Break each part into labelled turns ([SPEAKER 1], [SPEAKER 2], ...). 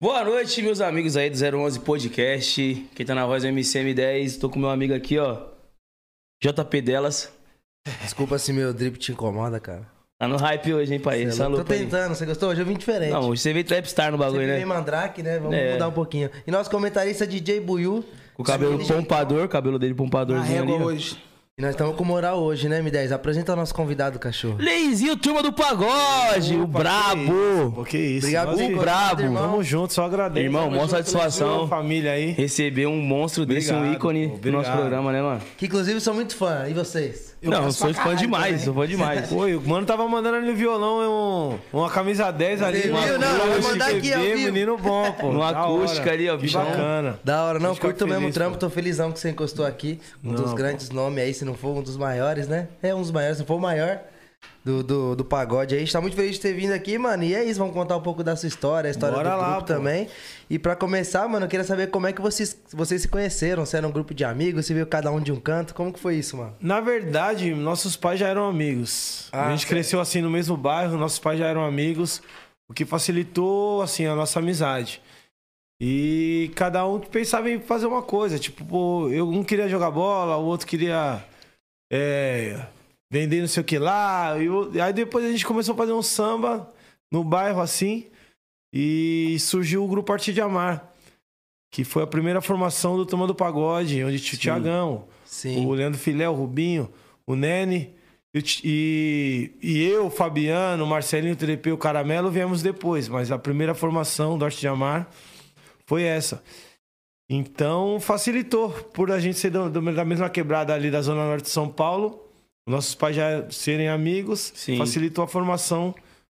[SPEAKER 1] Boa noite, meus amigos aí do 011 Podcast. Quem tá na voz é o MCM10. Tô com meu amigo aqui, ó. JP Delas.
[SPEAKER 2] Desculpa se meu drip te incomoda, cara.
[SPEAKER 1] Tá no hype hoje, hein, pai?
[SPEAKER 2] Cê é
[SPEAKER 1] Essa
[SPEAKER 2] louco.
[SPEAKER 1] lupa
[SPEAKER 2] Tô
[SPEAKER 1] aí.
[SPEAKER 2] tentando, você gostou? Hoje eu vim diferente.
[SPEAKER 1] Não, hoje você veio trapstar no bagulho,
[SPEAKER 2] Sempre vem
[SPEAKER 1] né?
[SPEAKER 2] mandrake, né? Vamos
[SPEAKER 1] É.
[SPEAKER 2] mudar um pouquinho. E nosso comentarista DJ Buiu.
[SPEAKER 1] Com o cabelo
[SPEAKER 2] Sim.
[SPEAKER 1] pompador, o cabelo dele
[SPEAKER 3] Na
[SPEAKER 1] pompadorzinho ali.
[SPEAKER 3] régua
[SPEAKER 1] ó.
[SPEAKER 3] hoje.
[SPEAKER 2] E nós estamos com moral hoje, né, M10? Apresenta o nosso convidado, cachorro.
[SPEAKER 1] Leizinho, turma do pagode, o brabo.
[SPEAKER 3] Pô, que isso.
[SPEAKER 2] Obrigado,
[SPEAKER 3] nós
[SPEAKER 2] por
[SPEAKER 3] que-
[SPEAKER 2] ter
[SPEAKER 1] brabo.
[SPEAKER 2] convidado, irmão.
[SPEAKER 3] Tamo junto, só agradeço.
[SPEAKER 1] Irmão,
[SPEAKER 3] Tamo
[SPEAKER 1] mó
[SPEAKER 3] junto,
[SPEAKER 1] satisfação.
[SPEAKER 3] pela sua Família aí.
[SPEAKER 1] Receber um monstro desse, um
[SPEAKER 3] Obrigado,
[SPEAKER 1] ícone
[SPEAKER 3] pô,
[SPEAKER 1] do nosso
[SPEAKER 3] obrigado.
[SPEAKER 1] programa, né, mano?
[SPEAKER 2] Que inclusive sou muito fã. E vocês?
[SPEAKER 3] Eu
[SPEAKER 1] não, eu
[SPEAKER 3] gosto
[SPEAKER 1] sou
[SPEAKER 3] pra
[SPEAKER 1] fã
[SPEAKER 3] caralho
[SPEAKER 1] demais,
[SPEAKER 3] também.
[SPEAKER 1] sou fã demais.
[SPEAKER 3] Oi, o mano tava mandando ali no violão um- uma camisa 10 ali.
[SPEAKER 2] Você
[SPEAKER 3] uma
[SPEAKER 2] viu? Não,
[SPEAKER 3] acústica,
[SPEAKER 2] vai mandar aqui ao
[SPEAKER 3] bebê,
[SPEAKER 2] vivo.
[SPEAKER 3] Menino bom, pô.
[SPEAKER 1] Uma
[SPEAKER 3] da hora.
[SPEAKER 1] acústica ali, ó,
[SPEAKER 3] Que
[SPEAKER 1] bichão.
[SPEAKER 3] bacana.
[SPEAKER 2] Da hora, não.
[SPEAKER 3] Deixa eu
[SPEAKER 2] Curto
[SPEAKER 3] ficar
[SPEAKER 2] mesmo o
[SPEAKER 3] feliz,
[SPEAKER 2] trampo. Tô felizão que você encostou aqui. Um dos
[SPEAKER 3] Não,
[SPEAKER 2] grandes nomes aí, se não for um dos maiores, né? É um dos maiores, se não for o maior do, do, do pagode aí. A gente tá muito feliz de ter vindo aqui, mano. E é isso, vamos contar um pouco da sua história, a história
[SPEAKER 3] Bora
[SPEAKER 2] do
[SPEAKER 3] lá,
[SPEAKER 2] grupo
[SPEAKER 3] pô.
[SPEAKER 2] também. E pra começar, mano, eu queria saber como é que vocês, vocês se conheceram. Se era um grupo de amigos, se veio cada um de um canto. Como que foi isso, mano?
[SPEAKER 3] Na verdade, nossos pais já eram amigos.
[SPEAKER 2] Ah,
[SPEAKER 3] a gente
[SPEAKER 2] certo.
[SPEAKER 3] cresceu assim no mesmo bairro, nossos pais já eram amigos, o que facilitou assim a nossa amizade. E cada um pensava em fazer uma coisa, tipo, pô, eu um queria jogar bola, o outro queria é, vender não sei o que lá. E o- aí depois a gente começou a fazer um samba no bairro assim e surgiu o grupo Arte de Amar, que foi a primeira formação do Tomando Pagode, onde tinha o
[SPEAKER 1] Sim.
[SPEAKER 3] Tiagão, o
[SPEAKER 2] Sim.
[SPEAKER 3] Leandro Filé, o Rubinho, o Nene e, o Ti- e, e eu, o Fabiano, o Marcelinho, o Terepe, o Caramelo viemos depois, mas a primeira formação do Arte de Amar foi essa. Então facilitou por a gente ser do- do- da mesma quebrada ali da Zona Norte de São Paulo, nossos pais já serem amigos,
[SPEAKER 1] Sim.
[SPEAKER 3] facilitou a formação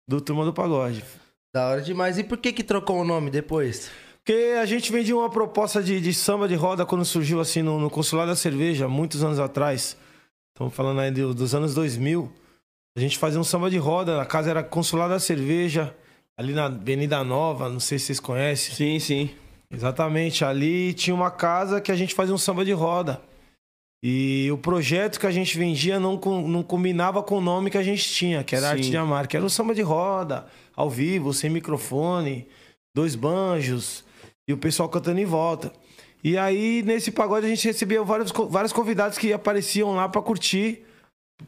[SPEAKER 3] do Turma do Pagode.
[SPEAKER 2] Da hora demais. E por que que trocou o nome depois?
[SPEAKER 3] Porque a gente vendia uma proposta de, de samba de roda quando surgiu assim no, no Consulado da Cerveja, muitos anos atrás. Estamos falando aí do- dos anos 2000. A gente fazia um samba de roda, a casa era Consulado da Cerveja, ali na Avenida Nova, não sei se vocês conhecem.
[SPEAKER 1] Sim, sim.
[SPEAKER 3] Exatamente, ali tinha uma casa que a gente fazia um samba de roda. E o projeto que a gente vendia não, com- não combinava com o nome que a gente tinha, que era
[SPEAKER 1] Sim.
[SPEAKER 3] Arte de Amar, que era um samba de roda, ao vivo, sem microfone, dois banjos e o pessoal cantando em volta. E aí, nesse pagode, a gente recebia vários, co- vários convidados que apareciam lá pra curtir,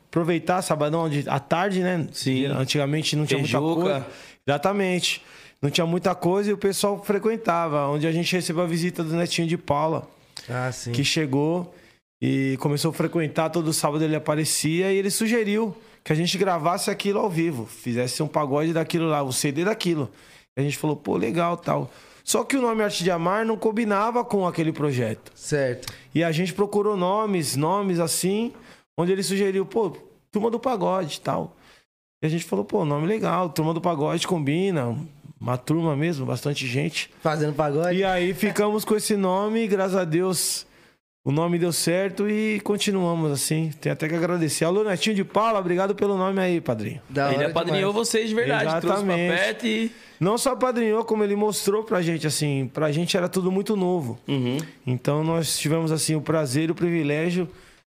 [SPEAKER 3] aproveitar sabadão de- à tarde, né?
[SPEAKER 1] Sim.
[SPEAKER 3] Antigamente não tinha
[SPEAKER 1] Feijuca.
[SPEAKER 3] muita coisa. Exatamente. Não tinha muita coisa e o pessoal frequentava, onde a gente recebeu a visita do Netinho de Paula,
[SPEAKER 2] Ah, sim.
[SPEAKER 3] que chegou e começou a frequentar, todo sábado ele aparecia e ele sugeriu que a gente gravasse aquilo ao vivo, fizesse um pagode daquilo lá, o CD daquilo. E a gente falou, pô, legal, tal. Só que o nome Arte de Amar não combinava com aquele projeto.
[SPEAKER 2] Certo.
[SPEAKER 3] E a gente procurou nomes, nomes assim, onde ele sugeriu, pô, Turma do Pagode e tal. E a gente falou, pô, nome legal, Turma do Pagode combina, uma turma mesmo, bastante gente.
[SPEAKER 2] Fazendo pagode.
[SPEAKER 3] E aí ficamos com esse nome, e, graças a Deus, o nome deu certo e continuamos assim. Tem até que agradecer. Alô, Netinho de Paula, obrigado pelo nome aí, né, padrinho.
[SPEAKER 2] Da hora
[SPEAKER 1] Ele apadrinhou
[SPEAKER 2] demais.
[SPEAKER 1] vocês de verdade, trouxe
[SPEAKER 3] Exatamente.
[SPEAKER 1] pra perto e.
[SPEAKER 3] Não só padrinhou, como ele mostrou pra gente, assim, pra gente era tudo muito novo.
[SPEAKER 1] Uhum.
[SPEAKER 3] Então nós tivemos assim o prazer e o privilégio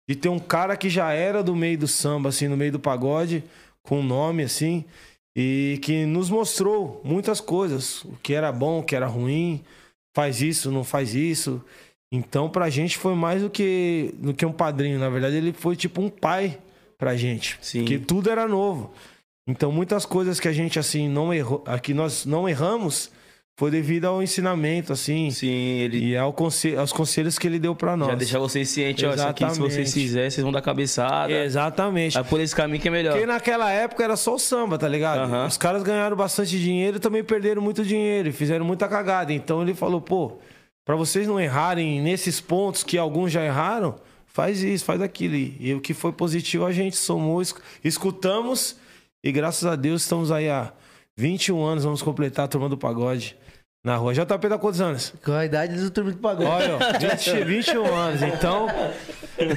[SPEAKER 3] de ter um cara que já era do meio do samba, assim, no meio do pagode, com um nome assim, e que nos mostrou muitas coisas, o que era bom, o que era ruim, faz isso, não faz isso. Então pra gente foi mais do que do que um padrinho, na verdade ele foi tipo um pai pra gente,
[SPEAKER 1] Sim.
[SPEAKER 3] porque tudo era novo. Então muitas coisas que a gente assim não errou, a que nós não erramos foi devido ao ensinamento assim,
[SPEAKER 1] Sim, ele
[SPEAKER 3] e ao conse- aos conselhos que ele deu pra nós.
[SPEAKER 1] já deixar vocês cientes, ó. Isso aqui, se vocês
[SPEAKER 3] Exatamente.
[SPEAKER 1] fizerem, vocês vão dar cabeçada.
[SPEAKER 3] Exatamente.
[SPEAKER 1] Vai por esse caminho que é melhor.
[SPEAKER 3] Porque naquela época era só o samba, tá ligado?
[SPEAKER 1] Aham.
[SPEAKER 3] Os caras ganharam bastante dinheiro e também perderam muito dinheiro e fizeram muita cagada. Então ele falou, pô, pra vocês não errarem nesses pontos que alguns já erraram, faz isso, faz aquilo. E o que foi positivo a gente somou, esc- escutamos e graças a Deus estamos aí há 21 anos, vamos completar a turma do pagode na rua. JP tá quantos anos?
[SPEAKER 2] Com a idade do turma do pagode.
[SPEAKER 3] Olha, ó, 20, 21 anos, então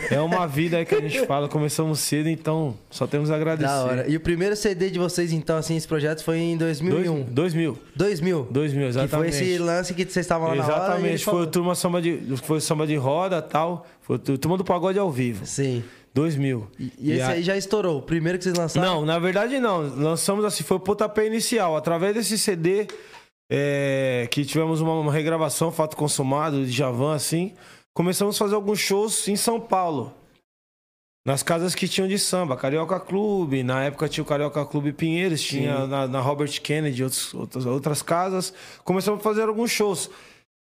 [SPEAKER 3] é uma vida aí que a gente fala. Começamos cedo, então só temos a agradecer.
[SPEAKER 2] Da hora. E o primeiro CD de vocês, então, assim, esse projeto foi em 2001.
[SPEAKER 3] Dois, 2000,
[SPEAKER 2] 2000.
[SPEAKER 3] 2000,
[SPEAKER 2] um. Que foi
[SPEAKER 3] exatamente.
[SPEAKER 2] esse lance que vocês estavam lá na hora. e ele
[SPEAKER 3] Exatamente, foi
[SPEAKER 2] falou.
[SPEAKER 3] o turma samba de, foi o samba de roda, tal, foi o tu- turma do pagode ao vivo,
[SPEAKER 2] Sim.
[SPEAKER 3] 2000.
[SPEAKER 2] E, e esse
[SPEAKER 3] a-
[SPEAKER 2] aí já estourou. O primeiro que vocês lançaram.
[SPEAKER 3] Não, na verdade não. Lançamos assim, foi o pontapé inicial. Através desse CD, é, que tivemos uma, uma regravação, fato consumado, de Javan, assim. Começamos a fazer alguns shows em São Paulo. Nas casas que tinham de samba, Carioca Clube, na época tinha o Carioca Clube Pinheiros, tinha na, na Robert Kennedy, outros, outras, outras casas. Começamos a fazer alguns shows.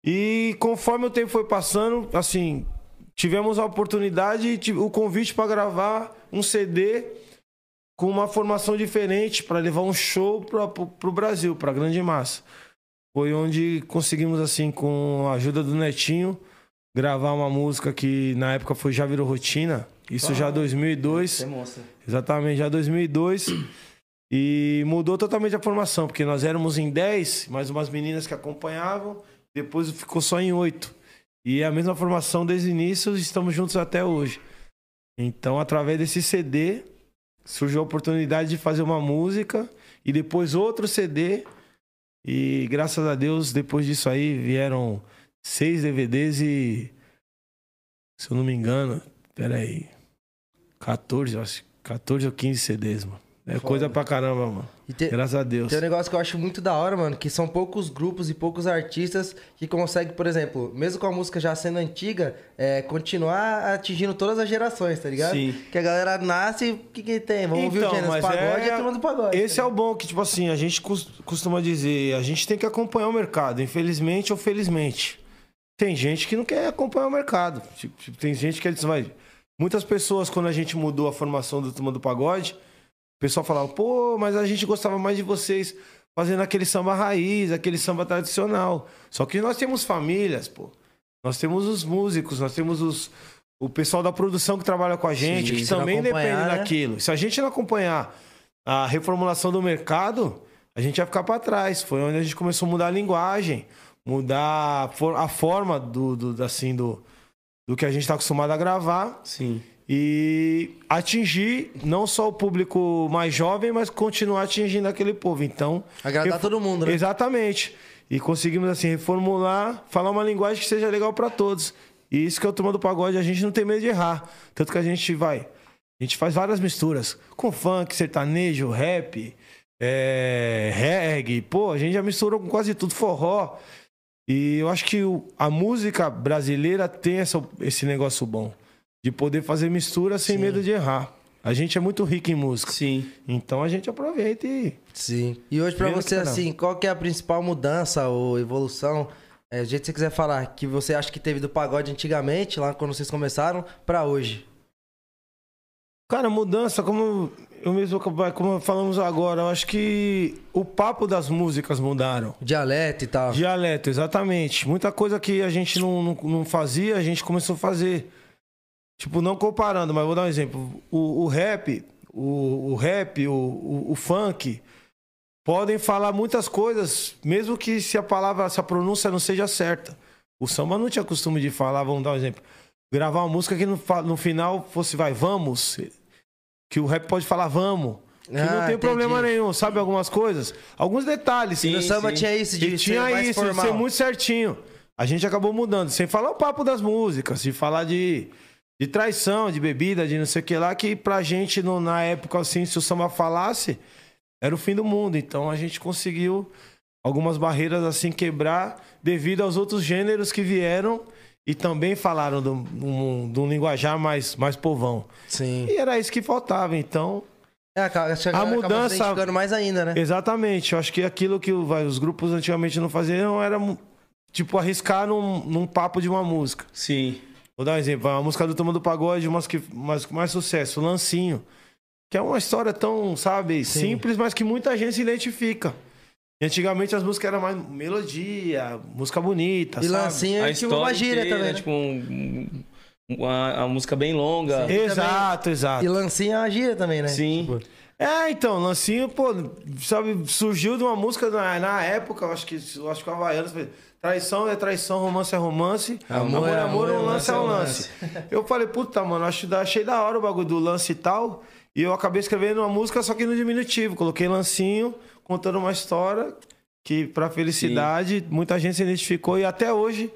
[SPEAKER 3] E conforme o tempo foi passando, assim, tivemos a oportunidade, e tive- o convite para gravar um CD com uma formação diferente, para levar um show para o Brasil, para a grande massa. Foi onde conseguimos, assim, com a ajuda do Netinho, gravar uma música que na época foi Já Virou Rotina. Isso já 2002.
[SPEAKER 1] Você mostra.
[SPEAKER 3] Exatamente, já 2002. E mudou totalmente a formação, porque nós éramos em 10, mais umas meninas que acompanhavam, depois ficou só em 8. E é a mesma formação desde o início, estamos juntos até hoje. Então, através desse CD, surgiu a oportunidade de fazer uma música e depois outro CD. E graças a Deus, depois disso aí, vieram seis DVDs e. Se eu não me engano, peraí. 14, eu acho. 14 ou 15 CDs, mano. É coisa pra caramba, mano.
[SPEAKER 2] E te-
[SPEAKER 3] Graças a Deus.
[SPEAKER 2] Tem um negócio que eu acho muito da hora, mano, que são poucos grupos e poucos artistas que conseguem, por exemplo, mesmo com a música já sendo antiga, é, continuar atingindo todas as gerações, tá ligado?
[SPEAKER 1] Sim.
[SPEAKER 2] Que a galera nasce, o que que tem? Vamos ouvir o gênero do pagode e a turma do pagode.
[SPEAKER 3] Então,
[SPEAKER 2] tá
[SPEAKER 3] Esse é o bom que, tipo assim, a gente cos- costuma dizer, a gente tem que acompanhar o mercado, infelizmente ou felizmente. Tem gente que não quer acompanhar o mercado. Tipo, tipo, tem gente que eles vai. Muitas pessoas, quando a gente mudou a formação do Turma do Pagode, o pessoal falava, pô, mas a gente gostava mais de vocês fazendo aquele samba raiz, aquele samba tradicional. Só que nós temos famílias, pô. Nós temos os músicos, nós temos os, o pessoal da produção que trabalha com a gente,
[SPEAKER 2] Sim,
[SPEAKER 3] que
[SPEAKER 2] se não
[SPEAKER 3] também depende
[SPEAKER 2] acompanhar, né?
[SPEAKER 3] daquilo. Se a gente não acompanhar a reformulação do mercado, a gente ia ficar para trás. Foi onde a gente começou a mudar a linguagem, mudar a, for- a forma do, do, assim, do, do que a gente está acostumado a gravar
[SPEAKER 1] Sim.
[SPEAKER 3] e atingir não só o público mais jovem, mas continuar atingindo aquele povo. Então,
[SPEAKER 2] Agradar
[SPEAKER 3] refor-
[SPEAKER 2] todo mundo, né?
[SPEAKER 3] Exatamente. E conseguimos assim reformular, falar uma linguagem que seja legal para todos. E isso que é o turma do pagode, a gente não tem medo de errar, tanto que a gente vai, a gente faz várias misturas com funk, sertanejo, rap, é, reggae, pô, a gente já misturou com quase tudo, forró. E eu acho que o- a música brasileira tem essa- esse negócio bom. De poder fazer mistura sem medo de errar. A gente é muito rico em música.
[SPEAKER 1] Sim.
[SPEAKER 3] Então a gente aproveita e.
[SPEAKER 2] Sim. E hoje pra
[SPEAKER 3] Pena que
[SPEAKER 2] você,
[SPEAKER 3] não.
[SPEAKER 2] assim, qual que é a principal mudança ou evolução, é, do jeito que você quiser falar, que você acha que teve do pagode antigamente, lá quando vocês começaram, pra hoje?
[SPEAKER 3] Cara, mudança, como eu mesmo como falamos agora, eu acho que o papo das músicas mudaram.
[SPEAKER 2] Dialeto e tal.
[SPEAKER 3] Dialeto, exatamente. Muita coisa que a gente não, não, não fazia, a gente começou a fazer. Tipo, não comparando, mas vou dar um exemplo. O, o rap, o, o rap, o, o, o funk, podem falar muitas coisas, mesmo que se a palavra, se a pronúncia não seja certa. O samba não tinha costume de falar, vamos dar um exemplo. Gravar uma música que no, fa- no final fosse vai, vamos. Que o rap pode falar vamos. Que
[SPEAKER 2] Ah,
[SPEAKER 3] não tem
[SPEAKER 2] entendi.
[SPEAKER 3] problema nenhum, sabe? Algumas coisas. Alguns detalhes.
[SPEAKER 1] Sim,
[SPEAKER 2] no samba
[SPEAKER 1] sim.
[SPEAKER 2] tinha isso de ser
[SPEAKER 3] E tinha
[SPEAKER 2] mais
[SPEAKER 3] isso,
[SPEAKER 2] formal.
[SPEAKER 3] de ser muito certinho. A gente acabou mudando, sem falar o papo das músicas, sem falar de, de traição, de bebida, de não sei o que lá, que pra gente, no- na época, assim, se o samba falasse, era o fim do mundo. Então a gente conseguiu algumas barreiras assim quebrar devido aos outros gêneros que vieram e também falaram de um- de um de um linguajar mais, mais povão.
[SPEAKER 2] Sim.
[SPEAKER 3] E era isso que faltava, então
[SPEAKER 2] É, acaba- acho que a galera acaba se
[SPEAKER 3] mudança-
[SPEAKER 2] identificando mais ainda, né?
[SPEAKER 3] Exatamente. Eu acho que aquilo que o- vai, os grupos antigamente não faziam era, mu- tipo, arriscar num, num papo de uma música.
[SPEAKER 1] Sim.
[SPEAKER 3] Vou dar um exemplo. A música do Toma do Pagode, umas que umas com mais sucesso, Lancinho. Que é uma história tão, sabe,
[SPEAKER 2] Sim.
[SPEAKER 3] simples, mas que muita gente se identifica. E antigamente as músicas eram mais melodia, música bonita,
[SPEAKER 2] E
[SPEAKER 3] sabe?
[SPEAKER 2] lancinho é tipo uma gíria
[SPEAKER 1] inteira,
[SPEAKER 2] também. né?
[SPEAKER 1] Tipo, um- uma, uma música bem longa.
[SPEAKER 2] Sim.
[SPEAKER 3] Exato, exato.
[SPEAKER 2] E lancinho é uma gíria também, né?
[SPEAKER 1] Sim.
[SPEAKER 2] Tipo,
[SPEAKER 3] É, então, Lancinho, pô, sabe, surgiu de uma música na, na época, eu acho que eu acho que o Havaianas foi, traição é traição, romance é romance, amor, é amor, um lance é um lance. Eu falei, puta, mano, acho, da- achei da hora o bagulho do lance e tal, e eu acabei escrevendo uma música só que no diminutivo, coloquei Lancinho, contando uma história que, pra felicidade, muita gente se identificou, e até hoje,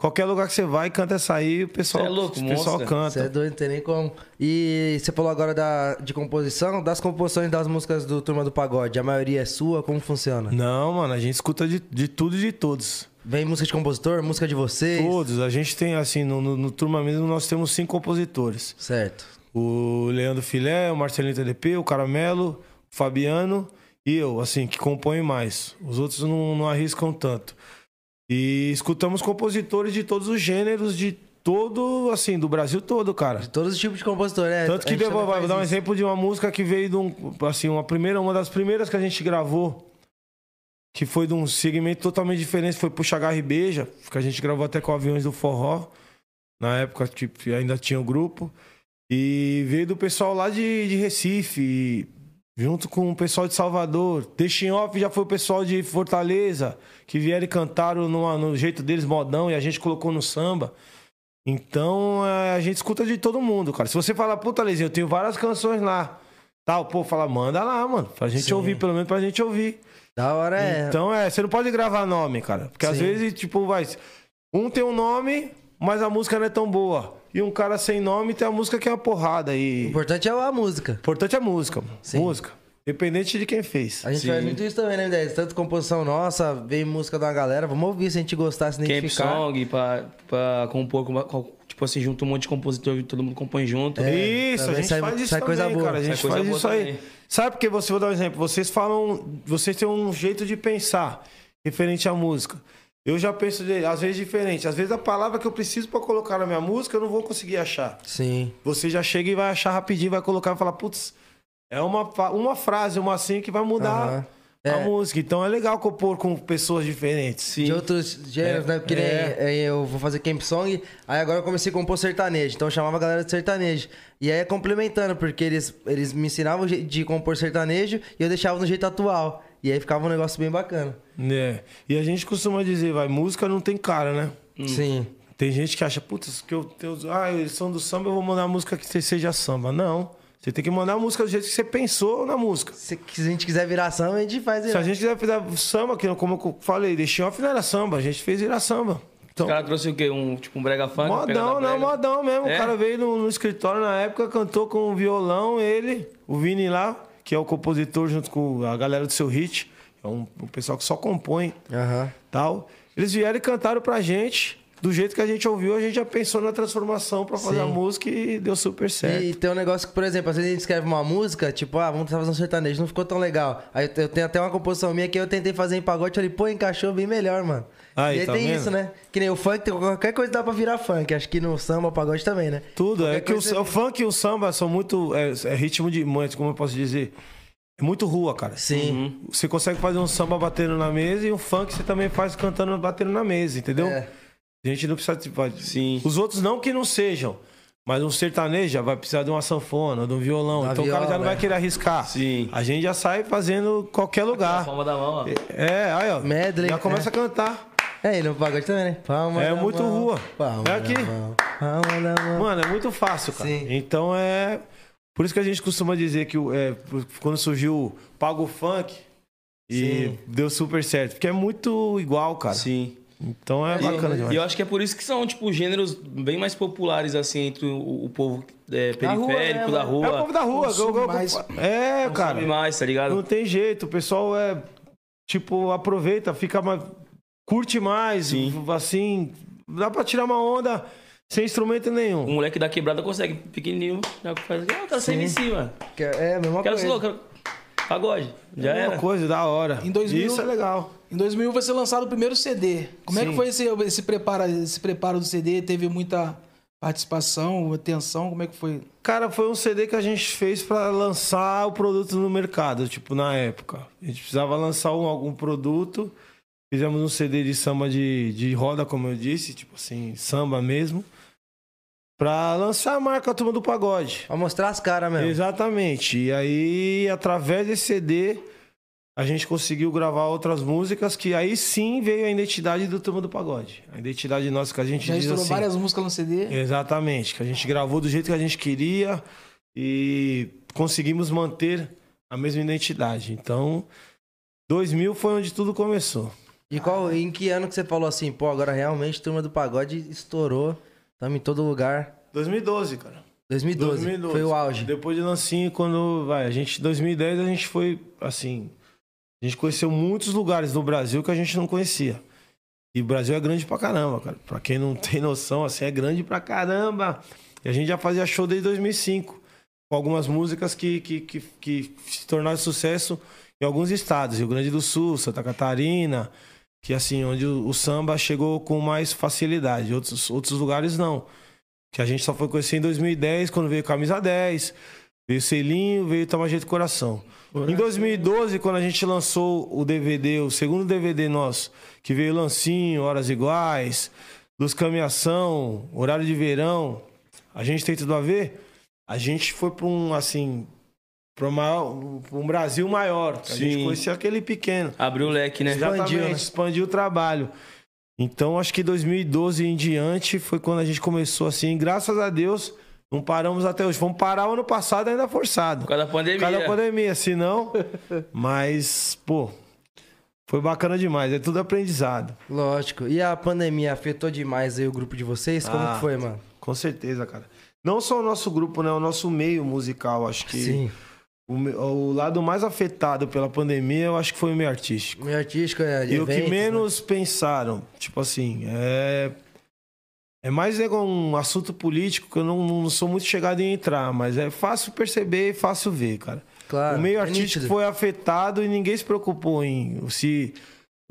[SPEAKER 3] Qualquer lugar que você vai, canta essa aí, o pessoal,
[SPEAKER 1] Cê é louco,
[SPEAKER 3] o pessoal
[SPEAKER 1] monstra.
[SPEAKER 3] canta.
[SPEAKER 2] Você é doido, não tem nem como. E você falou agora da, de composição, das composições das músicas do Turma do Pagode, a maioria é sua, como funciona?
[SPEAKER 3] Não, mano, a gente escuta de, de tudo e de todos.
[SPEAKER 2] Vem música de compositor, música de vocês?
[SPEAKER 3] Todos. A gente tem, assim, no, no, no turma mesmo, nós temos cinco compositores.
[SPEAKER 2] Certo.
[SPEAKER 3] O Leandro Filé, o Marcelinho TDP, o Caramelo, o Fabiano e eu, assim, que compõem mais. Os outros não, não arriscam tanto. E escutamos compositores de todos os gêneros, de todo, assim, do Brasil todo, cara.
[SPEAKER 2] Todos os tipos de compositor, né?
[SPEAKER 3] Tanto que
[SPEAKER 2] A gente
[SPEAKER 3] deu,
[SPEAKER 2] também
[SPEAKER 3] vai
[SPEAKER 2] faz
[SPEAKER 3] dar um
[SPEAKER 2] isso.
[SPEAKER 3] exemplo de uma música que veio de um, assim, uma primeira, uma das primeiras que a gente gravou, que foi de um segmento totalmente diferente, foi Puxa Garra e Beija, que a gente gravou até com Aviões do Forró, na época tipo, ainda tinha o grupo, e veio do pessoal lá de, de Recife, e junto com o pessoal de Salvador, Deixa em Off já foi o pessoal de Fortaleza, que vieram e cantaram numa- no jeito deles modão, e a gente colocou no samba. Então é, a gente escuta de todo mundo, cara. Se você falar, puta, Lezinho, eu tenho várias canções lá. Tal, pô, fala, manda lá, mano. Pra gente
[SPEAKER 2] Sim.
[SPEAKER 3] ouvir, pelo menos pra gente ouvir.
[SPEAKER 2] Da hora é.
[SPEAKER 3] Então é, você não pode gravar nome, cara. Porque às
[SPEAKER 2] Sim.
[SPEAKER 3] vezes, tipo, vai. Um tem um nome, mas a música não é tão boa. E um cara sem nome tem a música que é uma porrada.
[SPEAKER 2] O
[SPEAKER 3] E.
[SPEAKER 2] importante é a música.
[SPEAKER 3] Importante é a música, mano.
[SPEAKER 2] Sim.
[SPEAKER 3] Música. Independente de quem fez.
[SPEAKER 2] A gente
[SPEAKER 1] Sim.
[SPEAKER 2] faz muito isso também, né, M10? Tanto composição nossa, vem música da galera. Vamos ouvir se a gente gostar, se
[SPEAKER 1] Camp
[SPEAKER 2] identificar.
[SPEAKER 1] Song pra, pra compor, com- com- tipo assim, junta um monte de compositor e todo mundo compõe junto.
[SPEAKER 3] É. isso,
[SPEAKER 2] É,
[SPEAKER 3] a
[SPEAKER 2] também
[SPEAKER 3] gente
[SPEAKER 2] sai-
[SPEAKER 3] faz isso
[SPEAKER 2] sai
[SPEAKER 3] também,
[SPEAKER 2] coisa boa.
[SPEAKER 3] cara. A gente
[SPEAKER 1] Sai coisa
[SPEAKER 3] faz
[SPEAKER 1] boa
[SPEAKER 3] isso aí.
[SPEAKER 1] também.
[SPEAKER 3] Sabe porque você vou dar um exemplo? Vocês falam, vocês têm um jeito de pensar referente à música. Eu já penso de- às vezes diferente. Às vezes a palavra que eu preciso pra colocar na minha música eu não vou conseguir achar.
[SPEAKER 2] Sim.
[SPEAKER 3] Você já chega e vai achar rapidinho, vai colocar e falar, putz, é uma, fa- uma frase, uma assim que vai mudar
[SPEAKER 2] Aham. É.
[SPEAKER 3] a música. Então é legal compor com pessoas diferentes.
[SPEAKER 1] Sim.
[SPEAKER 2] De outros gêneros, né? Porque nem-
[SPEAKER 3] é.
[SPEAKER 2] eh, eu vou fazer camp song, aí agora eu comecei a compor sertanejo, então eu chamava a galera de sertanejo. E aí é complementando, porque eles, eles me ensinavam o jeito de compor sertanejo e eu deixava no jeito atual. E aí ficava um negócio bem bacana.
[SPEAKER 3] né? E a gente costuma dizer, vai, música não tem cara, né?
[SPEAKER 1] Hum.
[SPEAKER 2] Sim.
[SPEAKER 3] Tem gente que acha, putz, que eu, eu, ah, eles são do samba, eu vou mandar uma música que seja samba. Não. Você tem que mandar a música do jeito que você pensou na música.
[SPEAKER 2] Se, se a gente quiser virar samba, a gente faz.
[SPEAKER 3] Se a gente quiser fazer samba, que eu- como eu falei, deixei off não era samba, a gente fez virar samba.
[SPEAKER 1] O
[SPEAKER 3] Então,
[SPEAKER 1] cara trouxe o quê? Um, tipo, um brega funk? uma pegada
[SPEAKER 3] modão, não,
[SPEAKER 1] brega?
[SPEAKER 3] modão mesmo.
[SPEAKER 1] É?
[SPEAKER 3] O cara veio no, no escritório na época, cantou com o violão, ele, o Vini lá, que é o compositor junto com a galera do seu hit. É um, um pessoal que só compõe
[SPEAKER 2] Aham.
[SPEAKER 3] tal. Eles vieram e cantaram pra gente. Do jeito que a gente ouviu, a gente já pensou na transformação pra fazer
[SPEAKER 2] Sim.
[SPEAKER 3] a música e deu super certo.
[SPEAKER 2] E tem um negócio que, por exemplo, às vezes a gente escreve uma música, tipo, ah, vamos tentar fazer um sertanejo, não ficou tão legal. Aí eu- eu tenho até uma composição minha que eu tentei fazer em pagode, ali, pô, encaixou bem melhor, mano.
[SPEAKER 3] Aí,
[SPEAKER 2] e aí
[SPEAKER 3] tá
[SPEAKER 2] tem
[SPEAKER 3] vendo?
[SPEAKER 2] isso, né? Que nem o funk, tem- qualquer coisa dá pra virar funk. Acho que no samba, pagode também, né?
[SPEAKER 3] Tudo. É
[SPEAKER 2] Qualquer
[SPEAKER 3] que o,
[SPEAKER 2] coisa-
[SPEAKER 3] o funk e o samba são muito. É, é ritmo de. mas Como eu posso dizer? É muito rua, cara.
[SPEAKER 2] Sim.
[SPEAKER 3] Você consegue fazer um samba batendo na mesa e um funk você também faz cantando batendo na mesa, entendeu?
[SPEAKER 2] É.
[SPEAKER 3] A gente não precisa. tipo,
[SPEAKER 1] Sim.
[SPEAKER 3] Os outros não que não sejam. Mas um sertanejo já vai precisar de uma sanfona, de um violão.
[SPEAKER 2] Uma
[SPEAKER 3] então o cara já
[SPEAKER 2] viola,
[SPEAKER 3] não vai
[SPEAKER 2] é.
[SPEAKER 3] querer arriscar.
[SPEAKER 1] Sim.
[SPEAKER 3] A gente já sai fazendo qualquer
[SPEAKER 1] Na
[SPEAKER 3] lugar.
[SPEAKER 1] palma da mão, ó.
[SPEAKER 3] É, aí, ó.
[SPEAKER 2] Medley,
[SPEAKER 3] Já começa
[SPEAKER 2] é.
[SPEAKER 3] a cantar.
[SPEAKER 2] É, e no pagode também, né? Palma
[SPEAKER 3] É
[SPEAKER 2] na
[SPEAKER 3] muito
[SPEAKER 2] mão,
[SPEAKER 3] rua.
[SPEAKER 2] Palma
[SPEAKER 3] É
[SPEAKER 2] na
[SPEAKER 3] aqui.
[SPEAKER 2] mão, palma na mão.
[SPEAKER 3] Mano, é muito fácil, cara.
[SPEAKER 2] Sim.
[SPEAKER 3] Então é. Por isso que a gente costuma dizer que o- é, quando surgiu o Pago Funk e
[SPEAKER 2] Sim.
[SPEAKER 3] deu super certo. Porque é muito igual, cara.
[SPEAKER 1] Sim.
[SPEAKER 3] Então é bacana demais.
[SPEAKER 1] E eu acho que é por isso que são, tipo, gêneros bem mais populares, assim, entre o, o povo é,
[SPEAKER 2] rua,
[SPEAKER 1] periférico,
[SPEAKER 2] né,
[SPEAKER 1] da
[SPEAKER 2] mano?
[SPEAKER 1] rua.
[SPEAKER 3] É o povo da rua.
[SPEAKER 4] Consome
[SPEAKER 3] eu- eu- eu-
[SPEAKER 4] mais.
[SPEAKER 3] É, cara.
[SPEAKER 1] Sabe mais, tá ligado?
[SPEAKER 3] Não tem jeito. O pessoal é. Tipo, aproveita, fica mais. Curte mais.
[SPEAKER 1] Sim.
[SPEAKER 3] Assim. Dá pra tirar uma onda sem instrumento nenhum.
[SPEAKER 1] O moleque da quebrada consegue, pequenininho, já faz. Ah, eu quero ser
[SPEAKER 2] Sim.
[SPEAKER 1] MC, mano.
[SPEAKER 2] Que- É, a mesma
[SPEAKER 1] Quero
[SPEAKER 2] coisa.
[SPEAKER 1] ser louco, quero. Pagode. Já
[SPEAKER 3] é uma
[SPEAKER 1] era.
[SPEAKER 3] coisa da hora.
[SPEAKER 4] Em 2000
[SPEAKER 3] Isso é legal.
[SPEAKER 4] Em 2000 vai ser lançado o primeiro CD. Como é que
[SPEAKER 1] Sim.
[SPEAKER 4] foi esse, esse, preparo, esse preparo do CD? Teve muita participação, atenção? Como é que foi?
[SPEAKER 3] Cara, foi um CD que a gente fez pra lançar o produto no mercado, tipo, na época. A gente precisava lançar um- algum produto. Fizemos um CD de samba de, de roda, como eu disse, tipo assim, samba mesmo. Pra lançar a marca Turma do Pagode.
[SPEAKER 2] Pra mostrar as caras
[SPEAKER 4] É.
[SPEAKER 2] mesmo.
[SPEAKER 3] Exatamente. E aí, através desse CD, a gente conseguiu gravar outras músicas que aí sim veio a identidade do Turma do Pagode. A identidade nossa que a gente
[SPEAKER 4] Já
[SPEAKER 3] diz
[SPEAKER 4] estourou
[SPEAKER 3] assim.
[SPEAKER 4] várias músicas no CD?
[SPEAKER 3] Exatamente, que a gente gravou do jeito que a gente queria e conseguimos manter a mesma identidade. Então, 2000 foi onde tudo começou.
[SPEAKER 2] E qual, em que ano que você falou assim, pô, agora realmente Turma do Pagode estourou, estamos em todo lugar.
[SPEAKER 3] 2012, cara.
[SPEAKER 2] 2012, foi o auge.
[SPEAKER 3] Depois de Lancinho, quando. Vai, a gente. 2010 a gente foi. Assim. A gente conheceu muitos lugares do Brasil que a gente não conhecia. E o Brasil é grande pra caramba, cara. Pra quem não tem noção, assim, é grande pra caramba. E a gente já fazia show desde 2005. Com algumas músicas que, que, que, que se tornaram sucesso em alguns estados. Rio Grande do Sul, Santa Catarina. Que assim, onde o, o samba chegou com mais facilidade. Outros, outros lugares não. Que a gente só foi conhecer em 2010, quando veio Camisa 10, veio Selinho, veio Toma Jeito Coração. Em 2012, quando a gente lançou o DVD, o segundo DVD nosso, que veio Lancinho, Horas Iguais, Dos Caminhação, Horário de Verão, a gente tem tudo a ver, a gente foi para um, assim, para um Brasil maior. que A gente
[SPEAKER 1] Sim.
[SPEAKER 3] conhecia aquele pequeno.
[SPEAKER 1] Abriu o leque, né?
[SPEAKER 3] Exatamente,
[SPEAKER 2] Expandiu,
[SPEAKER 3] expandiu,
[SPEAKER 2] né?
[SPEAKER 3] o trabalho. Então, acho que 2012 em diante foi quando a gente começou assim. Graças a Deus, não paramos até hoje. Vamos parar o ano passado ainda forçado.
[SPEAKER 1] Por causa da pandemia.
[SPEAKER 3] Por causa da pandemia, se não. Mas, pô, foi bacana demais. É tudo aprendizado.
[SPEAKER 2] Lógico. E a pandemia afetou demais aí o grupo de vocês? Como
[SPEAKER 3] Ah,
[SPEAKER 2] que foi, mano?
[SPEAKER 3] Com certeza, cara. Não só o nosso grupo, né? O nosso meio musical. Acho que o, me- o lado mais afetado pela pandemia, eu acho que foi o meio artístico.
[SPEAKER 2] Meio artístico é
[SPEAKER 3] E o que
[SPEAKER 2] eventos,
[SPEAKER 3] menos pensaram, tipo assim, é. É mais é um assunto político que eu não, não sou muito chegado em entrar, mas é fácil perceber e fácil ver, cara.
[SPEAKER 2] né? Claro,
[SPEAKER 3] o meio
[SPEAKER 2] é
[SPEAKER 3] artístico
[SPEAKER 2] nítido.
[SPEAKER 3] foi afetado e ninguém se preocupou em se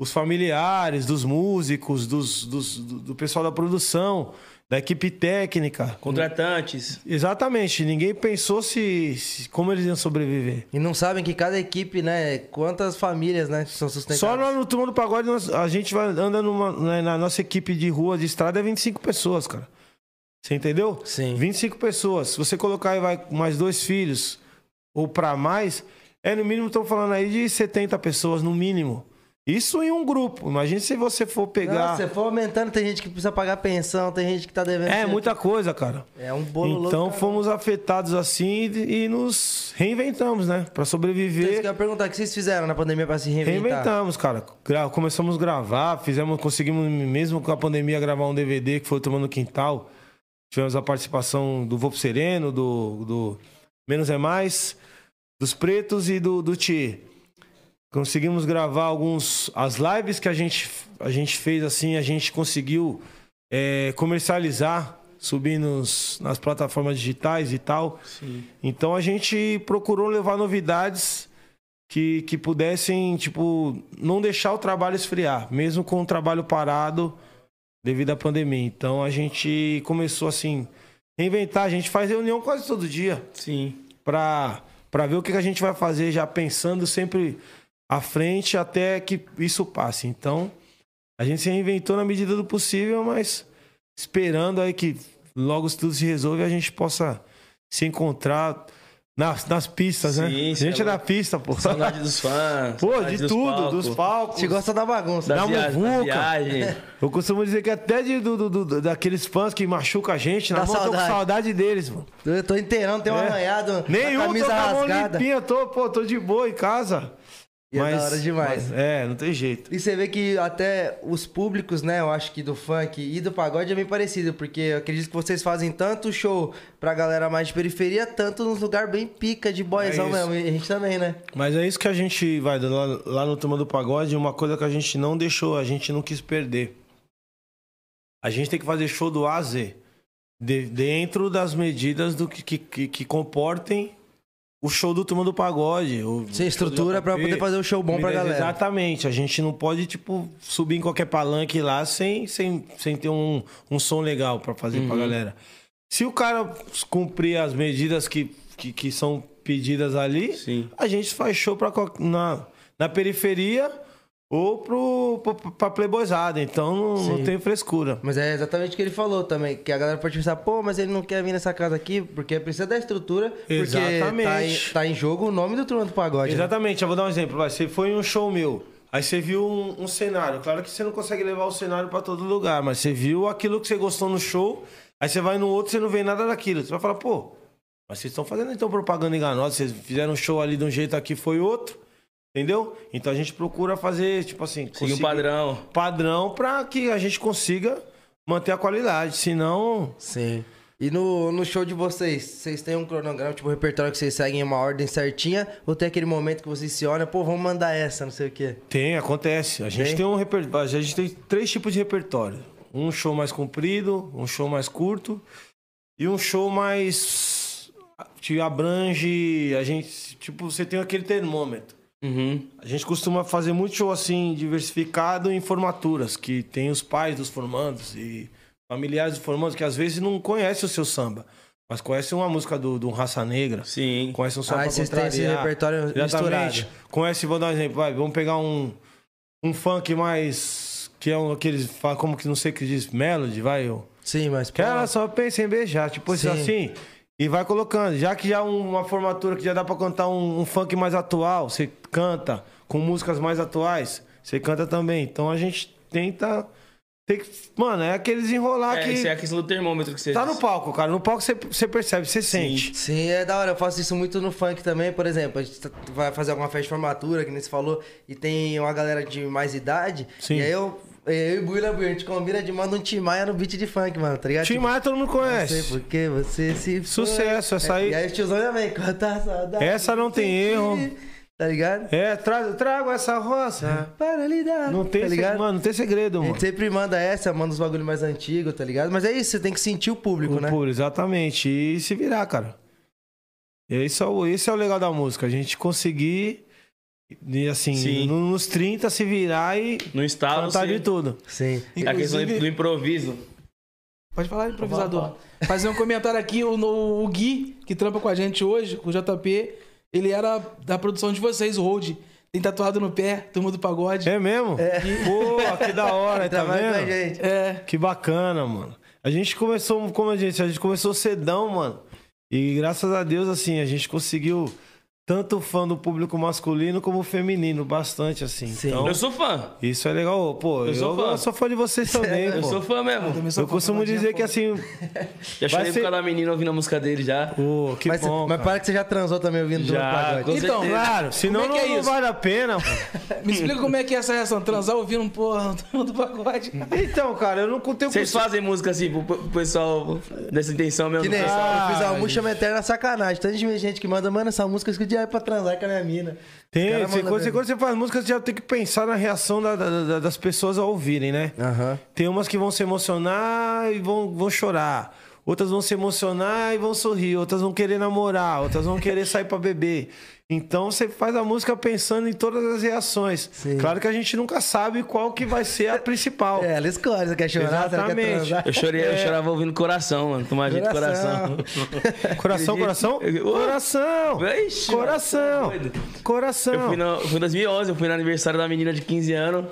[SPEAKER 3] os familiares dos músicos, dos, dos- do, do pessoal da produção, da equipe técnica.
[SPEAKER 1] Contratantes.
[SPEAKER 3] Exatamente, ninguém pensou se- se como eles iam sobreviver.
[SPEAKER 2] E não sabem que cada equipe, né? Quantas famílias, né? que São sustentadas.
[SPEAKER 3] Só lá no Turma do Pagode, nós- a gente vai, anda numa- na, na nossa equipe de rua, de estrada, é 25 pessoas, cara. Você entendeu?
[SPEAKER 2] Sim.
[SPEAKER 3] 25 pessoas. Se você colocar aí vai, mais dois filhos, ou pra mais, é no mínimo, estão falando aí de 70 pessoas, no mínimo. Isso em um grupo. Imagina se você for pegar.
[SPEAKER 2] Nossa, você for aumentando, tem gente que precisa pagar pensão, tem gente que tá devendo.
[SPEAKER 3] é muita coisa, cara.
[SPEAKER 2] É um bolo louco.
[SPEAKER 3] então
[SPEAKER 2] cara.
[SPEAKER 3] fomos afetados assim e, e nos reinventamos, né? Pra
[SPEAKER 2] Então, isso que
[SPEAKER 3] sobreviver.
[SPEAKER 2] Eu ia perguntar, o que vocês fizeram na pandemia pra se reinventar?
[SPEAKER 3] Reinventamos, cara. Gra- Começamos a gravar, fizemos, conseguimos, mesmo com a pandemia, gravar um DVD que foi tomando quintal. Tivemos a participação do Vopo Sereno, do, do Menos é Mais, dos Pretos e do, do Thier. Conseguimos gravar alguns. As lives que a gente, a gente fez, assim, a gente conseguiu eh, comercializar, subir nos, nas plataformas digitais e tal. Então a gente procurou levar novidades que, que pudessem, tipo, não deixar o trabalho esfriar, mesmo com o trabalho parado devido à pandemia. Então a gente começou assim, reinventar, a gente faz reunião quase todo dia
[SPEAKER 1] Sim.
[SPEAKER 3] pra, pra ver o que que a gente vai fazer, já pensando sempre à frente até que isso passe. Então, a gente se reinventou na medida do possível, mas esperando aí que logo se tudo se resolve, a gente possa se encontrar nas, nas pistas, né?
[SPEAKER 1] Sim,
[SPEAKER 3] A
[SPEAKER 1] sei
[SPEAKER 3] gente é
[SPEAKER 1] lá.
[SPEAKER 3] da pista, pô.
[SPEAKER 1] Saudade dos fãs.
[SPEAKER 3] Pô,
[SPEAKER 1] saudade
[SPEAKER 3] de tudo, dos palcos.
[SPEAKER 2] Você gosta da bagunça.
[SPEAKER 1] Da,
[SPEAKER 3] Da
[SPEAKER 1] viagem, da
[SPEAKER 3] muvuca.
[SPEAKER 1] viagem.
[SPEAKER 3] Eu costumo dizer que até de, do, do- do- daqueles fãs que machucam a gente, na
[SPEAKER 2] Dá
[SPEAKER 3] mão eu tô com
[SPEAKER 2] saudade.
[SPEAKER 3] saudade deles, mano.
[SPEAKER 2] Eu tô inteirão, tem um
[SPEAKER 3] É.
[SPEAKER 2] arranhado. uma
[SPEAKER 3] Nenhum tô
[SPEAKER 2] camisa
[SPEAKER 3] com a mão
[SPEAKER 2] rasgada.
[SPEAKER 3] limpinha, tô, pô, tô de boa em casa.
[SPEAKER 2] E é da hora demais.
[SPEAKER 3] mas- é, não tem jeito.
[SPEAKER 2] E você vê que até os públicos, né, eu acho que do funk e do pagode é bem parecido, porque eu acredito que vocês fazem tanto show pra galera mais de periferia, tanto nos lugares bem pica de boyzão
[SPEAKER 3] É isso.
[SPEAKER 2] mesmo. E a gente também, né?
[SPEAKER 3] Mas é isso que a gente vai lá, lá no Turma do Pagode, uma coisa que a gente não deixou, a gente não quis perder. A gente tem que fazer show do A a Z, de- dentro das medidas do que, que, que- que comportem o show do Turma do Pagode. o-
[SPEAKER 2] Sem
[SPEAKER 3] o show do
[SPEAKER 2] estrutura pra
[SPEAKER 3] JP,
[SPEAKER 2] poder fazer o show bom pra
[SPEAKER 3] medidas-
[SPEAKER 2] galera.
[SPEAKER 3] Exatamente, a gente não pode, tipo, subir em qualquer palanque lá sem, sem, sem ter um, um som legal pra fazer pra
[SPEAKER 2] Uhum.
[SPEAKER 3] galera. Se o cara cumprir as medidas que, que, que são pedidas ali,
[SPEAKER 1] Sim.
[SPEAKER 3] a gente faz show pra, qual- na, na periferia ou pro, pro, pra playboyzada. Então não, não tem frescura.
[SPEAKER 2] Mas é exatamente o que ele falou também, que a galera pode pensar, pô, mas ele não quer vir nessa casa aqui, porque precisa da estrutura, porque tá em,
[SPEAKER 3] Exatamente.
[SPEAKER 2] tá em jogo o nome do Turma do Pagode. né?
[SPEAKER 3] Exatamente, eu vou dar um exemplo. vai, Você foi em um show meu, aí você viu um, um cenário. Claro que você não consegue levar o cenário pra todo lugar, mas você viu aquilo que você gostou no show, aí você vai no outro e você não vê nada daquilo. Você vai falar, pô, mas vocês estão fazendo então propaganda enganosa, vocês fizeram um show ali de um jeito, aqui foi outro. Entendeu? Então a gente procura fazer, tipo assim,
[SPEAKER 1] Seguir um
[SPEAKER 3] conseguir-
[SPEAKER 1] padrão.
[SPEAKER 3] padrão pra que a gente consiga manter a qualidade. Senão,
[SPEAKER 2] Sim. E no, no show de vocês, vocês têm um cronograma, tipo, um repertório que vocês seguem em uma ordem certinha? Ou tem aquele momento que vocês se olham, pô, vamos mandar essa, não sei o quê?
[SPEAKER 3] tem, acontece. A gente
[SPEAKER 2] Tem?
[SPEAKER 3] tem, um repertório. A gente tem três tipos de repertório. Um show mais comprido, um show mais curto e um show mais que abrange a gente, tipo, você tem aquele termômetro.
[SPEAKER 1] Uhum.
[SPEAKER 3] A gente costuma fazer muito show assim, diversificado em formaturas, que tem os pais dos formandos e familiares dos formandos que às vezes não conhecem o seu samba, mas conhecem uma música do, do Raça Negra,
[SPEAKER 1] Sim.
[SPEAKER 3] conhecem um samba
[SPEAKER 2] Ah, e
[SPEAKER 3] pra
[SPEAKER 2] vocês têm esse
[SPEAKER 3] contrariar.
[SPEAKER 2] repertório
[SPEAKER 3] Exatamente.
[SPEAKER 2] misturado.
[SPEAKER 3] Conhece, vou dar um exemplo, vai, vamos pegar um, um funk mais, que é um, aqueles, fa- como que não sei o que diz, melody, vai, eu...
[SPEAKER 2] Sim, mas...
[SPEAKER 3] Que
[SPEAKER 2] pô,
[SPEAKER 3] ela só pensa em beijar, tipo
[SPEAKER 2] Tá. Sim.
[SPEAKER 3] assim. E vai colocando. Já que já é uma formatura que já dá pra cantar um, um funk mais atual, você canta com músicas mais atuais, você canta também. Então a gente tenta. Tem que, mano, é aqueles enrolar
[SPEAKER 1] É, isso é a
[SPEAKER 3] que.
[SPEAKER 1] questão do termômetro que você
[SPEAKER 3] Tá no
[SPEAKER 1] disse.
[SPEAKER 3] palco, cara. No palco você, você percebe, você sente.
[SPEAKER 2] Sim, é da hora. Eu faço isso muito no funk também, por exemplo. A gente tá- vai fazer alguma festa de formatura, que nem você falou, e tem uma galera de mais idade.
[SPEAKER 3] Sim.
[SPEAKER 2] E aí eu, eu e o Buila, a gente combina de mandar um Tim Maia no beat de funk, mano, tá
[SPEAKER 1] É,
[SPEAKER 2] ligado?
[SPEAKER 1] tipo,
[SPEAKER 3] Tim Maia todo mundo
[SPEAKER 2] Não sei
[SPEAKER 3] conhece.
[SPEAKER 2] por que você se foi.
[SPEAKER 3] Sucesso, essa
[SPEAKER 2] E
[SPEAKER 3] aí.
[SPEAKER 2] aí o tiozão também, canta a saudade.
[SPEAKER 3] Essa não tem erro.
[SPEAKER 2] Tá ligado?
[SPEAKER 3] É, tra trago essa roça.
[SPEAKER 2] Para lidar.
[SPEAKER 3] Não tem,
[SPEAKER 2] tá
[SPEAKER 3] se-
[SPEAKER 2] ligado?
[SPEAKER 3] mano, não tem segredo,
[SPEAKER 2] A
[SPEAKER 3] mano.
[SPEAKER 2] gente sempre manda essa, é manda uns bagulho mais antigo, tá ligado? Mas é isso, você tem que sentir o público, né?
[SPEAKER 3] Puro, exatamente. E se virar, cara. E esse é o, esse é o legal da música. A gente conseguir, e assim,
[SPEAKER 1] Sim.
[SPEAKER 3] no- nos 30 se virar e
[SPEAKER 1] No
[SPEAKER 2] Ah,
[SPEAKER 1] estalo,
[SPEAKER 3] cantar
[SPEAKER 1] você-
[SPEAKER 3] Tá de tudo.
[SPEAKER 2] Sim.
[SPEAKER 1] É a questão do improviso.
[SPEAKER 4] Pode falar, improvisador. Fazer um comentário aqui, o, no- o Gui, que trampa com a gente hoje, com o JP, ele era da produção de vocês, o Hold. Tem tatuado no pé, turma do pagode.
[SPEAKER 3] É mesmo? Pô, que da hora, tá
[SPEAKER 2] Trabalha com a
[SPEAKER 3] vendo?
[SPEAKER 2] gente.
[SPEAKER 4] É.
[SPEAKER 3] Que bacana, mano. A gente começou, como a gente, a gente começou cedão, mano. E graças a Deus, assim, a gente conseguiu tanto fã do público masculino como feminino, bastante, assim.
[SPEAKER 2] Sim.
[SPEAKER 3] Então,
[SPEAKER 1] Eu sou fã.
[SPEAKER 3] isso é legal. Pô, eu,
[SPEAKER 1] Eu sou
[SPEAKER 3] sou,
[SPEAKER 1] fã.
[SPEAKER 3] eu sou fã de vocês também,
[SPEAKER 1] Eu
[SPEAKER 3] pô.
[SPEAKER 1] sou fã mesmo.
[SPEAKER 4] Também sou
[SPEAKER 3] Eu
[SPEAKER 4] fã,
[SPEAKER 3] costumo
[SPEAKER 4] pagodinha
[SPEAKER 3] dizer que
[SPEAKER 4] foda.
[SPEAKER 3] assim.
[SPEAKER 1] Já
[SPEAKER 3] Vai
[SPEAKER 1] chorei
[SPEAKER 3] ser-
[SPEAKER 1] por causa da menina ouvindo a música dele já.
[SPEAKER 3] Pô, que
[SPEAKER 2] mas,
[SPEAKER 3] bom.
[SPEAKER 2] mas para que você já transou também ouvindo do
[SPEAKER 1] Já,
[SPEAKER 2] pagode.
[SPEAKER 1] com
[SPEAKER 4] Então,
[SPEAKER 1] certeza.
[SPEAKER 3] Claro, senão
[SPEAKER 4] Como é que
[SPEAKER 3] não,
[SPEAKER 4] é
[SPEAKER 3] não
[SPEAKER 4] isso?
[SPEAKER 3] vale a pena. pô.
[SPEAKER 4] Me explica como é que é essa reação. Transar ouvindo um porra, turma do pagode.
[SPEAKER 3] Então, cara, eu não tenho
[SPEAKER 1] Vocês fazem música assim pro, pro pessoal dessa intenção mesmo?
[SPEAKER 2] Que nem
[SPEAKER 1] pessoal?
[SPEAKER 2] eu fiz
[SPEAKER 3] Ah,
[SPEAKER 2] a murcha uma eterna sacanagem. Tanto de gente que manda, mano, essa música eu escutei aí pra transar com a minha mina.
[SPEAKER 3] Tem,
[SPEAKER 2] Os cara
[SPEAKER 3] você-
[SPEAKER 2] manda
[SPEAKER 3] quando, você-
[SPEAKER 2] pra
[SPEAKER 3] quando você faz música, você já tem que pensar na reação da- da- da- das pessoas ao ouvirem, né?
[SPEAKER 2] mim. Aham.
[SPEAKER 3] Tem umas que vão se emocionar e vão, vão chorar. Outras vão se emocionar e vão sorrir. Outras vão querer namorar. Outras vão querer sair pra beber. Então você faz a música pensando em todas as reações.
[SPEAKER 2] Sim.
[SPEAKER 3] Claro que a gente nunca sabe qual que vai ser a principal.
[SPEAKER 2] É, ela escolhe, você quer chorar, você quer
[SPEAKER 3] Exatamente.
[SPEAKER 2] transar.
[SPEAKER 1] Eu chorei,
[SPEAKER 3] É.
[SPEAKER 1] eu chorava ouvindo coração, mano. Tomar jeito coração.
[SPEAKER 2] Tá
[SPEAKER 3] Coração, coração?
[SPEAKER 1] Eu-
[SPEAKER 3] Coração!
[SPEAKER 1] Ixi,
[SPEAKER 3] Coração!
[SPEAKER 1] mano, você é doido.
[SPEAKER 3] Coração!
[SPEAKER 1] Eu fui, no, eu fui em 2011, eu fui no aniversário da menina de 15 anos.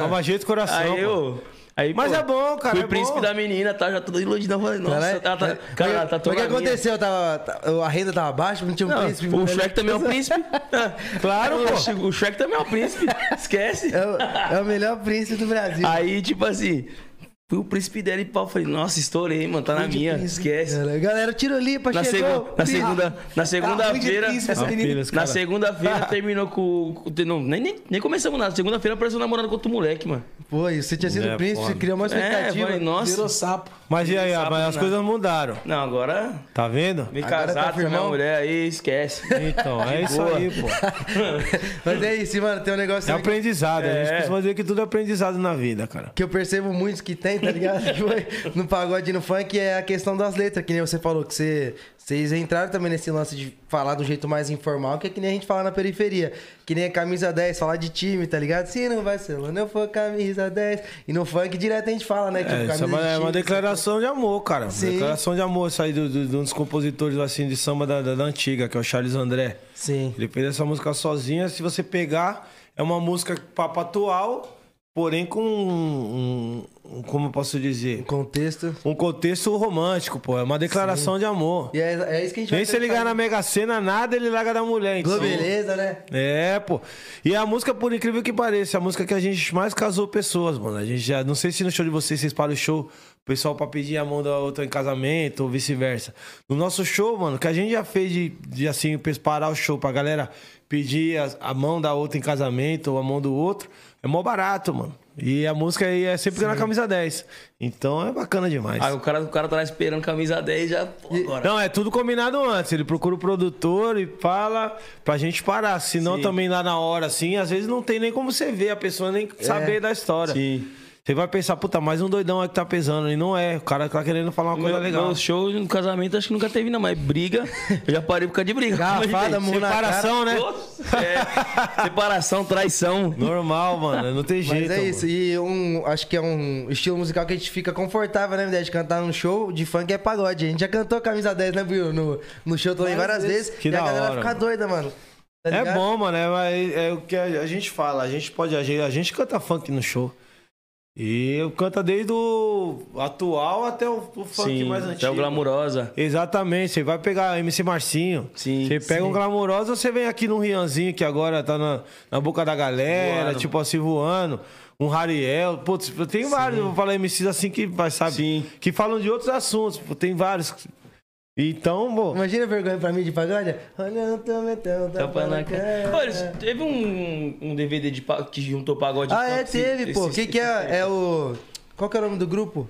[SPEAKER 3] Toma jeito, coração.
[SPEAKER 1] Aí
[SPEAKER 3] pô.
[SPEAKER 1] eu. Aí,
[SPEAKER 3] Mas é bom, cara,
[SPEAKER 1] Fui
[SPEAKER 3] é
[SPEAKER 1] príncipe
[SPEAKER 3] bom. é,
[SPEAKER 1] da menina, tá? Já tô iludidão. Falei, nossa,
[SPEAKER 2] Caralho,
[SPEAKER 1] ela tá.
[SPEAKER 2] mas-
[SPEAKER 1] Cara, ela
[SPEAKER 2] mas-
[SPEAKER 1] tá
[SPEAKER 2] mas O
[SPEAKER 1] toda.
[SPEAKER 2] que aconteceu? Tava, tá- a renda tava baixa, não tinha um
[SPEAKER 1] Não,
[SPEAKER 2] príncipe.
[SPEAKER 1] o
[SPEAKER 2] né?
[SPEAKER 1] Shrek também é um príncipe.
[SPEAKER 3] Claro,
[SPEAKER 1] o,
[SPEAKER 3] pô. um
[SPEAKER 1] Sh- o Shrek também é um príncipe. Esquece.
[SPEAKER 2] É o, é o melhor príncipe do Brasil.
[SPEAKER 1] Aí, tipo assim, fui o príncipe dela e pau. Falei, nossa, estourei, mano. Tá na minha. Esquece.
[SPEAKER 2] Cara, Galera, Tirolipa
[SPEAKER 1] Na,
[SPEAKER 2] chegou. Tá
[SPEAKER 1] segu- na
[SPEAKER 4] Ah,
[SPEAKER 1] segunda, na segunda-feira,
[SPEAKER 4] tá príncipe essa
[SPEAKER 1] Ah,
[SPEAKER 4] menina.
[SPEAKER 1] filhos, na segunda-feira terminou com, com não, nem, nem, nem começamos nada. Segunda-feira apareceu namorando com outro moleque, mano.
[SPEAKER 2] Pô, e você tinha sido
[SPEAKER 3] É,
[SPEAKER 2] príncipe,
[SPEAKER 3] foda.
[SPEAKER 2] você criou
[SPEAKER 1] É,
[SPEAKER 2] uma
[SPEAKER 1] eu
[SPEAKER 2] expectativa.
[SPEAKER 1] falei,
[SPEAKER 4] Virou
[SPEAKER 1] nossa.
[SPEAKER 4] sapo.
[SPEAKER 3] Mas e aí, ah, mas
[SPEAKER 1] né?
[SPEAKER 3] as coisas mudaram.
[SPEAKER 1] Não, agora
[SPEAKER 3] Tá vendo?
[SPEAKER 1] me
[SPEAKER 2] Agora tá
[SPEAKER 1] casar com minha
[SPEAKER 2] firmão?
[SPEAKER 1] mulher aí, esquece.
[SPEAKER 3] Então, é isso
[SPEAKER 1] boa.
[SPEAKER 3] aí, pô.
[SPEAKER 2] Mas é isso, mano, tem um negócio
[SPEAKER 3] É
[SPEAKER 2] também
[SPEAKER 3] aprendizado. A gente
[SPEAKER 1] É.
[SPEAKER 3] costuma dizer que tudo é aprendizado na vida, cara.
[SPEAKER 2] que eu percebo muito que tem, tá ligado? Que foi no pagode e no funk é a questão das letras, que nem você falou, que você, vocês entraram também nesse lance de falar do jeito mais informal, que é que nem a gente fala na periferia. Que nem a camisa 10, falar de time, tá ligado? Se não vai ser, mano, eu for camisa 10. E no funk direto a gente fala, né? Tipo,
[SPEAKER 3] É,
[SPEAKER 2] camisa
[SPEAKER 3] isso é uma,
[SPEAKER 2] de
[SPEAKER 3] é
[SPEAKER 2] time,
[SPEAKER 3] uma declaração de amor, cara. Uma
[SPEAKER 2] Sim.
[SPEAKER 3] Declaração de amor. Isso aí do, do- de um dos compositores assim, de samba da, da- da antiga, que é o Charles André.
[SPEAKER 2] Sim.
[SPEAKER 3] Ele fez essa música sozinha. Se você pegar, é uma música papo atual porém com um, um- um- como eu posso dizer,
[SPEAKER 2] Contexto.
[SPEAKER 3] um contexto romântico, pô, é uma declaração de amor.
[SPEAKER 2] E é, é isso que a gente
[SPEAKER 3] Nem
[SPEAKER 2] vai
[SPEAKER 3] se ele
[SPEAKER 2] tentar.
[SPEAKER 3] ganhar na Mega Sena nada, ele larga da mulher, então.
[SPEAKER 2] Globo Beleza, né?
[SPEAKER 3] É, pô. E a música, por incrível que pareça, é a música que a gente mais casou pessoas, mano. A gente já. Não sei se no show de vocês, vocês param o show, o pessoal pra pedir a mão da outra em casamento ou vice-versa. No nosso show, mano, que a gente já fez de, de, assim, parar o show pra galera pedir a, a mão da outra em casamento ou a mão do outro, é mó barato, mano. E a música aí é sempre na camisa 10. Então é bacana demais.
[SPEAKER 1] Aí o cara, o cara tá lá esperando camisa 10 já. Pô, agora.
[SPEAKER 3] Não, é tudo combinado antes. Ele procura o produtor e fala pra gente parar. Senão também lá na hora, assim, às vezes não tem nem como você ver, a pessoa nem saber da história.
[SPEAKER 1] Sim.
[SPEAKER 3] Você vai pensar, puta, mais um doidão é que tá pesando. E não é. O cara tá querendo falar uma coisa
[SPEAKER 1] Meu,
[SPEAKER 3] legal.
[SPEAKER 1] meu show no casamento acho que nunca teve, não, mas briga. Eu já parei por causa de briga.
[SPEAKER 2] Garrafada,
[SPEAKER 1] Mas,
[SPEAKER 2] murro na
[SPEAKER 3] Separação, né?
[SPEAKER 1] É, separação, traição.
[SPEAKER 3] Normal, mano. Não tem jeito.
[SPEAKER 2] Mas é isso, e um, acho que é um estilo musical que a gente fica confortável, né, ideia de cantar num show de funk é pagode. A gente já cantou Camisa 10, né, Buiu? No, no show também várias vezes. e
[SPEAKER 3] Que da
[SPEAKER 2] a galera
[SPEAKER 3] hora,
[SPEAKER 2] fica
[SPEAKER 3] mano.
[SPEAKER 2] doida, mano. Tá
[SPEAKER 3] É
[SPEAKER 2] ligado?
[SPEAKER 3] bom, mano. É, é- é o que a, a gente fala. A gente pode. A gente, a gente canta funk no show. E eu canto desde o atual até o, o funk
[SPEAKER 1] Sim,
[SPEAKER 3] mais antigo.
[SPEAKER 1] até o Glamurosa.
[SPEAKER 3] Exatamente, você vai pegar MC Marcinho.
[SPEAKER 1] Sim,
[SPEAKER 3] Você pega um glamouroso, você vem aqui num Rianzinho que agora tá na, na boca da galera,
[SPEAKER 1] Voando.
[SPEAKER 3] tipo assim, voando. Um Rariel. Putz, tem vários, eu vou falar MCs assim que vai sabe,
[SPEAKER 1] Sim.
[SPEAKER 3] que falam de outros assuntos. pô, Tem vários. Então, pô.
[SPEAKER 2] Imagina a vergonha pra mim de pagode. Olha, eu também tenho um
[SPEAKER 3] Tá
[SPEAKER 2] tapa na cara.
[SPEAKER 1] Tá Olha, teve um, um DVD de, pa- que juntou pagode. e
[SPEAKER 2] Ah, é,
[SPEAKER 1] funk,
[SPEAKER 2] teve, pô. O
[SPEAKER 1] esse-
[SPEAKER 2] que que é? É o... Qual que é o nome do grupo?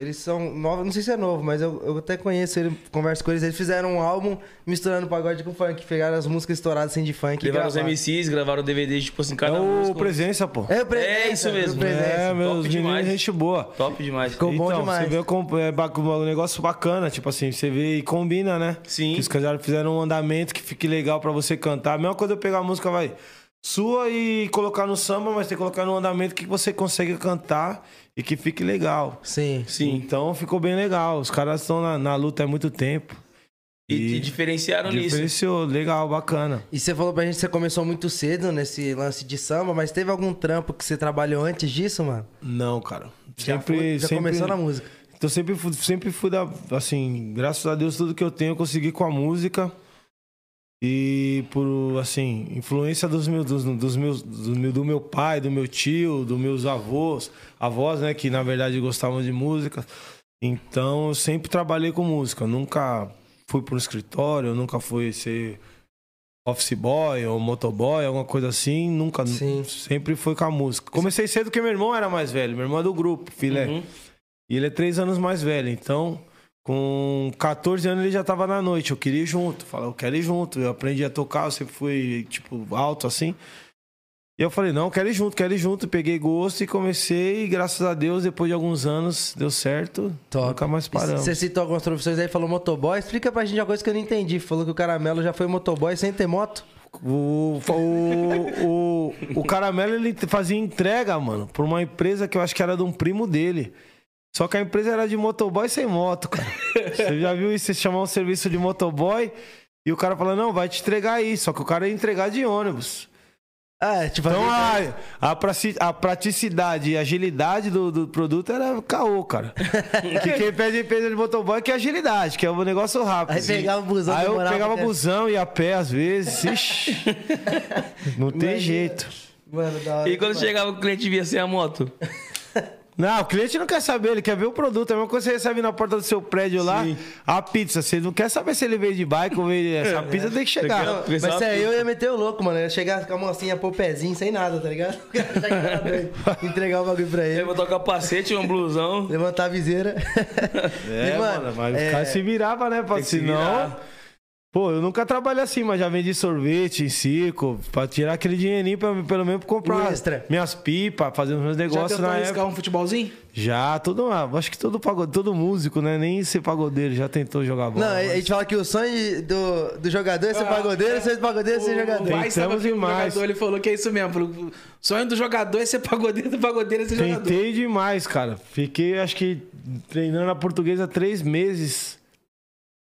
[SPEAKER 2] Eles são novos, não sei se é novo, mas eu, eu até conheço ele, converso com eles. Eles fizeram um álbum misturando pagode com funk. Pegaram as músicas estouradas assim de funk. e
[SPEAKER 1] Levaram os
[SPEAKER 2] gravaram.
[SPEAKER 1] MCs, gravaram o DVD, tipo assim,
[SPEAKER 3] É
[SPEAKER 1] cada
[SPEAKER 3] o
[SPEAKER 1] música-
[SPEAKER 3] presença, pô.
[SPEAKER 2] É, o Presença,
[SPEAKER 1] É isso
[SPEAKER 2] o
[SPEAKER 1] mesmo.
[SPEAKER 2] Presença.
[SPEAKER 3] É, meus
[SPEAKER 1] top
[SPEAKER 3] meninos,
[SPEAKER 1] demais.
[SPEAKER 3] gente boa.
[SPEAKER 1] Top demais.
[SPEAKER 2] Ficou bom
[SPEAKER 3] então,
[SPEAKER 2] demais.
[SPEAKER 3] Você vê como é ba- um negócio bacana, tipo assim, você vê e combina, né?
[SPEAKER 1] Sim.
[SPEAKER 3] Que os caras fizeram um andamento que fique legal pra você cantar. A mesma coisa eu pegar a música, vai, sua e colocar no samba, mas tem que colocar num andamento que você consegue cantar e que fique legal.
[SPEAKER 2] Sim.
[SPEAKER 1] Sim.
[SPEAKER 3] Então ficou bem legal. Os caras estão na, na luta há muito tempo.
[SPEAKER 1] E, te diferenciaram nisso.
[SPEAKER 3] Diferenciou, legal, bacana.
[SPEAKER 2] E você falou pra gente que você começou muito cedo nesse lance de samba, mas teve algum trampo que você trabalhou antes disso, mano?
[SPEAKER 3] Não, cara.
[SPEAKER 2] Já foi- já começou na música.
[SPEAKER 3] Então sempre fui, sempre fui da, assim, graças a Deus tudo que eu tenho eu consegui com a música. E por, assim, influência dos meus, dos, dos meus, do meu, do meu pai, do meu tio, dos meus avós, avós, né, que na verdade gostavam de música. Então eu sempre trabalhei com música, nunca fui para um escritório, nunca fui ser office boy ou motoboy, alguma coisa assim, nunca,
[SPEAKER 2] Sim.
[SPEAKER 3] sempre foi com a música. Comecei cedo porque meu irmão era mais velho, meu irmão é do grupo, filé.
[SPEAKER 1] Uhum.
[SPEAKER 3] E ele é três anos mais velho, então com 14 anos ele já tava na noite. Eu queria ir junto, falava, eu quero ir junto. Eu aprendi a tocar, eu sempre fui, tipo, alto assim. E eu falei, não, quero ir junto, quero ir junto. Peguei gosto e comecei, e graças a Deus, depois de alguns anos, deu certo.
[SPEAKER 2] Top.
[SPEAKER 3] Nunca mais paramos.
[SPEAKER 2] Você citou algumas profissões aí, falou motoboy. Explica pra gente uma coisa que eu não entendi. Falou que o Caramelo já foi motoboy sem ter moto.
[SPEAKER 3] O, o, o, o Caramelo ele fazia entrega, mano, por uma empresa que eu acho que era de um primo dele. Só que a empresa era de motoboy sem moto, cara. Você já viu isso? Você chamar um serviço de motoboy e o cara fala, não, vai te entregar aí. Só que o cara ia entregar de ônibus.
[SPEAKER 1] É,
[SPEAKER 2] Ah, tipo...
[SPEAKER 3] Então a, a, praci- a praticidade e agilidade do, do produto era caô, cara. que quem pede empresa de motoboy que é agilidade, que é um negócio rápido.
[SPEAKER 2] Aí pegava o busão,
[SPEAKER 3] Aí eu
[SPEAKER 2] demorava
[SPEAKER 3] pegava
[SPEAKER 2] até-
[SPEAKER 3] busão e a pé às vezes. Ixi, não tem
[SPEAKER 2] Imagina.
[SPEAKER 3] jeito.
[SPEAKER 2] Mano, da hora.
[SPEAKER 1] E quando chegava o cliente via sem a moto?
[SPEAKER 3] Não, o cliente não quer saber, ele quer ver o produto. É a mesma coisa que você recebe na porta do seu prédio lá, a pizza. Você não quer saber se ele veio de bike ou veio.
[SPEAKER 2] É.
[SPEAKER 3] Essa pizza tem que chegar.
[SPEAKER 1] Não,
[SPEAKER 2] Mas se é eu, eu ia meter o louco, mano. Eu ia chegar com a mocinha, pô, pezinho, sem nada, tá ligado? O cara já que tava doido. Entregar o bagulho pra ele.
[SPEAKER 1] Levantou o capacete, um blusão.
[SPEAKER 2] Levantar a viseira.
[SPEAKER 3] É,
[SPEAKER 2] E,
[SPEAKER 3] mano, mas
[SPEAKER 2] é,
[SPEAKER 3] o cara se virava, né? Pra,
[SPEAKER 1] Tem que se
[SPEAKER 3] senão.
[SPEAKER 1] virar.
[SPEAKER 3] pô, eu nunca trabalhei assim, mas já vendi sorvete em circo, pra tirar aquele dinheirinho pra, pelo menos pra comprar
[SPEAKER 2] O extra.
[SPEAKER 3] minhas pipas, fazer os meus
[SPEAKER 4] Já
[SPEAKER 3] negócios
[SPEAKER 4] tentou
[SPEAKER 3] na
[SPEAKER 4] arriscar
[SPEAKER 3] época.
[SPEAKER 4] um futebolzinho?
[SPEAKER 3] Já, todo, ah, acho que todo, pagode, todo músico, né? Nem ser pagodeiro já tentou jogar bola.
[SPEAKER 2] Não, é, a gente fala que o sonho do, do jogador é ser
[SPEAKER 4] Ah,
[SPEAKER 2] pagodeiro,
[SPEAKER 4] é.
[SPEAKER 2] o sonho do pagodeiro é ser jogador.
[SPEAKER 3] Vai-
[SPEAKER 4] pai estava
[SPEAKER 3] Tentamos
[SPEAKER 4] aqui com o
[SPEAKER 3] demais.
[SPEAKER 4] jogador, ele falou que é isso mesmo. Falou, o sonho do jogador é ser pagodeiro, do pagodeiro é ser jogador.
[SPEAKER 3] Tentei demais, cara. Fiquei, acho que, treinando a portuguesa três meses.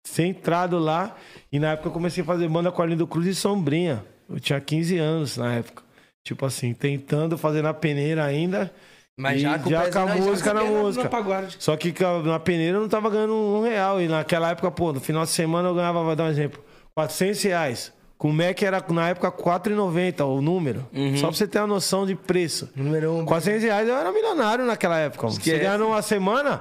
[SPEAKER 3] Centrado lá. E na época eu comecei a fazer banda com Arlindo Cruz e Sombrinha. Eu tinha 15 anos na época. Tipo assim, tentando fazer na peneira ainda.
[SPEAKER 2] Mas
[SPEAKER 3] e
[SPEAKER 2] já com o pezinho
[SPEAKER 3] com a
[SPEAKER 2] na- já
[SPEAKER 3] música na música.
[SPEAKER 4] é pagode.
[SPEAKER 3] Só que ca- na peneira eu não tava ganhando um real. E naquela época, pô, no final de semana eu ganhava, vou dar um exemplo, 400 reais. Com o Mac era, na época, 4,90 o número.
[SPEAKER 2] Uhum.
[SPEAKER 3] Só pra você ter uma noção de preço.
[SPEAKER 2] Número um.
[SPEAKER 3] 400 reais eu era milionário naquela época. mano. Você
[SPEAKER 1] Esquece.
[SPEAKER 3] ganhar numa semana...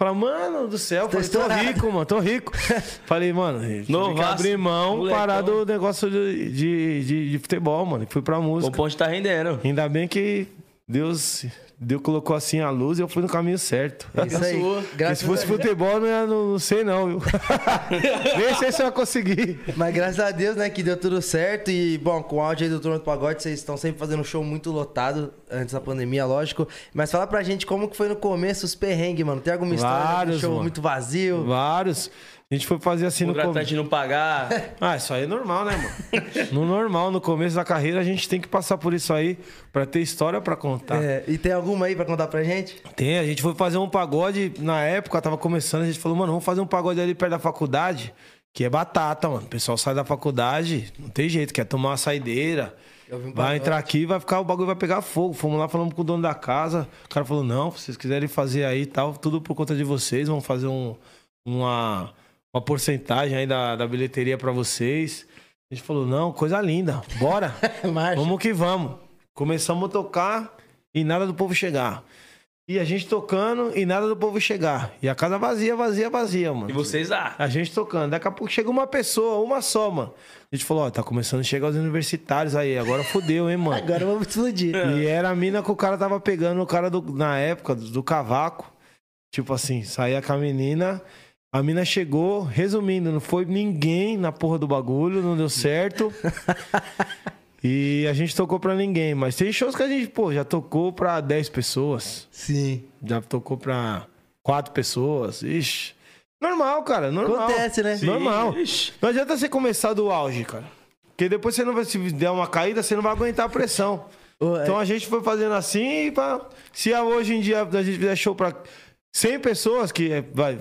[SPEAKER 3] Fala, mano do céu, falei, tô
[SPEAKER 2] estourado.
[SPEAKER 3] rico, mano, tô rico. falei, mano, tive que
[SPEAKER 1] Novaço,
[SPEAKER 3] abrir mão,
[SPEAKER 1] molecão.
[SPEAKER 3] parar do negócio de, de, de, de futebol, mano. Fui pra
[SPEAKER 1] O
[SPEAKER 3] música.
[SPEAKER 1] ponte tá rendendo.
[SPEAKER 3] Ainda bem que Deus, Deus colocou assim a luz e eu fui no caminho certo.
[SPEAKER 2] É Isso aí.
[SPEAKER 4] Abençoou.
[SPEAKER 2] Graças
[SPEAKER 3] Porque se fosse
[SPEAKER 2] a Deus.
[SPEAKER 3] futebol, não, ia- não, não sei não, viu? Nem sei se eu ia conseguir.
[SPEAKER 2] Mas graças a Deus, né, que deu tudo certo. E, bom, com o áudio aí do Trono do Pagode, vocês estão sempre fazendo um show muito lotado antes da pandemia, lógico. Mas fala pra gente como que foi no começo os perrengues, mano. Tem alguma história
[SPEAKER 3] Vários,
[SPEAKER 2] de show
[SPEAKER 3] mano.
[SPEAKER 2] muito vazio?
[SPEAKER 3] Vários. A gente foi fazer assim no
[SPEAKER 1] Contratante
[SPEAKER 3] começo.
[SPEAKER 1] não pagar.
[SPEAKER 3] Ah, isso aí é normal, né, mano? No normal, no começo da carreira, a gente tem que passar por isso aí pra ter história pra contar.
[SPEAKER 2] É, e tem alguma aí pra contar pra gente?
[SPEAKER 3] Tem, a gente foi fazer um pagode, na época tava começando, a gente falou, mano, vamos fazer um pagode ali perto da faculdade, que é batata, mano. O pessoal sai da faculdade, não tem jeito, quer tomar uma saideira.
[SPEAKER 2] Eu vi um
[SPEAKER 3] vai
[SPEAKER 2] pagode.
[SPEAKER 3] entrar aqui, vai ficar, o bagulho vai pegar fogo. Fomos lá, falamos com o dono da casa. O cara falou, não, se vocês quiserem fazer aí e tal, tudo por conta de vocês, vamos fazer um, uma, uma porcentagem aí da, da bilheteria pra vocês. A gente falou, não, coisa linda, bora.
[SPEAKER 2] Marcha.
[SPEAKER 3] Vamos que vamos. Começamos a tocar e nada do povo chegar. E a gente tocando e nada do povo chegar. E a casa vazia, vazia, vazia, mano.
[SPEAKER 1] E vocês ah, lá.
[SPEAKER 3] A gente tocando. Daqui a pouco chega uma pessoa, uma só, mano. A gente falou, ó, tá começando a chegar os universitários aí. Agora fodeu, hein, mano.
[SPEAKER 2] Agora vamos explodir.
[SPEAKER 3] E era a mina que o cara tava pegando, o cara do- na época, do, do cavaco. Tipo assim, saía com a menina. A mina chegou, resumindo, não foi ninguém na porra do bagulho, não deu certo. e a gente tocou pra ninguém. Mas tem shows que a gente, pô, já tocou pra 10 pessoas.
[SPEAKER 2] Sim.
[SPEAKER 3] Já tocou pra 4 pessoas. Ixi. Normal, cara, normal.
[SPEAKER 2] Acontece, né?
[SPEAKER 3] Normal.
[SPEAKER 1] Ixi.
[SPEAKER 3] Não adianta você começar do auge, cara. Porque depois você não vai se der uma caída, você não vai aguentar a pressão.
[SPEAKER 2] Ô, é-
[SPEAKER 3] Então a gente foi fazendo assim e pá. se a- hoje em dia a gente fizer show pra 100 pessoas, que é- vai-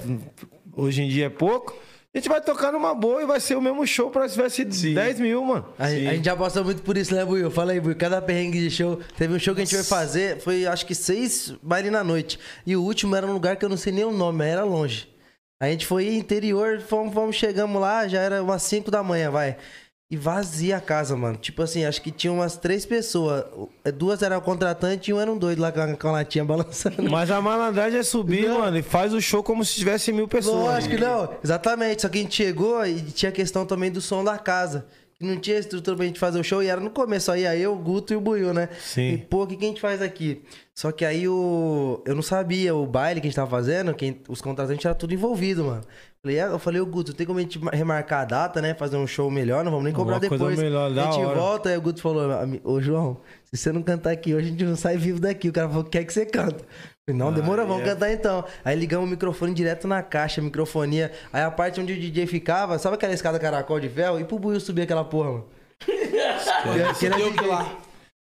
[SPEAKER 3] hoje em dia é pouco, a gente vai tocar numa boa e vai ser o mesmo show pra se tivesse 10 mil, mano.
[SPEAKER 2] A, a gente já passou muito por isso, né, Buiu? Fala aí, Buiu. Cada perrengue de show. Teve um show que a gente foi fazer, foi acho que seis baile na noite. E o último era um lugar que eu não sei nem o nome, mas era longe. A gente foi interior, fomos, fomos, chegamos lá, já era umas 5 da manhã, vai. E vazia a casa, mano. Tipo assim, acho que tinha umas três pessoas. Duas eram contratante e um era um doido lá com a, com a latinha balançando.
[SPEAKER 3] Mas a malandragem é subir, mano, e faz o show como se tivesse mil pessoas.
[SPEAKER 2] Lógico, que não. Exatamente. Só que a gente chegou e tinha a questão também do som da casa. Que não tinha estrutura pra gente fazer o show. E era no começo. Aí, aí eu, o Guto e o Buiu, né?
[SPEAKER 3] Sim.
[SPEAKER 2] E, pô, o que, que a gente faz aqui? Só que aí o... eu não sabia o baile que a gente tava fazendo. Quem... Os contratantes eram tudo envolvido, mano. Falei, ah, eu falei, ô Guto, tem como a gente remarcar a data, né? Fazer um show melhor, não vamos nem cobrar
[SPEAKER 3] Uma coisa
[SPEAKER 2] depois.
[SPEAKER 3] melhor, da
[SPEAKER 2] a gente
[SPEAKER 3] hora.
[SPEAKER 2] volta, aí o Guto falou, "Ami- ô João, se você não cantar aqui hoje, a gente não sai vivo daqui. O cara falou, quer que você canta? Falei, não, demora, vamos
[SPEAKER 3] é.
[SPEAKER 2] cantar então. Aí ligamos o microfone direto na caixa, microfonia. Aí a parte onde o DJ ficava, sabe aquela escada caracol de véu? E pro Buiu subir aquela porra, mano.
[SPEAKER 4] Você deu que lá.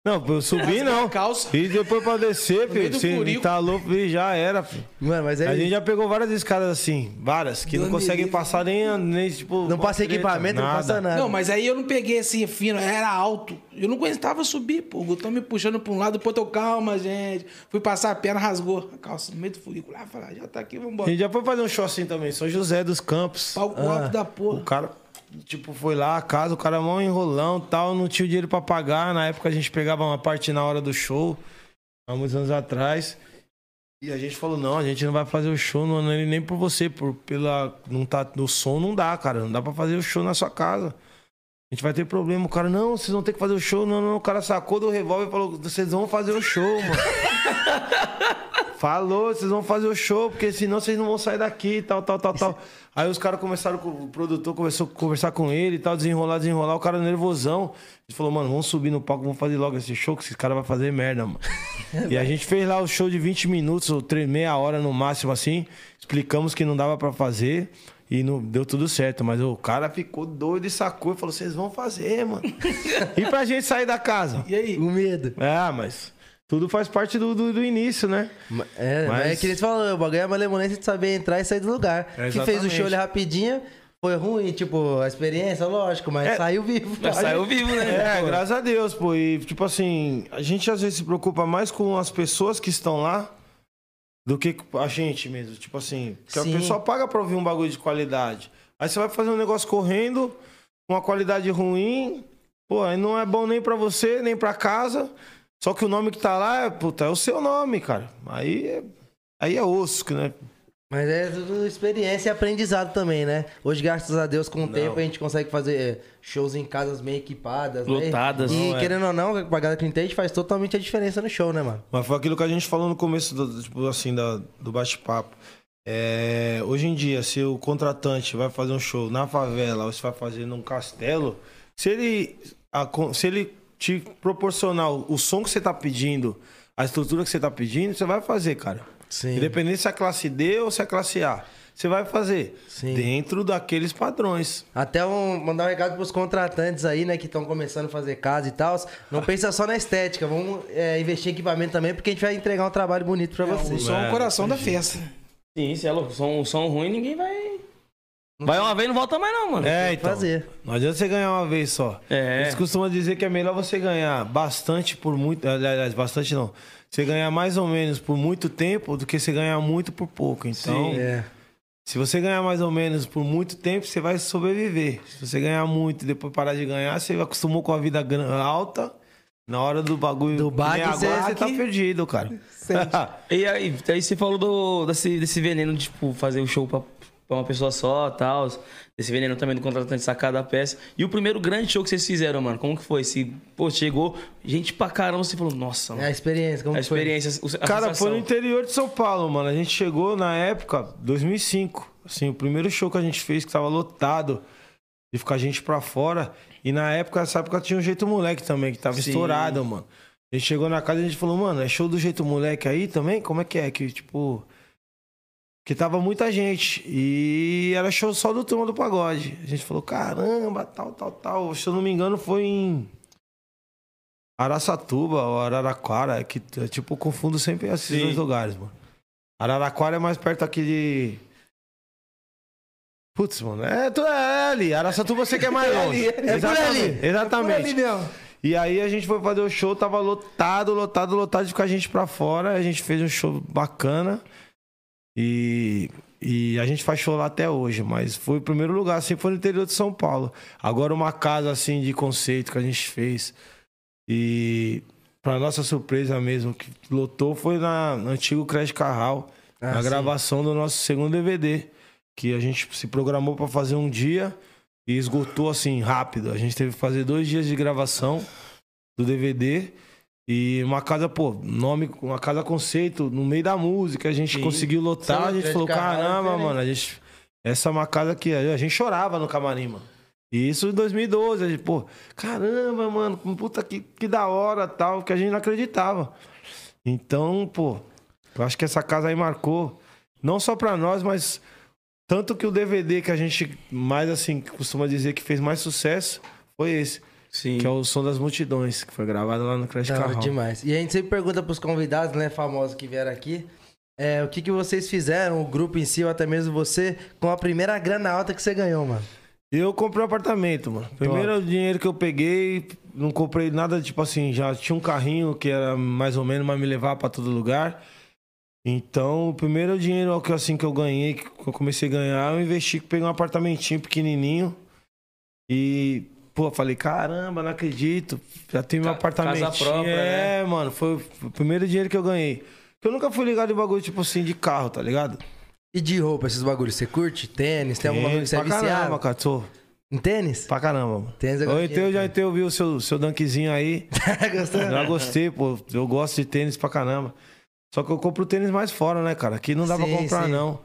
[SPEAKER 3] Não, pra eu subir não.
[SPEAKER 4] Calça.
[SPEAKER 3] E depois pra descer,
[SPEAKER 4] meio
[SPEAKER 3] filho,
[SPEAKER 4] do
[SPEAKER 3] você
[SPEAKER 4] furico.
[SPEAKER 3] entalou, filho, já era, filho.
[SPEAKER 2] Mano, mas aí...
[SPEAKER 3] A gente já pegou várias escadas assim, várias, que não
[SPEAKER 4] Deus me
[SPEAKER 3] conseguem
[SPEAKER 4] livre.
[SPEAKER 3] passar nem, nem tipo.
[SPEAKER 2] Não passa equipamento, não passa nada.
[SPEAKER 4] Não, mas aí eu não peguei assim fino, era alto. Eu não aguentava subir, pô. O Gutão me puxando pra um lado, pô, tô calma, gente. Fui passar a perna, rasgou a calça no meio do furículo. Ah, falar, já tá aqui,
[SPEAKER 3] A
[SPEAKER 4] vambora.
[SPEAKER 3] gente já foi fazer um show assim também, São José dos Campos.
[SPEAKER 4] Pau copo da porra.
[SPEAKER 3] O cara, tipo, foi lá a casa, o cara é mó enrolão tal, não tinha o dinheiro pra pagar. Na época a gente pegava uma parte na hora do show, há muitos anos atrás. E a gente falou, não, a gente não vai fazer o show não, é nem nem por você, por, pela, não tá, o som não dá, cara, não dá pra fazer o show na sua casa. A gente vai ter problema. O cara, não, vocês vão ter que fazer o show. Não, não, o cara sacou do revólver e falou, vocês vão fazer o show, mano. Falou, vocês vão fazer o show, porque senão vocês não vão sair daqui, tal, tal, tal, tal. Aí os caras começaram, com- o produtor começou a conversar com ele e tal, desenrolar, desenrolar, o cara nervosão. Ele falou, mano, vamos subir no palco, vamos fazer logo esse show, que esse cara vai fazer merda, mano. e a gente fez lá o show de 20 minutos, ou três, meia hora no máximo, assim. Explicamos que não dava pra fazer e não deu tudo certo. Mas o cara ficou doido e sacou e falou, vocês vão fazer, mano. e pra gente sair da casa?
[SPEAKER 4] E aí?
[SPEAKER 2] O medo.
[SPEAKER 3] Ah, mas tudo faz parte do- do, do início, né?
[SPEAKER 2] Ma- É, mas...
[SPEAKER 3] Mas-
[SPEAKER 2] é que eles falam, o bagulho é malemolência de saber entrar e sair do lugar.
[SPEAKER 3] É,
[SPEAKER 2] que fez o
[SPEAKER 3] exatamente.
[SPEAKER 2] show ali rapidinho, Foi ruim, tipo, a experiência, lógico, mas
[SPEAKER 3] É.
[SPEAKER 2] saiu vivo.
[SPEAKER 1] Mas saiu vivo, né?
[SPEAKER 3] É, graças a Deus, pô. E, tipo assim, a gente às vezes se preocupa mais com as pessoas que estão lá do que com a gente mesmo. Tipo assim, porque
[SPEAKER 2] Sim.
[SPEAKER 3] a pessoa paga pra ouvir um bagulho de qualidade. Aí você vai fazer um negócio correndo, com uma qualidade ruim, pô, aí não é bom nem pra você, nem pra casa. Só que o nome que tá lá é, puta, é o seu nome, cara. Aí é, aí é osso, né?
[SPEAKER 2] Mas é tudo experiência e aprendizado também, né? Hoje, graças a Deus, com o tempo, a gente consegue fazer eh, shows em casas meio equipadas, né?
[SPEAKER 1] Lotadas,
[SPEAKER 2] E
[SPEAKER 1] não é?
[SPEAKER 2] querendo ou não, pra galera que entende, faz totalmente a diferença no show, né, mano?
[SPEAKER 3] Mas foi aquilo que a gente falou no começo do, tipo, assim, da- do bate-papo. É, hoje em dia, se o contratante vai fazer um show na favela ou se vai fazer num castelo, se ele, a con- se ele te proporcionar o, o som que você tá pedindo, a estrutura que você tá pedindo, você vai fazer, cara.
[SPEAKER 2] Sim.
[SPEAKER 3] Independente se é classe D ou se é classe A. Você vai fazer
[SPEAKER 2] Sim.
[SPEAKER 3] dentro daqueles padrões.
[SPEAKER 2] Até um- mandar um recado pros contratantes aí, né, que estão começando a fazer casa e tal. Não pensa só na estética, vamos é, investir em equipamento também, porque a gente vai entregar um trabalho bonito pra
[SPEAKER 4] O
[SPEAKER 2] vocês.
[SPEAKER 4] som é o
[SPEAKER 3] É,
[SPEAKER 4] coração da festa.
[SPEAKER 1] Sim, se é louco. Som, som ruim, ninguém vai. Vai uma vez e não volta mais, não, mano.
[SPEAKER 3] É,
[SPEAKER 2] fazer.
[SPEAKER 3] Não adianta você ganhar uma vez só.
[SPEAKER 1] É.
[SPEAKER 3] Eles costumam dizer que é melhor você ganhar bastante por muito. Aliás, bastante não. Você ganhar mais ou menos por muito tempo do que você ganhar muito por pouco. Então,
[SPEAKER 1] Sim.
[SPEAKER 2] É.
[SPEAKER 3] se você ganhar mais ou menos por muito tempo, você vai sobreviver. Se você ganhar muito e depois parar de ganhar, você acostumou com a vida gran- alta. Na hora do bagulho
[SPEAKER 2] Do
[SPEAKER 3] que nem
[SPEAKER 2] baque,
[SPEAKER 3] agora,
[SPEAKER 2] você-
[SPEAKER 3] você tá perdido, cara.
[SPEAKER 1] E aí, aí você falou do, desse, desse veneno de, tipo, fazer o show pra, pra uma pessoa só tal. Desse veneno também do contratante sacar da peça. E o primeiro grande show que vocês fizeram, mano, como que foi? Se, pô, chegou gente pra caramba, você falou, nossa,
[SPEAKER 2] É
[SPEAKER 1] mano.
[SPEAKER 2] a experiência, como
[SPEAKER 1] então. A
[SPEAKER 2] que foi?
[SPEAKER 1] experiência, o- a
[SPEAKER 3] Cara, foi
[SPEAKER 1] é sensação.
[SPEAKER 3] no interior de São Paulo, mano. A gente chegou na época, 2005. Assim, o primeiro show que a gente fez que tava lotado. De ficar gente pra fora. E na época, essa época tinha um jeito moleque também, que tava
[SPEAKER 1] Sim.
[SPEAKER 3] estourado, mano. A gente chegou na casa e a gente falou, mano, é show do jeito moleque aí também? Como é que é? Que, tipo. Que tava muita gente. E era show só do Turma do Pagode. A gente falou, caramba, tal, tal, tal. Se eu não me engano, foi em. Araçatuba ou Araraquara, que eu, tipo, confundo sempre esses
[SPEAKER 1] Sim.
[SPEAKER 3] dois lugares, mano. Araraquara é mais perto aqui de. Putz, mano, é, tu- é ali. Araçatuba você que é mais longe.
[SPEAKER 2] É por ali, é por ali.
[SPEAKER 3] Exatamente.
[SPEAKER 4] Ali mesmo.
[SPEAKER 3] E aí a gente foi fazer o show, tava lotado, lotado, lotado, ficou a gente pra fora. A gente fez um show bacana. E, e a gente faz show lá até hoje, mas foi o primeiro lugar, assim, foi no interior de São Paulo. Agora uma casa, assim, de conceito que a gente fez. E pra nossa surpresa mesmo, que lotou foi na, no antigo Crash Carral,
[SPEAKER 2] Ah,
[SPEAKER 3] na
[SPEAKER 2] sim.
[SPEAKER 3] gravação do nosso segundo DVD. Que a gente se programou pra fazer um dia e esgotou assim, rápido. A gente teve que fazer dois dias de gravação do DVD. E uma casa, pô, nome, uma casa conceito, no meio da música, a gente
[SPEAKER 1] Sim.
[SPEAKER 3] conseguiu lotar,
[SPEAKER 2] Sim,
[SPEAKER 3] a gente
[SPEAKER 2] Crash
[SPEAKER 3] falou,
[SPEAKER 2] Carral é
[SPEAKER 3] caramba,
[SPEAKER 2] diferente."
[SPEAKER 3] mano, a gente. Essa é uma casa que a gente chorava no camarim, mano. E isso em 2012, a gente, pô, caramba, mano, puta que, que da hora tal, que a gente não acreditava. Então, pô, eu acho que essa casa aí marcou, não só pra nós, mas tanto que o DVD que a gente mais, assim, costuma dizer que fez mais sucesso foi esse,
[SPEAKER 1] Sim.
[SPEAKER 3] que é o Som das Multidões, que foi gravado lá no Crash
[SPEAKER 2] Da hora
[SPEAKER 3] Carro.
[SPEAKER 2] demais. E a gente sempre pergunta pros convidados, né, famosos que vieram aqui, é, o que, que vocês fizeram, o grupo em si, ou até mesmo você, com a primeira grana alta que você ganhou, mano.
[SPEAKER 3] Eu comprei um apartamento, mano. Primeiro dinheiro que eu peguei, não comprei nada, tipo assim, já tinha um carrinho que era mais ou menos, mas me levava pra todo lugar. Então, o primeiro dinheiro que, assim, que eu ganhei, que eu comecei a ganhar, eu investi, peguei um apartamentinho pequenininho. E, pô, falei, caramba, não acredito, já tenho meu
[SPEAKER 1] Ca- casa
[SPEAKER 3] apartamentinho.
[SPEAKER 1] própria,
[SPEAKER 3] é,
[SPEAKER 2] né?
[SPEAKER 3] mano, foi o primeiro dinheiro que eu ganhei. Porque eu nunca fui ligado em bagulho, tipo assim, de carro, tá ligado?
[SPEAKER 2] E de roupa, esses bagulhos, você curte? Tênis, tem algum bagulho que você é
[SPEAKER 3] pra caramba,
[SPEAKER 2] viciado?
[SPEAKER 3] cara, tô
[SPEAKER 2] Em tênis?
[SPEAKER 3] pra caramba, mano.
[SPEAKER 2] Tênis é
[SPEAKER 3] Eu entrei, eu já entrei, eu vi o seu, seu dunkzinho aí.
[SPEAKER 2] Gostando?
[SPEAKER 3] Já gostei, pô. Eu gosto de tênis pra caramba. Só que eu compro tênis mais fora, né, cara? Aqui não dá
[SPEAKER 2] Sim,
[SPEAKER 3] pra comprar,
[SPEAKER 2] sim.
[SPEAKER 3] não.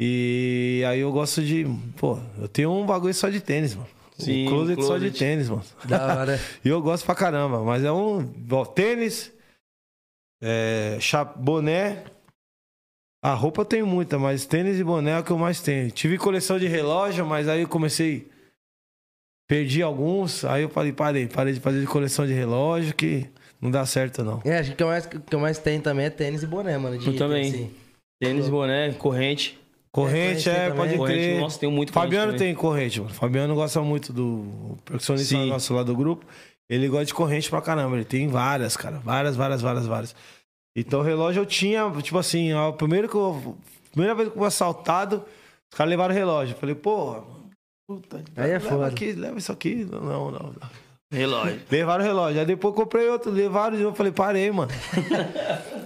[SPEAKER 3] E aí eu gosto de. Pô, eu tenho um bagulho só de tênis, mano.
[SPEAKER 1] Sim,
[SPEAKER 3] um closet, só de
[SPEAKER 1] closet.
[SPEAKER 3] tênis, mano.
[SPEAKER 2] Da hora.
[SPEAKER 3] E eu gosto pra caramba, mas é um. Ó, tênis, é, cha- boné. A roupa eu tenho muita, mas tênis e boné é o que eu mais tenho. Tive coleção de relógio, mas aí eu comecei. Perdi alguns, aí eu falei, parei, parei de fazer de coleção de relógio que não dá certo não.
[SPEAKER 2] É, acho que o que eu mais, o que eu mais tenho também é tênis e boné, mano. de
[SPEAKER 1] Eu
[SPEAKER 2] item,
[SPEAKER 3] um
[SPEAKER 1] também.
[SPEAKER 2] assim.
[SPEAKER 1] Tênis, boné, corrente.
[SPEAKER 3] Corrente,
[SPEAKER 2] Corrente
[SPEAKER 3] é,
[SPEAKER 2] também.
[SPEAKER 3] pode
[SPEAKER 1] Corrente,
[SPEAKER 3] crer.
[SPEAKER 1] nossa, tem muito corrente
[SPEAKER 3] Fabiano
[SPEAKER 1] também.
[SPEAKER 3] tem corrente, mano. Fabiano gosta muito do o percussionista
[SPEAKER 1] Sim.
[SPEAKER 3] nosso lá do grupo. Ele gosta de corrente pra caramba. Ele tem várias, cara. Várias, várias, várias, várias. Então o relógio eu tinha, tipo assim, ó, primeiro que eu, primeira vez que eu fui assaltado, os caras levaram o relógio. Eu falei, porra, puta,
[SPEAKER 2] Aí é
[SPEAKER 3] leva
[SPEAKER 2] foda.
[SPEAKER 3] aqui, leva isso aqui. Não, não, não. não.
[SPEAKER 1] Relógio.
[SPEAKER 3] Levaram o relógio. Aí depois eu comprei outro, levaram de novo. Eu Falei, parei, mano.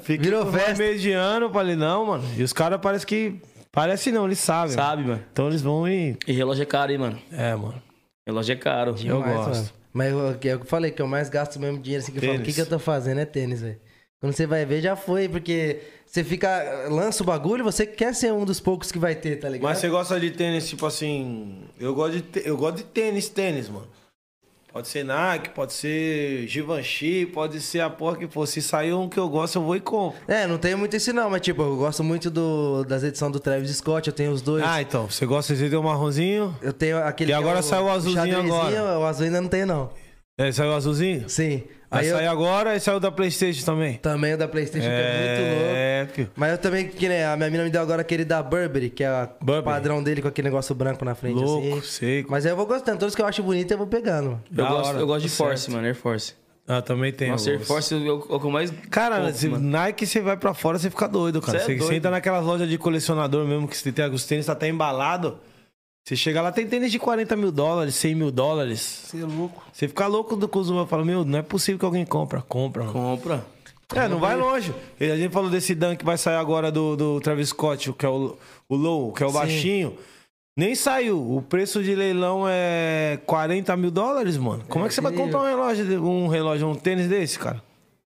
[SPEAKER 3] Fiquei
[SPEAKER 2] Virou
[SPEAKER 3] por
[SPEAKER 2] festa.
[SPEAKER 3] meio de ano, falei, não, mano. E os caras parece que. Parece não, eles sabem. mano.
[SPEAKER 1] Sabe, mano?
[SPEAKER 3] Então eles vão e.
[SPEAKER 1] E relógio é caro, hein, mano?
[SPEAKER 3] É, mano.
[SPEAKER 1] Relógio é caro.
[SPEAKER 3] Eu
[SPEAKER 2] Demais,
[SPEAKER 3] gosto.
[SPEAKER 2] mano. Mas eu, que eu falei que eu mais gasto mesmo dinheiro assim que eu falo, o que,
[SPEAKER 3] Tênis.
[SPEAKER 2] que eu tô fazendo é tênis, velho. Quando você vai ver, já foi, porque você fica. lança o bagulho, você quer ser um dos poucos que vai ter, tá ligado?
[SPEAKER 3] Mas você gosta de tênis, tipo assim. Eu gosto de, tê- eu gosto de tênis, tênis, mano. Pode ser Nike, pode ser Givenchy, pode ser a porra que for. Se sair um que eu gosto, eu vou e compro.
[SPEAKER 2] É, não tenho muito isso não, mas tipo, eu gosto muito do, das edições do Travis Scott, eu tenho os dois.
[SPEAKER 3] Ah, então. Você gosta de ter um marronzinho?
[SPEAKER 2] eu tenho aquele.
[SPEAKER 3] e
[SPEAKER 2] que
[SPEAKER 3] agora
[SPEAKER 2] é
[SPEAKER 3] saiu o azulzinho
[SPEAKER 2] xadrezinho,
[SPEAKER 3] agora.
[SPEAKER 2] O azul ainda não tem, não.
[SPEAKER 3] É, saiu o azulzinho?
[SPEAKER 2] Sim.
[SPEAKER 3] Aí
[SPEAKER 2] Aí eu,
[SPEAKER 3] saiu agora e saiu da Playstation também.
[SPEAKER 2] também o da Playstation que é muito louco.
[SPEAKER 3] É, filho.
[SPEAKER 2] Mas eu também, que nem a minha mina me deu agora aquele da Burberry, que é
[SPEAKER 3] Burberry.
[SPEAKER 2] o padrão dele com aquele negócio branco na frente,
[SPEAKER 3] Louco,
[SPEAKER 2] assim.
[SPEAKER 3] sei.
[SPEAKER 2] Mas aí eu vou gostando, todos que eu acho bonito eu vou pegando.
[SPEAKER 1] Eu
[SPEAKER 3] Da
[SPEAKER 1] gosto,
[SPEAKER 3] hora,
[SPEAKER 1] eu gosto de
[SPEAKER 3] tá
[SPEAKER 1] Force,
[SPEAKER 3] certo.
[SPEAKER 1] mano. Air Force.
[SPEAKER 3] Ah, também tem.
[SPEAKER 1] Nossa, Air
[SPEAKER 3] alguns.
[SPEAKER 1] Force é o, é o que eu mais.
[SPEAKER 3] Cara,
[SPEAKER 1] compro,
[SPEAKER 3] se
[SPEAKER 1] mano.
[SPEAKER 3] Nike você vai pra fora, você fica doido, cara.
[SPEAKER 1] Cê é
[SPEAKER 3] Você,
[SPEAKER 1] doido.
[SPEAKER 3] você entra naquelas lojas de colecionador mesmo, que você tem os tênis, tá até embalado. Você chega lá, tem tênis de 40 mil dólares, 100 mil dólares.
[SPEAKER 4] Você é louco.
[SPEAKER 3] Você fica louco do consumo. Eu falo, meu, não é possível que alguém compra. Compra, mano.
[SPEAKER 1] Compra.
[SPEAKER 3] É, não vai longe. E A gente falou desse Dan que vai sair agora do, do Travis Scott, o que é o, o low, que é o baixinho. Nem saiu. O preço de leilão é 40 mil dólares, mano. Como é, que você vai
[SPEAKER 2] incrível.
[SPEAKER 3] comprar um relógio, de- um relógio, um tênis desse, cara?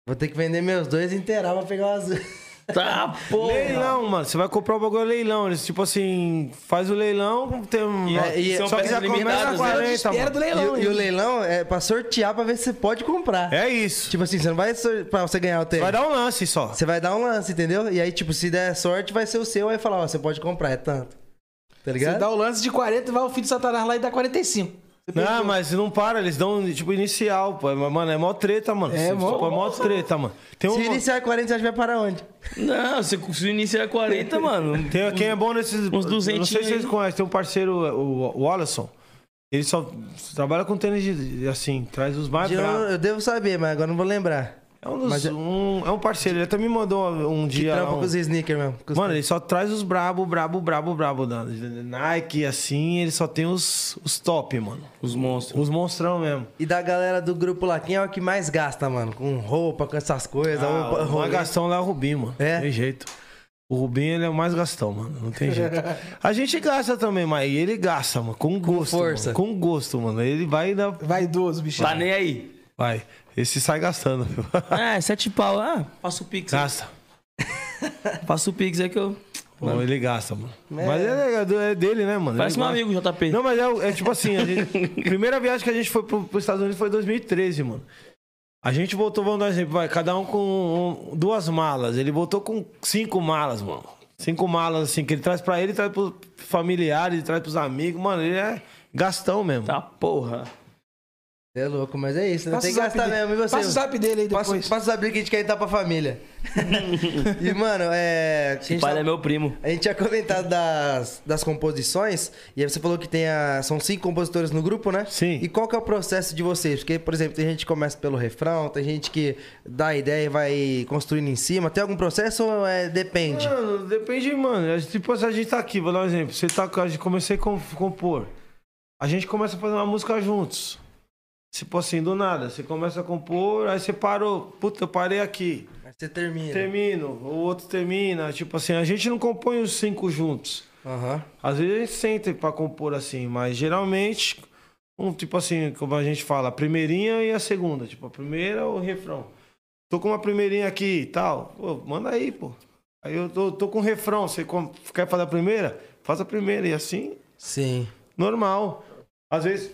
[SPEAKER 2] Vou ter que vender meus dois inteirar pra pegar o azul.
[SPEAKER 1] Tá, pô.
[SPEAKER 3] Leilão, mano. Você vai comprar o bagulho leilão. Eles, tipo assim, faz o leilão, tem um...
[SPEAKER 2] é, e
[SPEAKER 1] são
[SPEAKER 3] Só que
[SPEAKER 1] peças
[SPEAKER 3] já começa a
[SPEAKER 1] limitadas, né?
[SPEAKER 3] 40,
[SPEAKER 4] Espera
[SPEAKER 3] mano.
[SPEAKER 4] do leilão.
[SPEAKER 2] e, o- e o leilão é pra sortear pra ver se você pode comprar.
[SPEAKER 3] É isso.
[SPEAKER 2] Tipo assim, você não vai sor- pra você ganhar o tênis.
[SPEAKER 3] Vai dar um lance só.
[SPEAKER 2] Você vai dar um lance, entendeu? E aí, tipo, se der sorte, vai ser o seu. Aí falar, ó, você pode comprar, é tanto. Tá
[SPEAKER 4] Você
[SPEAKER 2] ligado?
[SPEAKER 4] dá o lance de 40 e vai o filho de Satanás lá e dá 45.
[SPEAKER 3] Não, mas não para. Eles dão, tipo, inicial, pô. Mas, Mano, é mó treta, mano.
[SPEAKER 4] É,
[SPEAKER 3] Você-
[SPEAKER 4] mó-
[SPEAKER 3] pô, é mó treta, mano. Tem um...
[SPEAKER 2] Se iniciar 40, você acha que vai parar onde?
[SPEAKER 1] Não, se, se iniciar 40, mano.
[SPEAKER 3] Tem, quem é bom nesses.
[SPEAKER 1] Uns
[SPEAKER 3] eu Não sei se vocês
[SPEAKER 1] aí.
[SPEAKER 3] conhecem, tem um parceiro, o, o Wallison. Ele só trabalha com tênis de, assim, traz os mais
[SPEAKER 2] De- eu,
[SPEAKER 3] bravos.
[SPEAKER 2] eu devo saber, mas agora não vou lembrar.
[SPEAKER 3] É um, dos-
[SPEAKER 2] mas é-
[SPEAKER 3] um- é um parceiro, ele até me mandou um
[SPEAKER 2] Que
[SPEAKER 3] dia. lá,
[SPEAKER 2] trampa
[SPEAKER 3] um-
[SPEAKER 2] com os sneakers mesmo. com os-
[SPEAKER 3] Mano, ele só traz os brabo, brabo, brabo, brabo. da- Nike, assim, ele só tem os, os top, mano.
[SPEAKER 1] Os monstros.
[SPEAKER 3] Os monstrão mesmo.
[SPEAKER 2] E da galera do grupo lá, quem é o que mais gasta, mano? Com roupa, com essas coisas.
[SPEAKER 3] Ah,
[SPEAKER 2] roupa,
[SPEAKER 3] o
[SPEAKER 2] rolê.
[SPEAKER 3] mais gastão lá é o Rubinho, mano.
[SPEAKER 2] É?
[SPEAKER 3] Não tem jeito. O Rubinho, ele é o mais gastão, mano. Não tem jeito. A gente gasta também, mas ele gasta, mano. Com gosto.
[SPEAKER 2] força.
[SPEAKER 3] mano. Com gosto, mano. Ele vai dar.
[SPEAKER 4] Vaidoso, bichinho.
[SPEAKER 1] Tá nem aí.
[SPEAKER 3] Vai. Esse sai gastando, viu?
[SPEAKER 1] Ah, é sete pau. Ah, passa o pix. aí.
[SPEAKER 3] Gasta.
[SPEAKER 1] Passa o pix aí que eu.
[SPEAKER 3] Pô, ele gasta, mano. Mas ele é, é dele, né, mano?
[SPEAKER 1] Parece
[SPEAKER 3] Ele
[SPEAKER 1] meu
[SPEAKER 3] gosta.
[SPEAKER 1] amigo, JP.
[SPEAKER 3] Não, mas é, o- é tipo assim, a gente- primeira viagem que a gente foi pro, pros Estados Unidos foi em 2013, mano. A gente voltou, vamos dar um exemplo, vai, cada um com um- duas malas. Ele voltou com cinco malas, mano. Cinco malas, assim, que ele traz pra ele, traz pros familiares, ele traz pros amigos, mano. Ele é gastão mesmo.
[SPEAKER 1] Tá, porra.
[SPEAKER 2] É louco, mas é isso, né?
[SPEAKER 4] Passa
[SPEAKER 2] Tem
[SPEAKER 4] o
[SPEAKER 2] que
[SPEAKER 4] zap
[SPEAKER 2] gastar
[SPEAKER 4] dele.
[SPEAKER 2] mesmo. E você?
[SPEAKER 4] Passa o zap dele aí
[SPEAKER 2] Passa-
[SPEAKER 4] depois.
[SPEAKER 2] passa o zap dele que a gente quer entrar pra família. e, mano, é. A
[SPEAKER 1] Esse
[SPEAKER 2] gente,
[SPEAKER 1] pai
[SPEAKER 2] tava-
[SPEAKER 1] é meu primo.
[SPEAKER 2] a gente tinha comentado das, das composições, e aí você falou que tem a. São cinco compositores no grupo, né?
[SPEAKER 3] Sim.
[SPEAKER 2] E qual que é o processo de vocês? Porque, por exemplo, tem gente que começa pelo refrão, tem gente que dá a ideia e vai construindo em cima. Tem algum processo ou é, depende?
[SPEAKER 3] Mano, depende, mano. É Tipo, se a gente tá aqui, vou dar um exemplo. Você tá, a gente comecei a com- compor. A gente começa a fazer uma música juntos. Tipo assim, do nada. Você começa a compor, aí você parou. Puta, eu parei aqui.
[SPEAKER 2] Você termina.
[SPEAKER 3] Termino, o outro termina. Tipo assim, a gente não compõe os cinco juntos.
[SPEAKER 2] Aham.
[SPEAKER 3] Às vezes a gente senta pra compor assim, mas geralmente, um, tipo assim, como a gente fala, a primeirinha e a segunda. Tipo, a primeira ou o refrão. Tô com uma primeirinha aqui e tal. Pô, manda aí, pô. Aí eu tô, tô com um refrão. Você com- quer fazer a primeira? Faz a primeira. E assim,
[SPEAKER 2] Sim.
[SPEAKER 3] normal. Às vezes,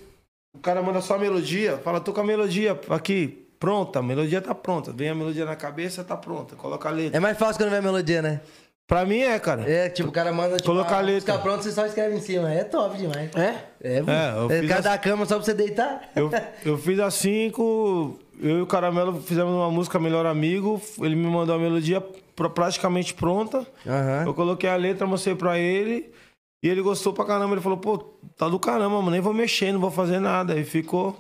[SPEAKER 3] o cara manda só a melodia, fala, tô com a melodia aqui, pronta. A melodia tá pronta. Vem a melodia na cabeça, tá pronta. Coloca a letra.
[SPEAKER 2] É mais fácil quando vê a melodia, né?
[SPEAKER 3] Pra mim é, cara.
[SPEAKER 2] É, tipo, o cara manda tipo,
[SPEAKER 3] Colocar a letra.
[SPEAKER 2] música pronta, você só escreve em cima. É top demais.
[SPEAKER 4] É?
[SPEAKER 2] É,
[SPEAKER 3] eu
[SPEAKER 2] é,
[SPEAKER 3] fiz
[SPEAKER 2] cada
[SPEAKER 3] assim.
[SPEAKER 2] cama só pra você deitar.
[SPEAKER 3] Eu, eu fiz a cinco, eu e o Caramelo fizemos uma música Melhor Amigo, ele me mandou a melodia, pra- praticamente pronta.
[SPEAKER 2] Aham.
[SPEAKER 3] Eu coloquei a letra, mostrei pra ele. E ele gostou pra caramba. Ele falou, pô, tá do caramba, mano. Nem vou mexer, não vou fazer nada. E ficou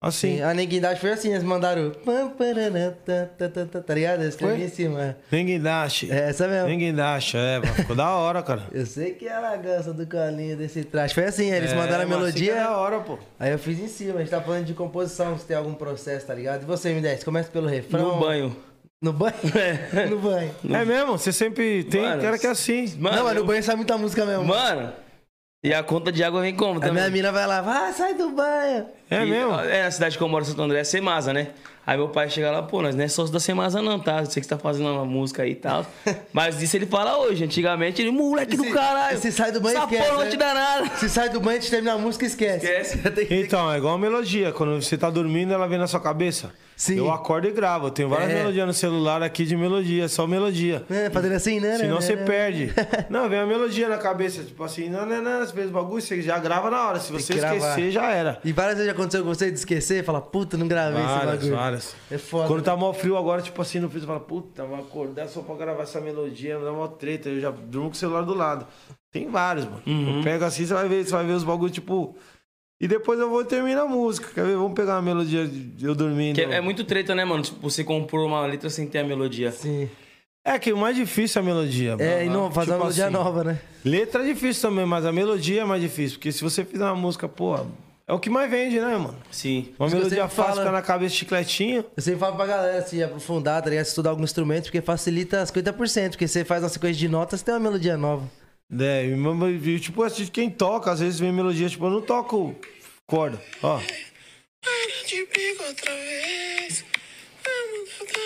[SPEAKER 3] assim.
[SPEAKER 2] Sim, a neguindade foi assim, eles mandaram. o pam, parará, tá, tá, tá, tá, Tá ligado? Eu escrevi em cima.
[SPEAKER 3] Ninguém dash.
[SPEAKER 2] É essa mesmo.
[SPEAKER 3] Ninguém dash, é, mano. Ficou da hora, cara.
[SPEAKER 2] Eu sei que ela gosta do colinho desse traje. Foi assim, eles
[SPEAKER 3] É,
[SPEAKER 2] mandaram a
[SPEAKER 3] mas fica
[SPEAKER 2] melodia.
[SPEAKER 3] da hora, pô.
[SPEAKER 2] Aí eu fiz em cima, a gente tá falando de composição, se tem algum processo, tá ligado? E você, M10, começa pelo refrão.
[SPEAKER 1] No banho.
[SPEAKER 2] No banho? no banho.
[SPEAKER 3] É mesmo, você sempre tem
[SPEAKER 1] Mano,
[SPEAKER 3] cara que é assim.
[SPEAKER 1] Mano,
[SPEAKER 2] não, mas
[SPEAKER 1] eu-
[SPEAKER 2] no banho sai muita música mesmo.
[SPEAKER 1] Mano, e a conta de água vem como
[SPEAKER 2] a
[SPEAKER 1] também?
[SPEAKER 2] É minha mina vai lá, ah, sai do banho.
[SPEAKER 3] É
[SPEAKER 1] E,
[SPEAKER 3] mesmo.
[SPEAKER 1] ó, É, na cidade que eu moro, Santo André, é Semasa, né? Aí meu pai chega lá, pô, nós não é sócio da Semasa não, tá? Eu sei que você tá fazendo uma música aí e tal. Mas isso ele fala hoje. Antigamente ele, moleque
[SPEAKER 2] E se-
[SPEAKER 1] do caralho.
[SPEAKER 2] e se sai do banho,
[SPEAKER 1] Essa
[SPEAKER 2] esquece,
[SPEAKER 1] porra não
[SPEAKER 2] né?
[SPEAKER 1] te dá nada.
[SPEAKER 2] Se sai do banho, a gente termina a música, esquece.
[SPEAKER 1] Esquece.
[SPEAKER 2] Tem que-
[SPEAKER 3] Então, é igual a melodia. Quando você tá dormindo, ela vem na sua cabeça.
[SPEAKER 2] Sim.
[SPEAKER 3] Eu acordo e gravo. Eu tenho várias
[SPEAKER 2] É.
[SPEAKER 3] melodias no celular aqui de melodia, só melodia.
[SPEAKER 2] É, fazendo assim, né?
[SPEAKER 3] Senão
[SPEAKER 2] né,
[SPEAKER 3] você
[SPEAKER 2] né,
[SPEAKER 3] perde. Não, vem a melodia na cabeça, tipo assim, não, não, não, você fez bagulho, você já grava na hora. Se você
[SPEAKER 2] que gravar.
[SPEAKER 3] esquecer, já era.
[SPEAKER 2] E várias vezes já aconteceu com você de esquecer e falar, puta, não gravei esse
[SPEAKER 3] Várias,
[SPEAKER 2] bagulho.
[SPEAKER 3] várias.
[SPEAKER 2] É foda.
[SPEAKER 3] Quando tá mó frio agora, tipo assim, no frio, você fala, puta, vou acordar só pra gravar essa melodia, dá mó treta, eu já durmo com o celular do lado. Tem vários, mano.
[SPEAKER 1] Uhum.
[SPEAKER 3] Eu pego assim, você vai ver, você vai ver os bagulhos, tipo. E depois eu vou terminar a música. Quer ver? Vamos pegar uma melodia de eu dormindo.
[SPEAKER 1] Que é, é muito treta, né, mano? Tipo, você comprou uma letra sem ter a melodia.
[SPEAKER 2] Sim.
[SPEAKER 3] É que o mais difícil é a melodia.
[SPEAKER 2] É, e
[SPEAKER 3] mano.
[SPEAKER 2] não, fazer
[SPEAKER 3] Tipo
[SPEAKER 2] uma melodia
[SPEAKER 3] assim,
[SPEAKER 2] nova, né?
[SPEAKER 3] Letra é difícil também, mas a melodia é mais difícil. Porque se você fizer uma música, pô, é o que mais vende, né, mano?
[SPEAKER 1] Sim.
[SPEAKER 3] Uma
[SPEAKER 2] Isso que eu
[SPEAKER 3] melodia
[SPEAKER 2] sempre
[SPEAKER 3] fácil
[SPEAKER 2] falo.
[SPEAKER 3] fica na cabeça chicletinha.
[SPEAKER 2] Eu sempre falo pra galera se aprofundar, tá ligado? Estudar algum instrumento, porque facilita as 50%. Porque você faz uma sequência de notas, você tem uma melodia nova.
[SPEAKER 3] É, e, mama- e, tipo, assim, quem toca, às vezes vem melodia, tipo, eu não toco corda, ó.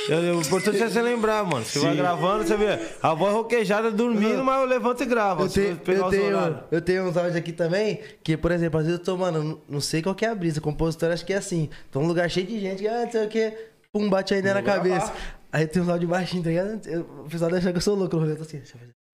[SPEAKER 3] Eu- eu- O importante é você lembrar, mano. Você vai gravando, você vê a voz roquejada dormindo, mas eu levanto e gravo.
[SPEAKER 2] Eu
[SPEAKER 3] se
[SPEAKER 2] tenho,
[SPEAKER 3] pegar
[SPEAKER 2] eu,
[SPEAKER 3] os horários.
[SPEAKER 2] tenho, eu tenho uns áudios aqui também, que, por exemplo, às vezes eu tô, mano, não- não sei qual que é a brisa. Compositor acho que é assim. Tô num lugar cheio de gente, ah, não sei o que, pum, bate a ideia na cabeça. Aí tem uns áudios baixinhos, tá ligado? Eu- O pessoal deve achar que eu sou louco, eu rolê, eu tô assim.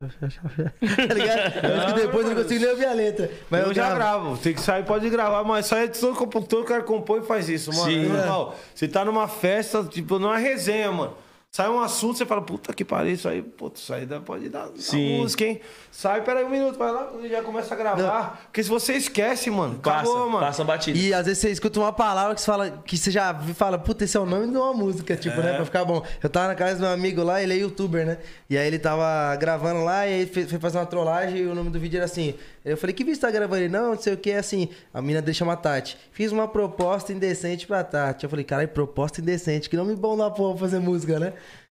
[SPEAKER 2] tá ligado? Eu acho que depois eu não consigo nem ouvir a letra. Mas
[SPEAKER 3] eu já gravo, tem que sair, pode gravar, mas só é todo, compo- todo cara que compõe faz isso, mano.
[SPEAKER 1] Sim.
[SPEAKER 3] É normal. Você tá numa festa, tipo, numa resenha, mano. Sai um assunto, você fala, puta que pariu, isso aí, puta, isso aí dá- pode dar, dar
[SPEAKER 1] Sim.
[SPEAKER 3] música, hein? Sai, peraí um minuto, vai lá, já começa a gravar. Porque se você esquece, mano,
[SPEAKER 1] Passa,
[SPEAKER 3] acabou, mano.
[SPEAKER 1] passa a batida.
[SPEAKER 2] E às vezes você escuta uma palavra que você fala, que você já vi- fala, puta, esse é o nome de uma música, tipo,
[SPEAKER 3] É.
[SPEAKER 2] né? Pra ficar bom. Eu tava na casa do meu amigo lá, ele é youtuber, né? E aí ele tava gravando lá, e aí fe- foi fazer uma trollagem, e o nome do vídeo era assim. Eu falei, que vídeo você tá gravando? Ele, não, não sei o que, é assim. A mina deixa uma Tati. Fiz uma proposta indecente pra Tati. Eu falei, caralho, proposta indecente, que nome bom da porra pra fazer música, né?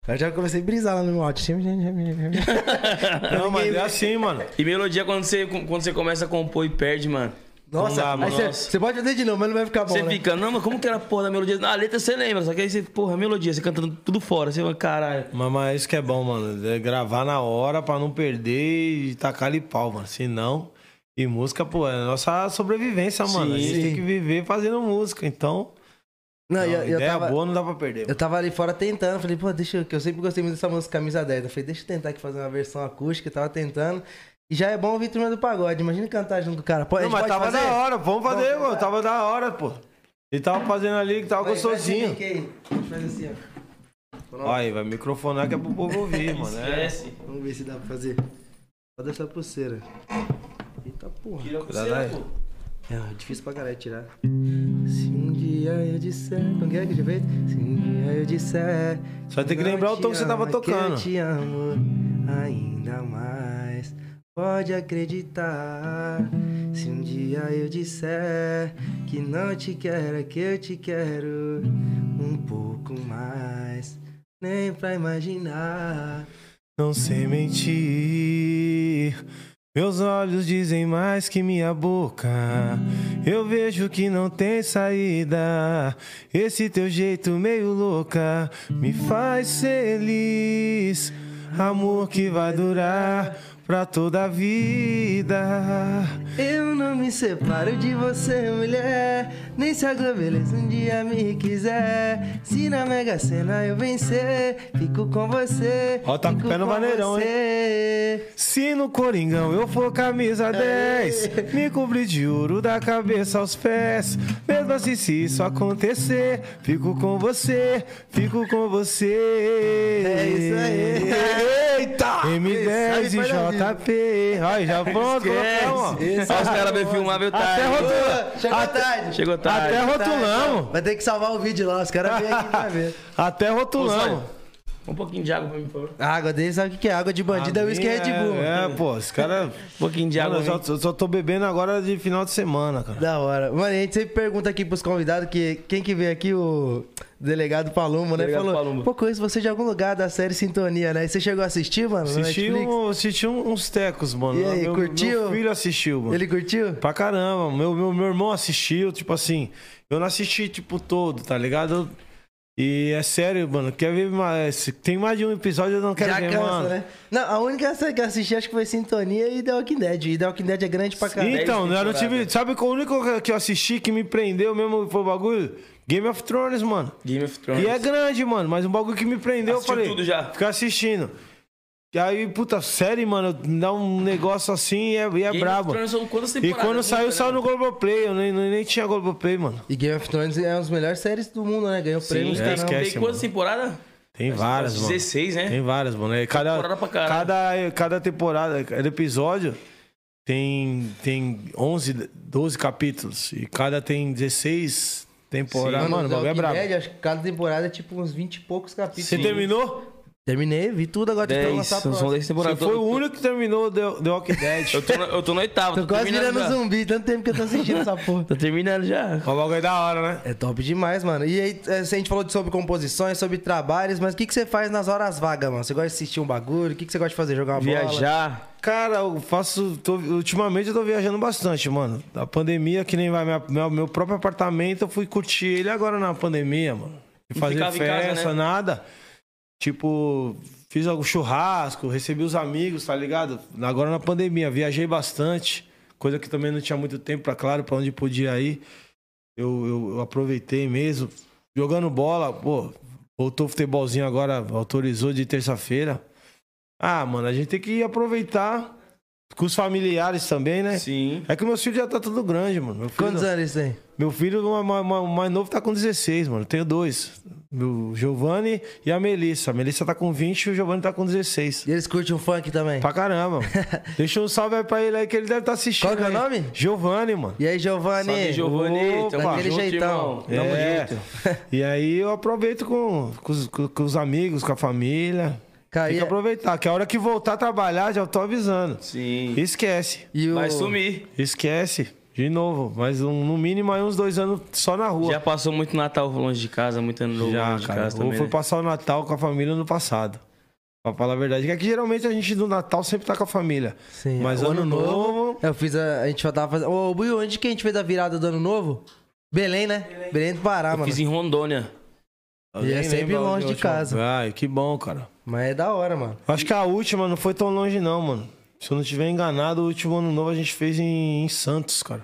[SPEAKER 2] Aí Eu já comecei a brisar lá no meu áudio.
[SPEAKER 3] Não, mas é assim, mano.
[SPEAKER 1] E melodia, quando você, quando você começa a compor e perde, mano.
[SPEAKER 2] Nossa,
[SPEAKER 3] dá,
[SPEAKER 2] aí
[SPEAKER 3] mano.
[SPEAKER 2] você, você pode fazer de novo, mas não vai ficar bom,
[SPEAKER 1] Você
[SPEAKER 2] né?
[SPEAKER 1] fica, não, mas como que era a porra da melodia? Ah, A letra você lembra, só que aí você, porra, a melodia, você cantando tudo fora. Você fala, caralho.
[SPEAKER 3] Mas, mas isso que é bom, mano. É gravar na hora pra não perder e tacar ali pau, mano. Se não. E música, pô, é a nossa sobrevivência, mano. A gente
[SPEAKER 2] Sim.
[SPEAKER 3] tem que viver fazendo música. Então,
[SPEAKER 2] Não, e
[SPEAKER 3] não,
[SPEAKER 2] eu, eu
[SPEAKER 3] ideia
[SPEAKER 2] tava...
[SPEAKER 3] boa não dá pra perder.
[SPEAKER 2] Eu tava ali fora tentando, falei, pô, deixa eu, que eu sempre gostei muito dessa música Camisa 10. Eu falei, deixa eu tentar aqui fazer uma versão acústica, eu tava tentando. E já é bom ouvir turma do pagode, imagina cantar junto com o cara. Pô, a
[SPEAKER 3] Não,
[SPEAKER 2] gente
[SPEAKER 3] mas
[SPEAKER 2] pode
[SPEAKER 3] tava
[SPEAKER 2] fazer?
[SPEAKER 3] da hora, vamos fazer, mano. Tava da hora, pô. Ele tava fazendo ali que tava
[SPEAKER 2] Vai,
[SPEAKER 3] gostosinho.
[SPEAKER 2] Faz esse link aí. Faz assim, ó.
[SPEAKER 3] Ó, Aí, vai microfonar que é pro povo ouvir, mano. É.
[SPEAKER 1] Esquece.
[SPEAKER 2] Vamos ver se dá pra fazer. Só dessa pulseira. Eita porra.
[SPEAKER 3] Cuidado aí.
[SPEAKER 2] É difícil pra caralho tirar. Se um dia eu disser. Como que é que eu feito? Se um dia eu disser.
[SPEAKER 3] Só tem que lembrar o tom que você
[SPEAKER 2] amo,
[SPEAKER 3] tava
[SPEAKER 2] é que
[SPEAKER 3] tocando.
[SPEAKER 2] Eu te amo ainda mais. Pode acreditar. Se um dia eu disser que não te quero, é que eu te quero um pouco mais. Nem pra imaginar.
[SPEAKER 3] Não sei mentir. Meus olhos dizem mais que minha boca. Eu vejo que não tem saída. Esse teu jeito meio louca me faz feliz. Amor que vai durar pra toda a vida.
[SPEAKER 2] Eu não me separo de você, mulher. Nem se a Globeleza um dia me quiser. Se na Mega Sena eu vencer, fico com você.
[SPEAKER 3] Ó, tá com o
[SPEAKER 2] fico
[SPEAKER 3] pé no maneirão, hein?
[SPEAKER 2] você.
[SPEAKER 3] Se no Coringão eu for camisa 10, me cobrir de ouro da cabeça aos pés. Mesmo assim, se isso acontecer, fico com você, fico com você.
[SPEAKER 2] É isso aí.
[SPEAKER 3] Eita!
[SPEAKER 2] Sabe,
[SPEAKER 3] M10 e
[SPEAKER 2] foi da
[SPEAKER 3] JP. Ai, já pronto, colocamos.
[SPEAKER 1] Esquece. Só os caras bem filmar, viu,
[SPEAKER 3] Até
[SPEAKER 1] tarde.
[SPEAKER 3] rotulamos.
[SPEAKER 2] Chegou tarde.
[SPEAKER 1] Chegou tarde.
[SPEAKER 3] Até rotulamos.
[SPEAKER 2] Vai ter que salvar o vídeo lá, os caras vêm aqui pra ver.
[SPEAKER 3] Até rotulamos.
[SPEAKER 1] Um pouquinho de água pra mim, por favor.
[SPEAKER 2] A água dele sabe o que que é? Água de bandido é uísque e Red Bull.
[SPEAKER 3] É, pô, os caras.
[SPEAKER 1] Um pouquinho de água.
[SPEAKER 3] Mano, eu
[SPEAKER 1] pra
[SPEAKER 3] só,
[SPEAKER 1] mim.
[SPEAKER 3] eu só tô bebendo agora de final de semana, cara.
[SPEAKER 2] Da hora. Mano, a gente sempre pergunta aqui pros convidados que quem que veio aqui, o delegado Palumbo, né?
[SPEAKER 1] Delegado
[SPEAKER 2] Falou,
[SPEAKER 1] Palumbo.
[SPEAKER 2] pô, conheço você de algum lugar da série Sintonia, né? E você chegou a assistir, mano? na
[SPEAKER 3] Assisti,
[SPEAKER 2] Netflix?
[SPEAKER 3] um, assisti um- uns tecos, mano.
[SPEAKER 2] E aí,
[SPEAKER 3] meu,
[SPEAKER 2] curtiu?
[SPEAKER 3] Meu filho assistiu, mano.
[SPEAKER 2] Ele curtiu?
[SPEAKER 3] Pra caramba. Meu, meu, meu irmão assistiu, tipo assim. Eu não assisti, tipo, todo, tá ligado? E é sério, mano. Quer ver mais? Tem mais de um episódio, eu não quero
[SPEAKER 2] Já
[SPEAKER 3] ver,
[SPEAKER 2] cansa,
[SPEAKER 3] mano.
[SPEAKER 2] né? Não, a única série que eu assisti acho que foi Sintonia e The Walking Dead. E The Walking Dead é grande pra caralho.
[SPEAKER 3] Então,
[SPEAKER 1] dez
[SPEAKER 3] eu não tive.
[SPEAKER 1] temporadas.
[SPEAKER 3] Sabe qual o único que eu assisti que me prendeu mesmo foi o bagulho? Game of Thrones, mano.
[SPEAKER 1] Game of Thrones.
[SPEAKER 3] E é grande, mano, mas um bagulho que me prendeu,
[SPEAKER 1] Assistiu
[SPEAKER 3] eu falei.
[SPEAKER 1] tudo já?
[SPEAKER 3] Ficar assistindo. E aí, puta, série, mano, me dá um negócio assim e é, e é
[SPEAKER 1] Game of
[SPEAKER 3] brabo.
[SPEAKER 1] Thrones são quantas
[SPEAKER 3] E
[SPEAKER 1] temporadas?
[SPEAKER 3] quando saiu,
[SPEAKER 1] Muita,
[SPEAKER 3] saiu
[SPEAKER 1] né?
[SPEAKER 3] no Globoplay. Eu nem, nem tinha Globoplay, mano.
[SPEAKER 2] E Game of Thrones é uma das melhores séries do mundo, né? Ganhou prêmios,
[SPEAKER 1] Sim,
[SPEAKER 3] é,
[SPEAKER 1] tem,
[SPEAKER 2] caramba.
[SPEAKER 3] esquece,
[SPEAKER 1] tem quantas
[SPEAKER 3] mano.
[SPEAKER 1] temporadas?
[SPEAKER 3] Tem várias, mano.
[SPEAKER 1] 16, né?
[SPEAKER 3] Tem várias, mano. É, Cada,
[SPEAKER 1] Temporada pra caralho.
[SPEAKER 3] cada, cada temporada, cada episódio tem, tem 11, 12 capítulos. E cada tem 16 temporadas. mano,
[SPEAKER 2] The
[SPEAKER 3] o bagulho é
[SPEAKER 2] Walking
[SPEAKER 3] brabo.
[SPEAKER 2] Dead, acho que cada temporada é tipo uns 20 e poucos capítulos.
[SPEAKER 3] Você terminou?
[SPEAKER 2] Terminei, vi tudo
[SPEAKER 3] Então,
[SPEAKER 2] agora. tô esperando
[SPEAKER 1] Dez,
[SPEAKER 3] tá
[SPEAKER 2] lançar a
[SPEAKER 1] são
[SPEAKER 2] próxima.
[SPEAKER 1] 10
[SPEAKER 3] Você
[SPEAKER 1] temporadas.
[SPEAKER 3] foi o único que terminou The, The Walking Dead.
[SPEAKER 1] Eu tô, na- eu tô no oitavo.
[SPEAKER 2] Tô quase
[SPEAKER 1] terminando
[SPEAKER 2] virando
[SPEAKER 3] um.
[SPEAKER 1] já.
[SPEAKER 2] zumbi, tanto tempo que eu tô assistindo essa porra.
[SPEAKER 1] Tô terminando já.
[SPEAKER 3] O bagulho é da hora, né?
[SPEAKER 2] É top demais, mano. E aí, é, a gente falou de- sobre composições, sobre trabalhos, mas o que, que você faz nas horas vagas, mano? Você gosta de assistir um bagulho? O que, que você gosta de fazer? Jogar uma bola?
[SPEAKER 1] Viajar.
[SPEAKER 3] Cara, eu faço. tô- ultimamente eu tô viajando bastante, mano. A pandemia, que nem vai. Minha, meu, meu próprio apartamento, eu fui curtir ele agora na pandemia, mano. E
[SPEAKER 1] E
[SPEAKER 3] fazer
[SPEAKER 1] ficava em casa,
[SPEAKER 3] festa,
[SPEAKER 1] né?
[SPEAKER 3] nada. Tipo, fiz algum churrasco, recebi os amigos, tá ligado? Agora na pandemia, viajei bastante. Coisa que também não tinha muito tempo, pra claro, pra onde podia ir. Eu, eu- eu aproveitei mesmo. Jogando bola, pô, voltou o futebolzinho agora, autorizou de terça-feira. Ah, mano, a gente tem que aproveitar com os familiares também, né?
[SPEAKER 1] Sim.
[SPEAKER 3] É que meus filhos já tá tudo grande, mano. Meu filho,
[SPEAKER 2] Quantos anos tem?
[SPEAKER 3] Meu filho, o ma- ma- o mais novo, tá com 16, mano. Eu Tenho dois. O Giovanni e a Melissa. A Melissa tá com 20 e o Giovanni tá com 16.
[SPEAKER 2] E eles curtem um funk também?
[SPEAKER 3] Pra caramba. Deixa um salve aí pra ele aí que ele deve estar assistindo.
[SPEAKER 2] Qual que é o
[SPEAKER 3] aí.
[SPEAKER 2] nome?
[SPEAKER 3] Giovanni, mano.
[SPEAKER 2] E aí, Giovanni?
[SPEAKER 1] Salve, Giovanni.
[SPEAKER 3] Opa,
[SPEAKER 1] Tamo
[SPEAKER 2] aquele
[SPEAKER 1] junto,
[SPEAKER 2] jeitão.
[SPEAKER 1] irmão. Tamo
[SPEAKER 3] É.
[SPEAKER 1] junto.
[SPEAKER 3] E aí eu aproveito com, com, os, com- com os amigos, com a família.
[SPEAKER 2] Cara,
[SPEAKER 3] Tem
[SPEAKER 2] e-
[SPEAKER 3] que aproveitar, que a hora que voltar a trabalhar, já tô avisando.
[SPEAKER 1] Sim.
[SPEAKER 3] Esquece.
[SPEAKER 2] E o...
[SPEAKER 1] Vai sumir.
[SPEAKER 3] Esquece. De novo. Mas um- no mínimo aí uns dois anos só na rua.
[SPEAKER 1] Já passou muito Natal longe de casa, muito ano novo
[SPEAKER 3] Já,
[SPEAKER 1] longe
[SPEAKER 3] cara.
[SPEAKER 1] de
[SPEAKER 3] Ou
[SPEAKER 1] casa também.
[SPEAKER 3] foi
[SPEAKER 1] né?
[SPEAKER 3] passar o Natal com a família no passado. Pra falar a verdade. Que aqui geralmente a gente do Natal sempre tá com a família.
[SPEAKER 2] Sim,
[SPEAKER 3] Mas
[SPEAKER 2] o
[SPEAKER 3] ano, novo.
[SPEAKER 2] Eu fiz a... A gente já tava fazendo... Ô, Buiu, onde que a gente fez a virada do ano novo? Belém, né? Belém, do Pará,
[SPEAKER 1] Eu
[SPEAKER 2] mano.
[SPEAKER 1] fiz em Rondônia.
[SPEAKER 3] eu
[SPEAKER 2] E
[SPEAKER 3] nem
[SPEAKER 2] é sempre
[SPEAKER 3] lembro a
[SPEAKER 2] longe de
[SPEAKER 3] última.
[SPEAKER 2] casa.
[SPEAKER 3] Ai, que bom, cara.
[SPEAKER 2] Mas é da hora, mano.
[SPEAKER 3] Acho que a última não foi tão longe, não, mano. Se eu não tiver enganado, o último ano novo a gente fez em, em Santos, cara.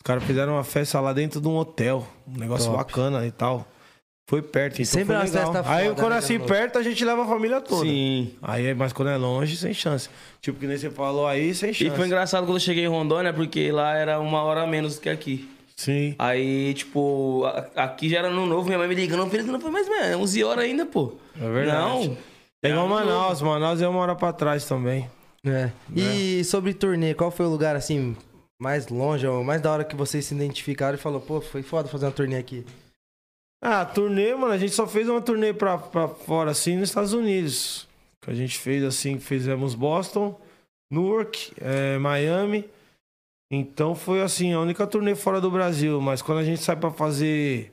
[SPEAKER 3] Os caras fizeram uma festa lá dentro de um hotel. Um negócio
[SPEAKER 2] Top.
[SPEAKER 3] bacana e tal. Foi perto, então
[SPEAKER 2] Sempre
[SPEAKER 3] foi
[SPEAKER 2] uma
[SPEAKER 3] legal.
[SPEAKER 2] festa
[SPEAKER 3] Aí
[SPEAKER 2] foda,
[SPEAKER 3] quando
[SPEAKER 2] né,
[SPEAKER 3] é assim
[SPEAKER 2] cara?
[SPEAKER 3] perto, a gente leva a família toda.
[SPEAKER 1] Sim.
[SPEAKER 3] Aí, é- mas quando é longe, sem chance. Tipo, que nem você falou aí, sem
[SPEAKER 1] E
[SPEAKER 3] chance.
[SPEAKER 1] foi engraçado quando eu cheguei em Rondônia, porque lá era uma hora a menos que aqui.
[SPEAKER 3] Sim.
[SPEAKER 1] Aí, tipo, a- aqui já era ano novo, minha mãe me ligando, eu falei, mas, mano, é 11 horas ainda, pô.
[SPEAKER 3] É verdade.
[SPEAKER 1] Não.
[SPEAKER 3] É igual
[SPEAKER 1] Ano novo.
[SPEAKER 3] Manaus. Manaus é uma hora pra trás também.
[SPEAKER 2] É. E sobre turnê, qual foi o lugar, assim, mais longe ou mais da hora que vocês se identificaram e falou, pô, foi foda fazer uma turnê aqui?
[SPEAKER 3] Ah, turnê, mano, a gente só fez uma turnê pra, pra fora, assim, nos Estados Unidos. Que a gente fez, assim, fizemos Boston, Newark, eh, Miami. Então foi, assim, a única turnê fora do Brasil. Mas quando a gente sai pra fazer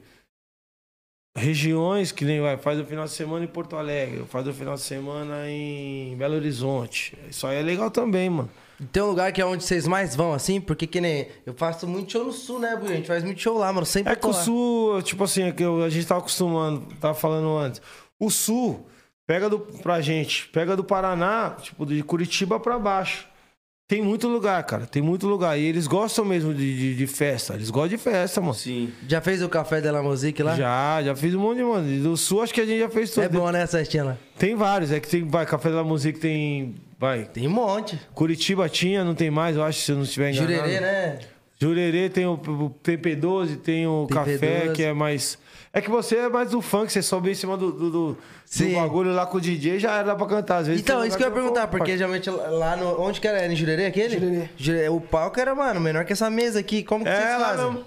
[SPEAKER 3] regiões, que nem vai, faz o final de semana em Porto Alegre, faz o final de semana em Belo Horizonte. Isso aí é legal também, mano.
[SPEAKER 2] Tem um lugar que é onde vocês mais vão, assim? Porque que nem. Eu faço muito show no sul, né, Buiu? A gente faz muito show lá, mano. Sempre
[SPEAKER 3] É que
[SPEAKER 2] tô
[SPEAKER 3] o
[SPEAKER 2] lá.
[SPEAKER 3] Sul, tipo assim, é que eu- a gente tava acostumando, tava falando antes. O Sul Pega do, pra gente, pega do Paraná, tipo, de Curitiba pra baixo. Tem muito lugar, cara. Tem muito lugar. E eles gostam mesmo de, de- de festa. Eles gostam de festa, mano.
[SPEAKER 1] Sim.
[SPEAKER 2] Já fez o café de la musique lá?
[SPEAKER 3] Já, já fiz um monte, mano. E Do sul acho que a gente já fez tudo.
[SPEAKER 2] É bom, né, Sestina?
[SPEAKER 3] Tem vários. É que tem, vai, Café da Música tem. Vai.
[SPEAKER 2] Tem um monte.
[SPEAKER 3] Curitiba tinha, não tem mais, eu acho, se eu não estiver enganado.
[SPEAKER 2] Jurerê, né?
[SPEAKER 3] Jurerê tem o o TP12, tem o
[SPEAKER 2] TP12.
[SPEAKER 3] Café, que é mais. É que você é mais do funk, você sobe em cima do, do, do- do
[SPEAKER 2] Sim.
[SPEAKER 3] bagulho lá com o DJ, já era pra cantar. Às vezes
[SPEAKER 2] Então,
[SPEAKER 3] tem
[SPEAKER 2] isso que eu ia
[SPEAKER 3] lugar
[SPEAKER 2] perguntar,
[SPEAKER 3] não-
[SPEAKER 2] porque geralmente lá no. Onde que era? Era em Jurerê aquele?
[SPEAKER 4] Jurerê.
[SPEAKER 2] O palco era, mano, menor que essa mesa aqui. Como que
[SPEAKER 3] É,
[SPEAKER 2] vocês
[SPEAKER 3] lá
[SPEAKER 2] fazem?
[SPEAKER 3] não.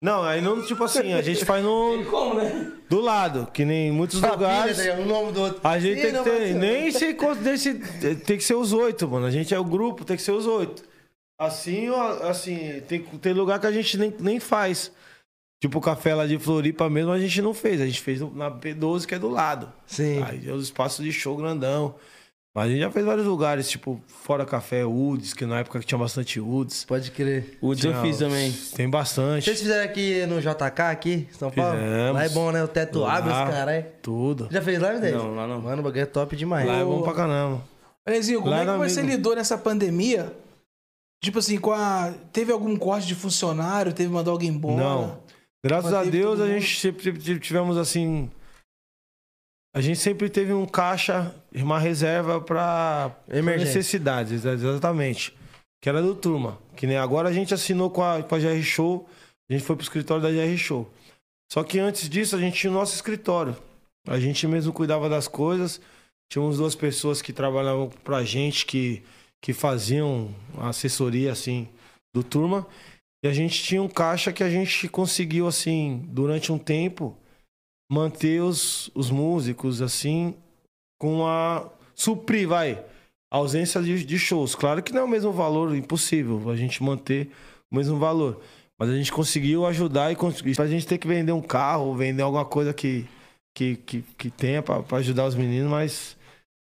[SPEAKER 3] Não, aí não, tipo assim, a gente faz no,
[SPEAKER 1] Como, né?
[SPEAKER 3] do lado, que nem em muitos lugares.
[SPEAKER 2] Família, um nome do outro.
[SPEAKER 3] A gente
[SPEAKER 2] Ih,
[SPEAKER 3] tem que
[SPEAKER 2] não vai
[SPEAKER 3] ter.
[SPEAKER 2] ser.
[SPEAKER 3] Nem se conta desse. Tem que ser os oito, mano. A gente é o grupo, tem que ser os oito. Assim, ó, assim, tem, tem lugar que a gente nem, nem faz. Tipo o café lá de Floripa mesmo, a gente não fez. A gente fez no- na P12, que é do lado.
[SPEAKER 2] Sim.
[SPEAKER 3] Aí é os espaços de show grandão. Mas a gente já fez vários lugares, tipo, fora café, Uds, que na época que tinha bastante Uds.
[SPEAKER 2] Pode crer.
[SPEAKER 1] O Uds eu fiz também.
[SPEAKER 3] Tem bastante.
[SPEAKER 2] Vocês fizeram aqui no JK, aqui, em São Paulo?
[SPEAKER 3] Fizemos.
[SPEAKER 2] Lá é bom, né? O teto abre os
[SPEAKER 3] Lá,
[SPEAKER 2] caralho.
[SPEAKER 3] Tudo.
[SPEAKER 2] Já fez live, David?
[SPEAKER 1] Não, lá não.
[SPEAKER 2] Mano, o bagulho é top demais.
[SPEAKER 3] Lá é bom pra caramba.
[SPEAKER 4] Alezinho, como
[SPEAKER 3] Lá
[SPEAKER 4] é que
[SPEAKER 3] era
[SPEAKER 4] você
[SPEAKER 3] amigo.
[SPEAKER 4] lidou nessa pandemia? Tipo assim, com a. Teve algum corte de funcionário? Teve que mandar alguém embora?
[SPEAKER 3] Não. Graças
[SPEAKER 4] Manteve
[SPEAKER 3] a Deus
[SPEAKER 4] todo
[SPEAKER 3] a
[SPEAKER 4] mundo.
[SPEAKER 3] gente sempre tive- tivemos assim. A gente sempre teve um caixa, uma reserva para
[SPEAKER 2] Emergência.
[SPEAKER 3] necessidades, ex- exatamente. Que era do turma. Que nem agora a gente assinou com a, com a GR Show, a gente foi pro escritório da GR Show. Só que antes disso a gente tinha o nosso escritório. A gente mesmo cuidava das coisas. Tínhamos duas pessoas que trabalhavam pra gente, que, que faziam a assessoria, assim, do turma. E a gente tinha um caixa que a gente conseguiu, assim, durante um tempo, manter os, os músicos, assim, com a. suprir, vai. A ausência de, de shows. Claro que não é o mesmo valor, impossível a gente manter o mesmo valor. Mas a gente conseguiu ajudar e conseguir. Pra gente ter que vender um carro, vender alguma coisa que, que, que, que tenha pra, pra ajudar os meninos, mas.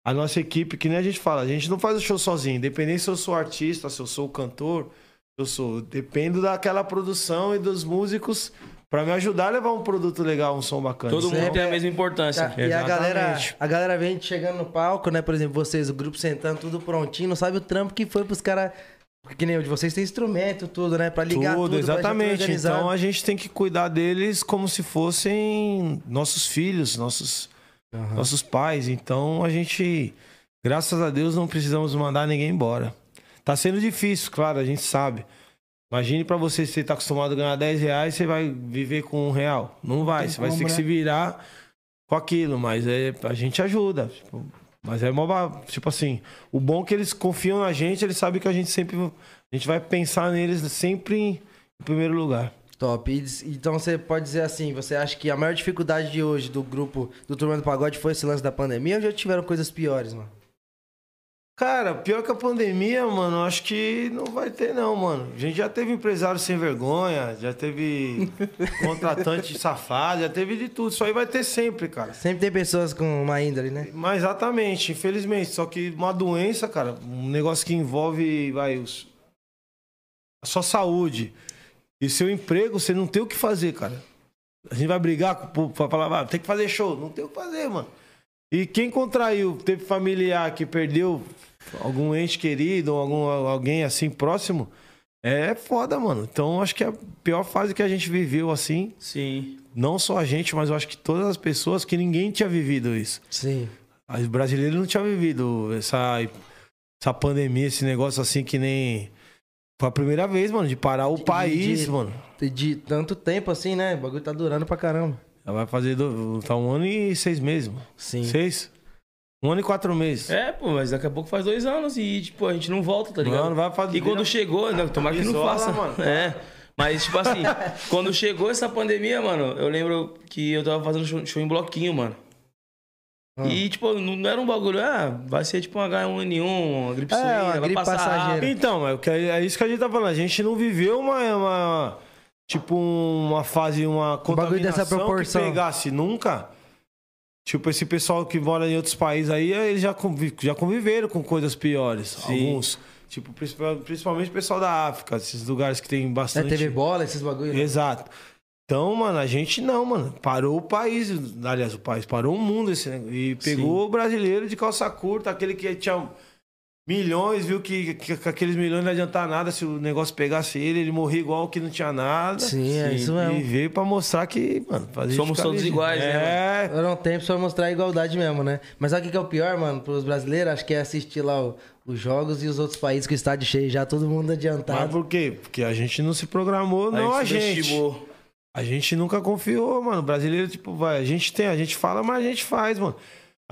[SPEAKER 3] A nossa equipe, que nem a gente fala, a gente não faz o show sozinho, independente se eu sou artista, se eu sou cantor, eu sou. Dependo daquela produção e dos músicos pra me ajudar a levar um produto legal, um som bacana.
[SPEAKER 1] Todo mundo
[SPEAKER 2] Sempre
[SPEAKER 1] tem a
[SPEAKER 2] é-
[SPEAKER 1] mesma importância.
[SPEAKER 2] E a
[SPEAKER 3] assim, Exatamente.
[SPEAKER 2] galera, a galera vem chegando no palco, né? Por exemplo, vocês, o grupo sentando, tudo prontinho, não sabe o trampo que foi pros caras. Que nem o de vocês tem instrumento, tudo, né? Pra ligar tudo,
[SPEAKER 3] tudo,
[SPEAKER 2] pra deixar tudo
[SPEAKER 3] exatamente.
[SPEAKER 2] organizado.
[SPEAKER 3] Então a gente tem que cuidar deles como se fossem nossos filhos, nossos, nossos pais. Então a gente, graças a Deus, não precisamos mandar ninguém embora. Tá sendo difícil, claro, a gente sabe. Imagine pra você, você tá acostumado a ganhar 10 reais, você vai viver com um real. Não vai,
[SPEAKER 4] tem
[SPEAKER 3] você vai
[SPEAKER 4] como,
[SPEAKER 3] ter que
[SPEAKER 4] né?
[SPEAKER 3] se virar com aquilo, mas é, a gente ajuda. Tipo, mas é mó, ba- tipo assim, o bom é que eles confiam na gente, eles sabem que a gente sempre a gente vai pensar neles sempre em primeiro lugar.
[SPEAKER 2] Top. E diz- Então você pode dizer assim, você acha que a maior dificuldade de hoje do grupo do Turma do Pagode foi esse lance da pandemia ou já tiveram coisas piores, mano?
[SPEAKER 3] Cara, pior que a pandemia, mano, eu acho que não vai ter não, mano. A gente já teve empresário sem vergonha, já teve contratante safado, já teve de tudo. Isso aí vai ter sempre, cara.
[SPEAKER 2] Sempre tem pessoas com uma índole, né?
[SPEAKER 3] Mas exatamente, infelizmente. Só que uma doença, cara, um negócio que envolve vai, os- a sua saúde e seu emprego, você não tem o que fazer, cara. A gente vai brigar com o povo pra falar, "Ah, tem que fazer show. Não tem o que fazer, mano. E quem contraiu, teve familiar que perdeu algum ente querido ou algum, alguém assim próximo, é foda, mano. Então acho que a pior fase que a gente viveu assim,
[SPEAKER 1] Sim.
[SPEAKER 3] não só a gente, mas eu acho que todas as pessoas que ninguém tinha vivido isso.
[SPEAKER 2] Sim.
[SPEAKER 3] Aí O brasileiro não tinha vivido essa, essa pandemia, esse negócio assim que nem. Foi a primeira vez, mano, de parar o
[SPEAKER 2] de-
[SPEAKER 3] país, mano.
[SPEAKER 2] De, de tanto tempo assim, né? O bagulho tá durando pra caramba.
[SPEAKER 3] Já vai fazer. do- tá um ano e seis meses, mano.
[SPEAKER 2] Sim.
[SPEAKER 3] Seis? Um ano e quatro meses.
[SPEAKER 1] É, pô, mas daqui a pouco faz dois anos e, tipo, a gente não volta, tá ligado?
[SPEAKER 3] Mano, vai fazer. um
[SPEAKER 1] E quando chegou, não, tomara que não
[SPEAKER 3] Isola,
[SPEAKER 1] faça.
[SPEAKER 3] mano.
[SPEAKER 1] É. Mas, tipo assim, quando chegou essa pandemia, mano, eu lembro que eu tava fazendo show, show em bloquinho, mano.
[SPEAKER 2] Ah.
[SPEAKER 1] E, tipo, não não era um bagulho, ah, vai ser tipo um H1N1, uma gripe
[SPEAKER 2] É,
[SPEAKER 1] suína,
[SPEAKER 2] uma
[SPEAKER 1] vai
[SPEAKER 2] gripe
[SPEAKER 1] passar
[SPEAKER 2] passageira.
[SPEAKER 1] rápido.
[SPEAKER 3] Então, é, o que- é isso que a gente tá falando. A gente não viveu uma. uma- tipo, uma fase, uma contaminação
[SPEAKER 2] Um bagulho dessa proporção.
[SPEAKER 3] que pegasse nunca. Tipo, esse pessoal que mora em outros países aí, eles já, convi- já conviveram com coisas piores. Alguns. Tipo, principal- principalmente o pessoal da África, esses lugares que tem
[SPEAKER 2] É,
[SPEAKER 3] bastante.
[SPEAKER 2] teve bola, esses bagulhos.
[SPEAKER 3] Exato. Então, mano, a gente não, mano. Parou o país, aliás, o país, parou o mundo esse negócio. E pegou o brasileiro de calça curta, aquele que tinha milhões, viu que, que, que aqueles milhões não adiantar nada se o negócio pegasse ele, ele morria igual que não tinha nada.
[SPEAKER 2] Sim, é isso
[SPEAKER 3] E
[SPEAKER 2] mesmo.
[SPEAKER 3] veio pra mostrar que, mano, fazia
[SPEAKER 1] Somos
[SPEAKER 3] ficar
[SPEAKER 1] todos
[SPEAKER 3] ligeiro.
[SPEAKER 1] iguais, né,
[SPEAKER 3] é,
[SPEAKER 2] Eu não tenho pra um mostrar a igualdade mesmo, né? Mas sabe o que que é o pior, mano, pros brasileiros? Acho que é assistir lá o- os jogos e os outros países com o estádio cheio já, todo mundo
[SPEAKER 3] Mas
[SPEAKER 2] adiantado.
[SPEAKER 3] por quê? Porque a gente não se programou, não a gente.
[SPEAKER 1] subestimou.
[SPEAKER 3] A gente nunca confiou, mano. O brasileiro, tipo, vai, a gente tem, a gente fala, mas a gente faz, mano.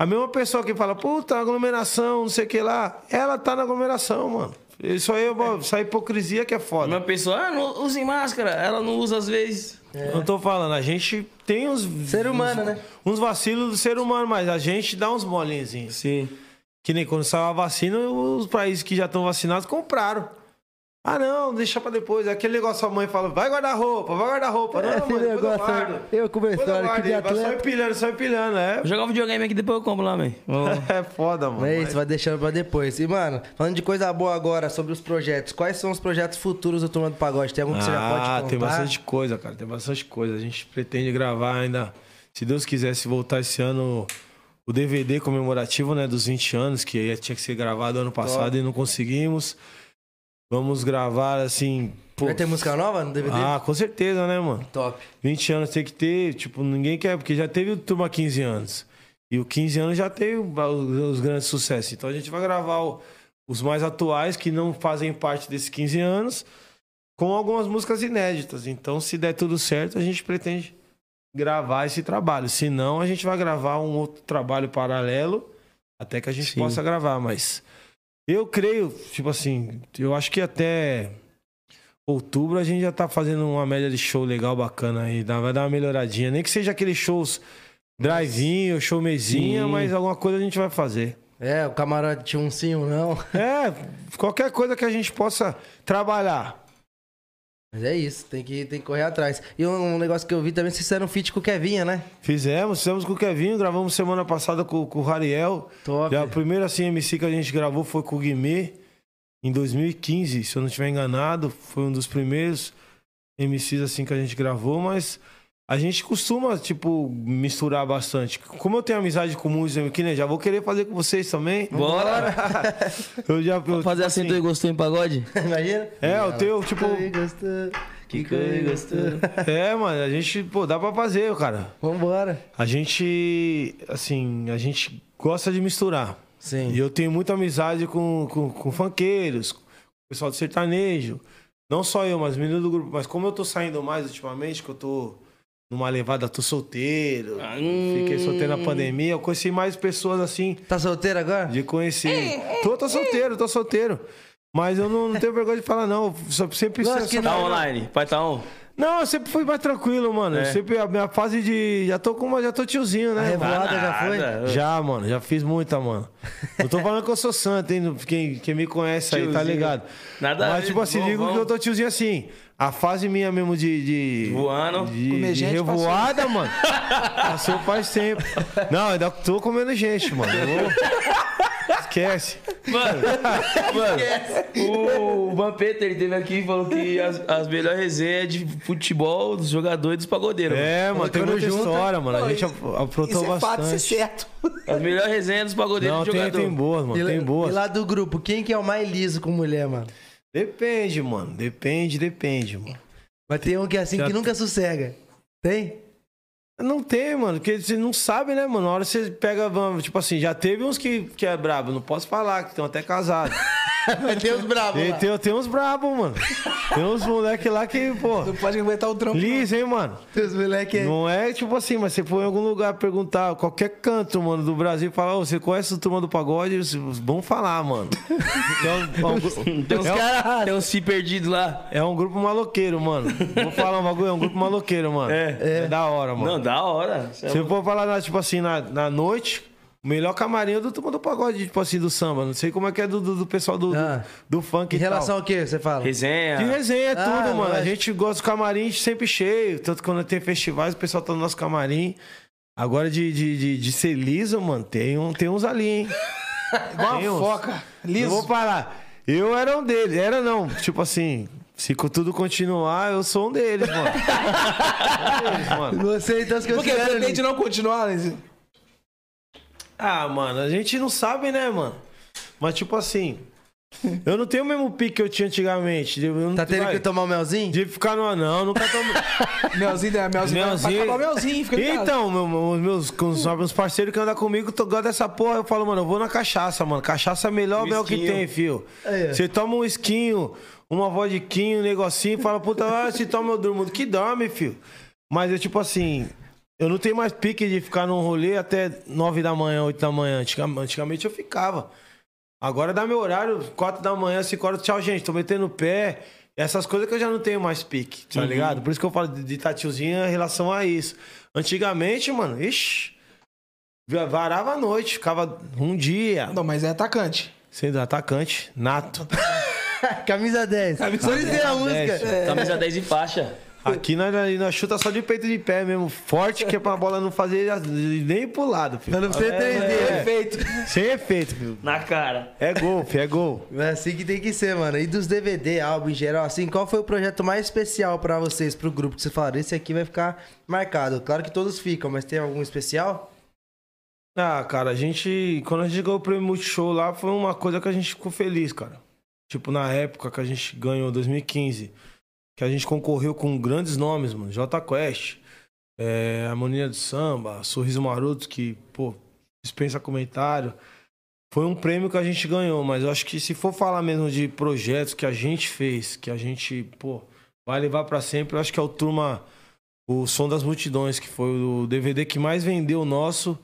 [SPEAKER 3] A mesma pessoa que fala, puta, aglomeração, não sei o que lá, ela tá na aglomeração, mano. Isso aí, é uma- essa hipocrisia que é
[SPEAKER 1] A
[SPEAKER 3] foda.
[SPEAKER 1] minha pessoa, ah, não usem máscara. Ela não usa às vezes.
[SPEAKER 3] Eu tô falando, a gente tem uns.
[SPEAKER 2] Ser humano,
[SPEAKER 3] uns-
[SPEAKER 2] né?
[SPEAKER 3] Uns vacilos do ser humano, mas a gente dá uns molinzinhos.
[SPEAKER 1] Sim.
[SPEAKER 3] Que nem quando saiu a vacina, os países que já estão vacinados compraram. Ah, não, deixa pra depois. É Aquele negócio a mãe fala, vai guardar roupa, vai guardar roupa. Não,
[SPEAKER 2] Esse
[SPEAKER 3] mãe, depois eu
[SPEAKER 2] É negócio né? aí,
[SPEAKER 3] guardo.
[SPEAKER 2] eu com uma
[SPEAKER 3] Depois
[SPEAKER 2] história
[SPEAKER 3] guardo.
[SPEAKER 2] que de
[SPEAKER 3] Ele vai Só
[SPEAKER 2] atleta-
[SPEAKER 3] empilhando, só empilhando, é.
[SPEAKER 1] Vou jogar um videogame aqui, depois eu compro lá, man. Vou-
[SPEAKER 3] É foda, mano.
[SPEAKER 2] Mas é isso, vai deixando pra depois. E, mano, falando de coisa boa agora, sobre os projetos. Quais são os projetos futuros do Turma do Pagode? Tem algum que você já pode
[SPEAKER 3] Ah,
[SPEAKER 2] contar?
[SPEAKER 3] tem bastante coisa, cara. Tem bastante coisa. A gente pretende gravar ainda, se Deus quiser, se voltar esse ano, o DVD comemorativo, né, dos 20 anos, que ia- tinha que ser gravado ano passado e não conseguimos. Vamos gravar, assim... pô,
[SPEAKER 2] Vai ter um música nova no DVD?
[SPEAKER 3] Ah, com certeza, né, mano?
[SPEAKER 2] Top.
[SPEAKER 3] 20 anos tem que ter, tipo, ninguém quer, porque já teve o Turma 15 anos. E o 15 anos já teve os, os grandes sucessos. Então a gente vai gravar o- os mais atuais que não fazem parte desses 15 anos, com algumas músicas inéditas. Então, se der tudo certo, a gente pretende gravar esse trabalho. Se não, a gente vai gravar um outro trabalho paralelo até que a gente
[SPEAKER 1] Sim.
[SPEAKER 3] possa gravar, mas eu creio, tipo assim, eu acho que até outubro a gente já tá fazendo uma média de show legal, bacana aí. dá- Vai dar uma melhoradinha. Nem que seja aqueles shows drive-in ou show mesinha,
[SPEAKER 1] Sim.
[SPEAKER 3] mas alguma coisa a gente vai fazer.
[SPEAKER 2] É, o camarote um sim, um não.
[SPEAKER 3] É, qualquer coisa que a gente possa trabalhar.
[SPEAKER 2] Mas é isso, tem que, tem que correr atrás. E um, um negócio que eu vi também, vocês fizeram um feat com o Kevinha, né?
[SPEAKER 3] Fizemos, fizemos com o Kevinho, gravamos semana passada com, com o Rariel.
[SPEAKER 2] Top.
[SPEAKER 3] Já, o primeiro assim, MC que a gente gravou foi com o Guimê, em 2015, se eu não estiver enganado. Foi um dos primeiros MCs assim que a gente gravou, mas a gente costuma, tipo, misturar bastante. Como eu tenho amizade com muitos aqui, né? Já vou querer fazer com vocês também.
[SPEAKER 1] Bora!
[SPEAKER 3] Eu já. Eu, tipo
[SPEAKER 1] Fazer assim, tu gostou em pagode?
[SPEAKER 2] Tipo Imagina?
[SPEAKER 3] é, eu tenho, tipo.
[SPEAKER 2] Que gostou, que coisa gostosa.
[SPEAKER 3] É, mano, a gente, pô, dá pra fazer, cara.
[SPEAKER 2] Vambora.
[SPEAKER 3] A gente, assim, a gente gosta de misturar.
[SPEAKER 2] Sim.
[SPEAKER 3] E eu tenho muita amizade com, com, com funkeiros, com o pessoal do sertanejo. Não só eu, mas menino do grupo. Mas como eu tô saindo mais ultimamente, que eu tô numa levada, tô solteiro.
[SPEAKER 2] Ah, hum.
[SPEAKER 3] Fiquei solteiro na pandemia. Eu conheci mais pessoas assim,
[SPEAKER 2] Tá solteiro agora?
[SPEAKER 3] de conhecer. Tô, tô solteiro, tô solteiro. Mas eu não, não tenho vergonha de falar, não. Eu só- sempre é
[SPEAKER 2] Lógico que
[SPEAKER 1] Tá online, pai tá on.
[SPEAKER 3] Não, eu sempre fui mais tranquilo, mano. Eu sempre a minha fase de. Já tô com uma, já tô tiozinho,
[SPEAKER 2] É. A
[SPEAKER 3] né? mano?
[SPEAKER 2] revoada já foi?
[SPEAKER 1] Tá Nada.
[SPEAKER 3] Já, mano, já fiz muita, mano. Eu tô falando que eu sou santo, hein? Quem, quem me conhece aí, tá
[SPEAKER 1] Tiozinho.
[SPEAKER 3] ligado?
[SPEAKER 1] Nada a
[SPEAKER 3] Mas,
[SPEAKER 1] ver,
[SPEAKER 3] tipo assim,
[SPEAKER 1] vamos,
[SPEAKER 3] digo
[SPEAKER 1] vamos.
[SPEAKER 3] que eu tô tiozinho assim. A fase minha mesmo de. de
[SPEAKER 1] Voando.
[SPEAKER 3] De,
[SPEAKER 4] Comer
[SPEAKER 3] de
[SPEAKER 4] gente passou.
[SPEAKER 3] revoada, mano. Passou faz tempo. Não, ainda tô comendo gente, mano. Eu- Esquece.
[SPEAKER 1] Mano, mano o Vampeta, ele teve aqui e falou que as, as melhores resenhas é de futebol, dos jogadores e dos pagodeiros. mano.
[SPEAKER 3] É, mano, tem muita
[SPEAKER 2] junto.
[SPEAKER 3] história, mano. A gente ap- aprontou
[SPEAKER 4] Isso é fato, isso é
[SPEAKER 3] bastante.
[SPEAKER 4] certo.
[SPEAKER 1] As melhores resenhas é dos pagodeiros
[SPEAKER 3] Não,
[SPEAKER 1] de
[SPEAKER 3] tem,
[SPEAKER 1] jogador.
[SPEAKER 3] tem boas, mano.
[SPEAKER 2] E lá-
[SPEAKER 4] é-
[SPEAKER 3] Tem boas.
[SPEAKER 2] E lá do grupo, quem que é o mais liso com mulher, mano?
[SPEAKER 3] Depende, mano. Depende, depende, mano.
[SPEAKER 2] Mas tem um que é assim
[SPEAKER 3] Já
[SPEAKER 2] que
[SPEAKER 3] tem-
[SPEAKER 2] nunca sossega. Tem?
[SPEAKER 3] Não tem, mano, porque você não sabe, né, mano? Na hora você pega, vamos, tipo assim, já teve uns que, que é brabo, não posso falar, que estão até casados.
[SPEAKER 2] Mas tem os bravos
[SPEAKER 3] tem,
[SPEAKER 2] lá.
[SPEAKER 3] tem, tem uns brabo, mano. Tem uns moleque lá que, pô,
[SPEAKER 4] Não pode aguentar o trampo.
[SPEAKER 3] liso, hein, mano?
[SPEAKER 2] Tem os moleque aí.
[SPEAKER 3] Não é tipo assim, mas você for em algum lugar perguntar, qualquer canto, mano, do Brasil, falar, ô, você conhece o Turma do Pagode? Eles Vão falar, mano. É um,
[SPEAKER 1] Tem uns
[SPEAKER 3] é um-
[SPEAKER 1] caras, tem uns se perdidos lá.
[SPEAKER 3] é um grupo maloqueiro, mano. Vou falar um bagulho, é um grupo maloqueiro, mano. É, da hora, mano.
[SPEAKER 1] Não, da hora. Cê é
[SPEAKER 3] Se eu for falar, na- tipo assim, na, na noite, o melhor camarim é do turma do pagode, tipo assim, do samba. Não sei como é que é do, do, do pessoal do, do-
[SPEAKER 2] Ah.
[SPEAKER 3] do, funk
[SPEAKER 2] Em
[SPEAKER 3] e tal.
[SPEAKER 2] relação ao que você fala?
[SPEAKER 1] Resenha.
[SPEAKER 3] De resenha, é tudo,
[SPEAKER 2] Ah,
[SPEAKER 3] mano. A
[SPEAKER 2] lógico.
[SPEAKER 3] gente gosta do camarim sempre cheio. Tanto quando tem festivais, o pessoal tá no nosso camarim. Agora de, de, de, de ser liso, mano, tem, um, tem uns ali, hein? Igual
[SPEAKER 4] Foca.
[SPEAKER 3] Liso. Eu
[SPEAKER 4] Liso.
[SPEAKER 3] vou parar. Eu era um deles. Era não. Tipo assim, Se co- tudo continuar, eu sou um deles, mano. Sou um deles, mano.
[SPEAKER 2] Você então se
[SPEAKER 4] Por que?
[SPEAKER 2] considera,
[SPEAKER 4] Pretende não continuar, Lenzinho?
[SPEAKER 3] Ah, mano, a gente não sabe, né, mano? Mas tipo assim, eu não tenho o mesmo pique que eu tinha antigamente. Eu não
[SPEAKER 2] Tá tendo
[SPEAKER 3] vai,
[SPEAKER 2] que tomar um melzinho?
[SPEAKER 3] De ficar no anão, nunca tomei.
[SPEAKER 4] Melzinho, né? Melzinho. vai- Vai acabar o melzinho, fica ligado.
[SPEAKER 3] Então, meu, meu, os meus, com os meus parceiros que andam comigo, tô, gosta dessa porra. Eu falo, mano, eu vou na cachaça, mano. Cachaça é o melhor mel que
[SPEAKER 1] Whiskinho.
[SPEAKER 3] tem, fio.
[SPEAKER 2] Um É.
[SPEAKER 3] Você toma um esquinho, uma vodiquinho, um negocinho, fala, puta, ah, se toma, eu durmo. Que dorme, fio. Mas é tipo assim, eu não tenho mais pique de ficar num rolê até 9 da manhã, 8 da manhã. Antiga- Antigamente eu ficava. Agora dá meu horário, 4 da manhã, 5 horas, tchau, gente, tô metendo o pé. Essas coisas que eu já não tenho mais pique, tá ligado? Por isso que eu falo de, de tatiozinha em relação a isso. Antigamente, mano, ixi, va- varava a noite, ficava um dia
[SPEAKER 4] Não, mas é atacante.
[SPEAKER 3] sendo atacante, nato.
[SPEAKER 2] Camisa Tá 10.
[SPEAKER 4] Camisa
[SPEAKER 2] Por isso tem a
[SPEAKER 3] 10.
[SPEAKER 2] música.
[SPEAKER 1] Camisa 10 e faixa.
[SPEAKER 3] Aqui nós, nós chuta só de peito de pé mesmo, forte, que é pra bola não fazer nem pro lado,
[SPEAKER 2] Pra
[SPEAKER 3] filho.
[SPEAKER 2] não você entender.
[SPEAKER 4] Perfeito.
[SPEAKER 3] Sem efeito, filho.
[SPEAKER 1] Na cara.
[SPEAKER 3] É gol, filho, é gol.
[SPEAKER 2] É assim que tem que ser, mano. E dos DVD, álbum em geral, assim, qual foi o projeto mais especial pra vocês, pro grupo que vocês falaram? Esse aqui vai ficar marcado. Claro que todos ficam, mas tem algum especial?
[SPEAKER 3] Ah, cara, a gente. Quando a gente ganhou o prêmio Multishow lá, foi uma coisa que a gente ficou feliz, cara. Tipo, na época que a gente ganhou, 2015, que a gente concorreu com grandes nomes, mano. J Quest, é, Harmonia do Samba, Sorriso Maroto, que, pô, dispensa comentário. Foi um prêmio que a gente ganhou, mas eu acho que se for falar mesmo de projetos que a gente fez, que a gente, pô, vai levar pra sempre, eu acho que é o Turma. O Som das Multidões, que foi o DVD que mais vendeu o nosso.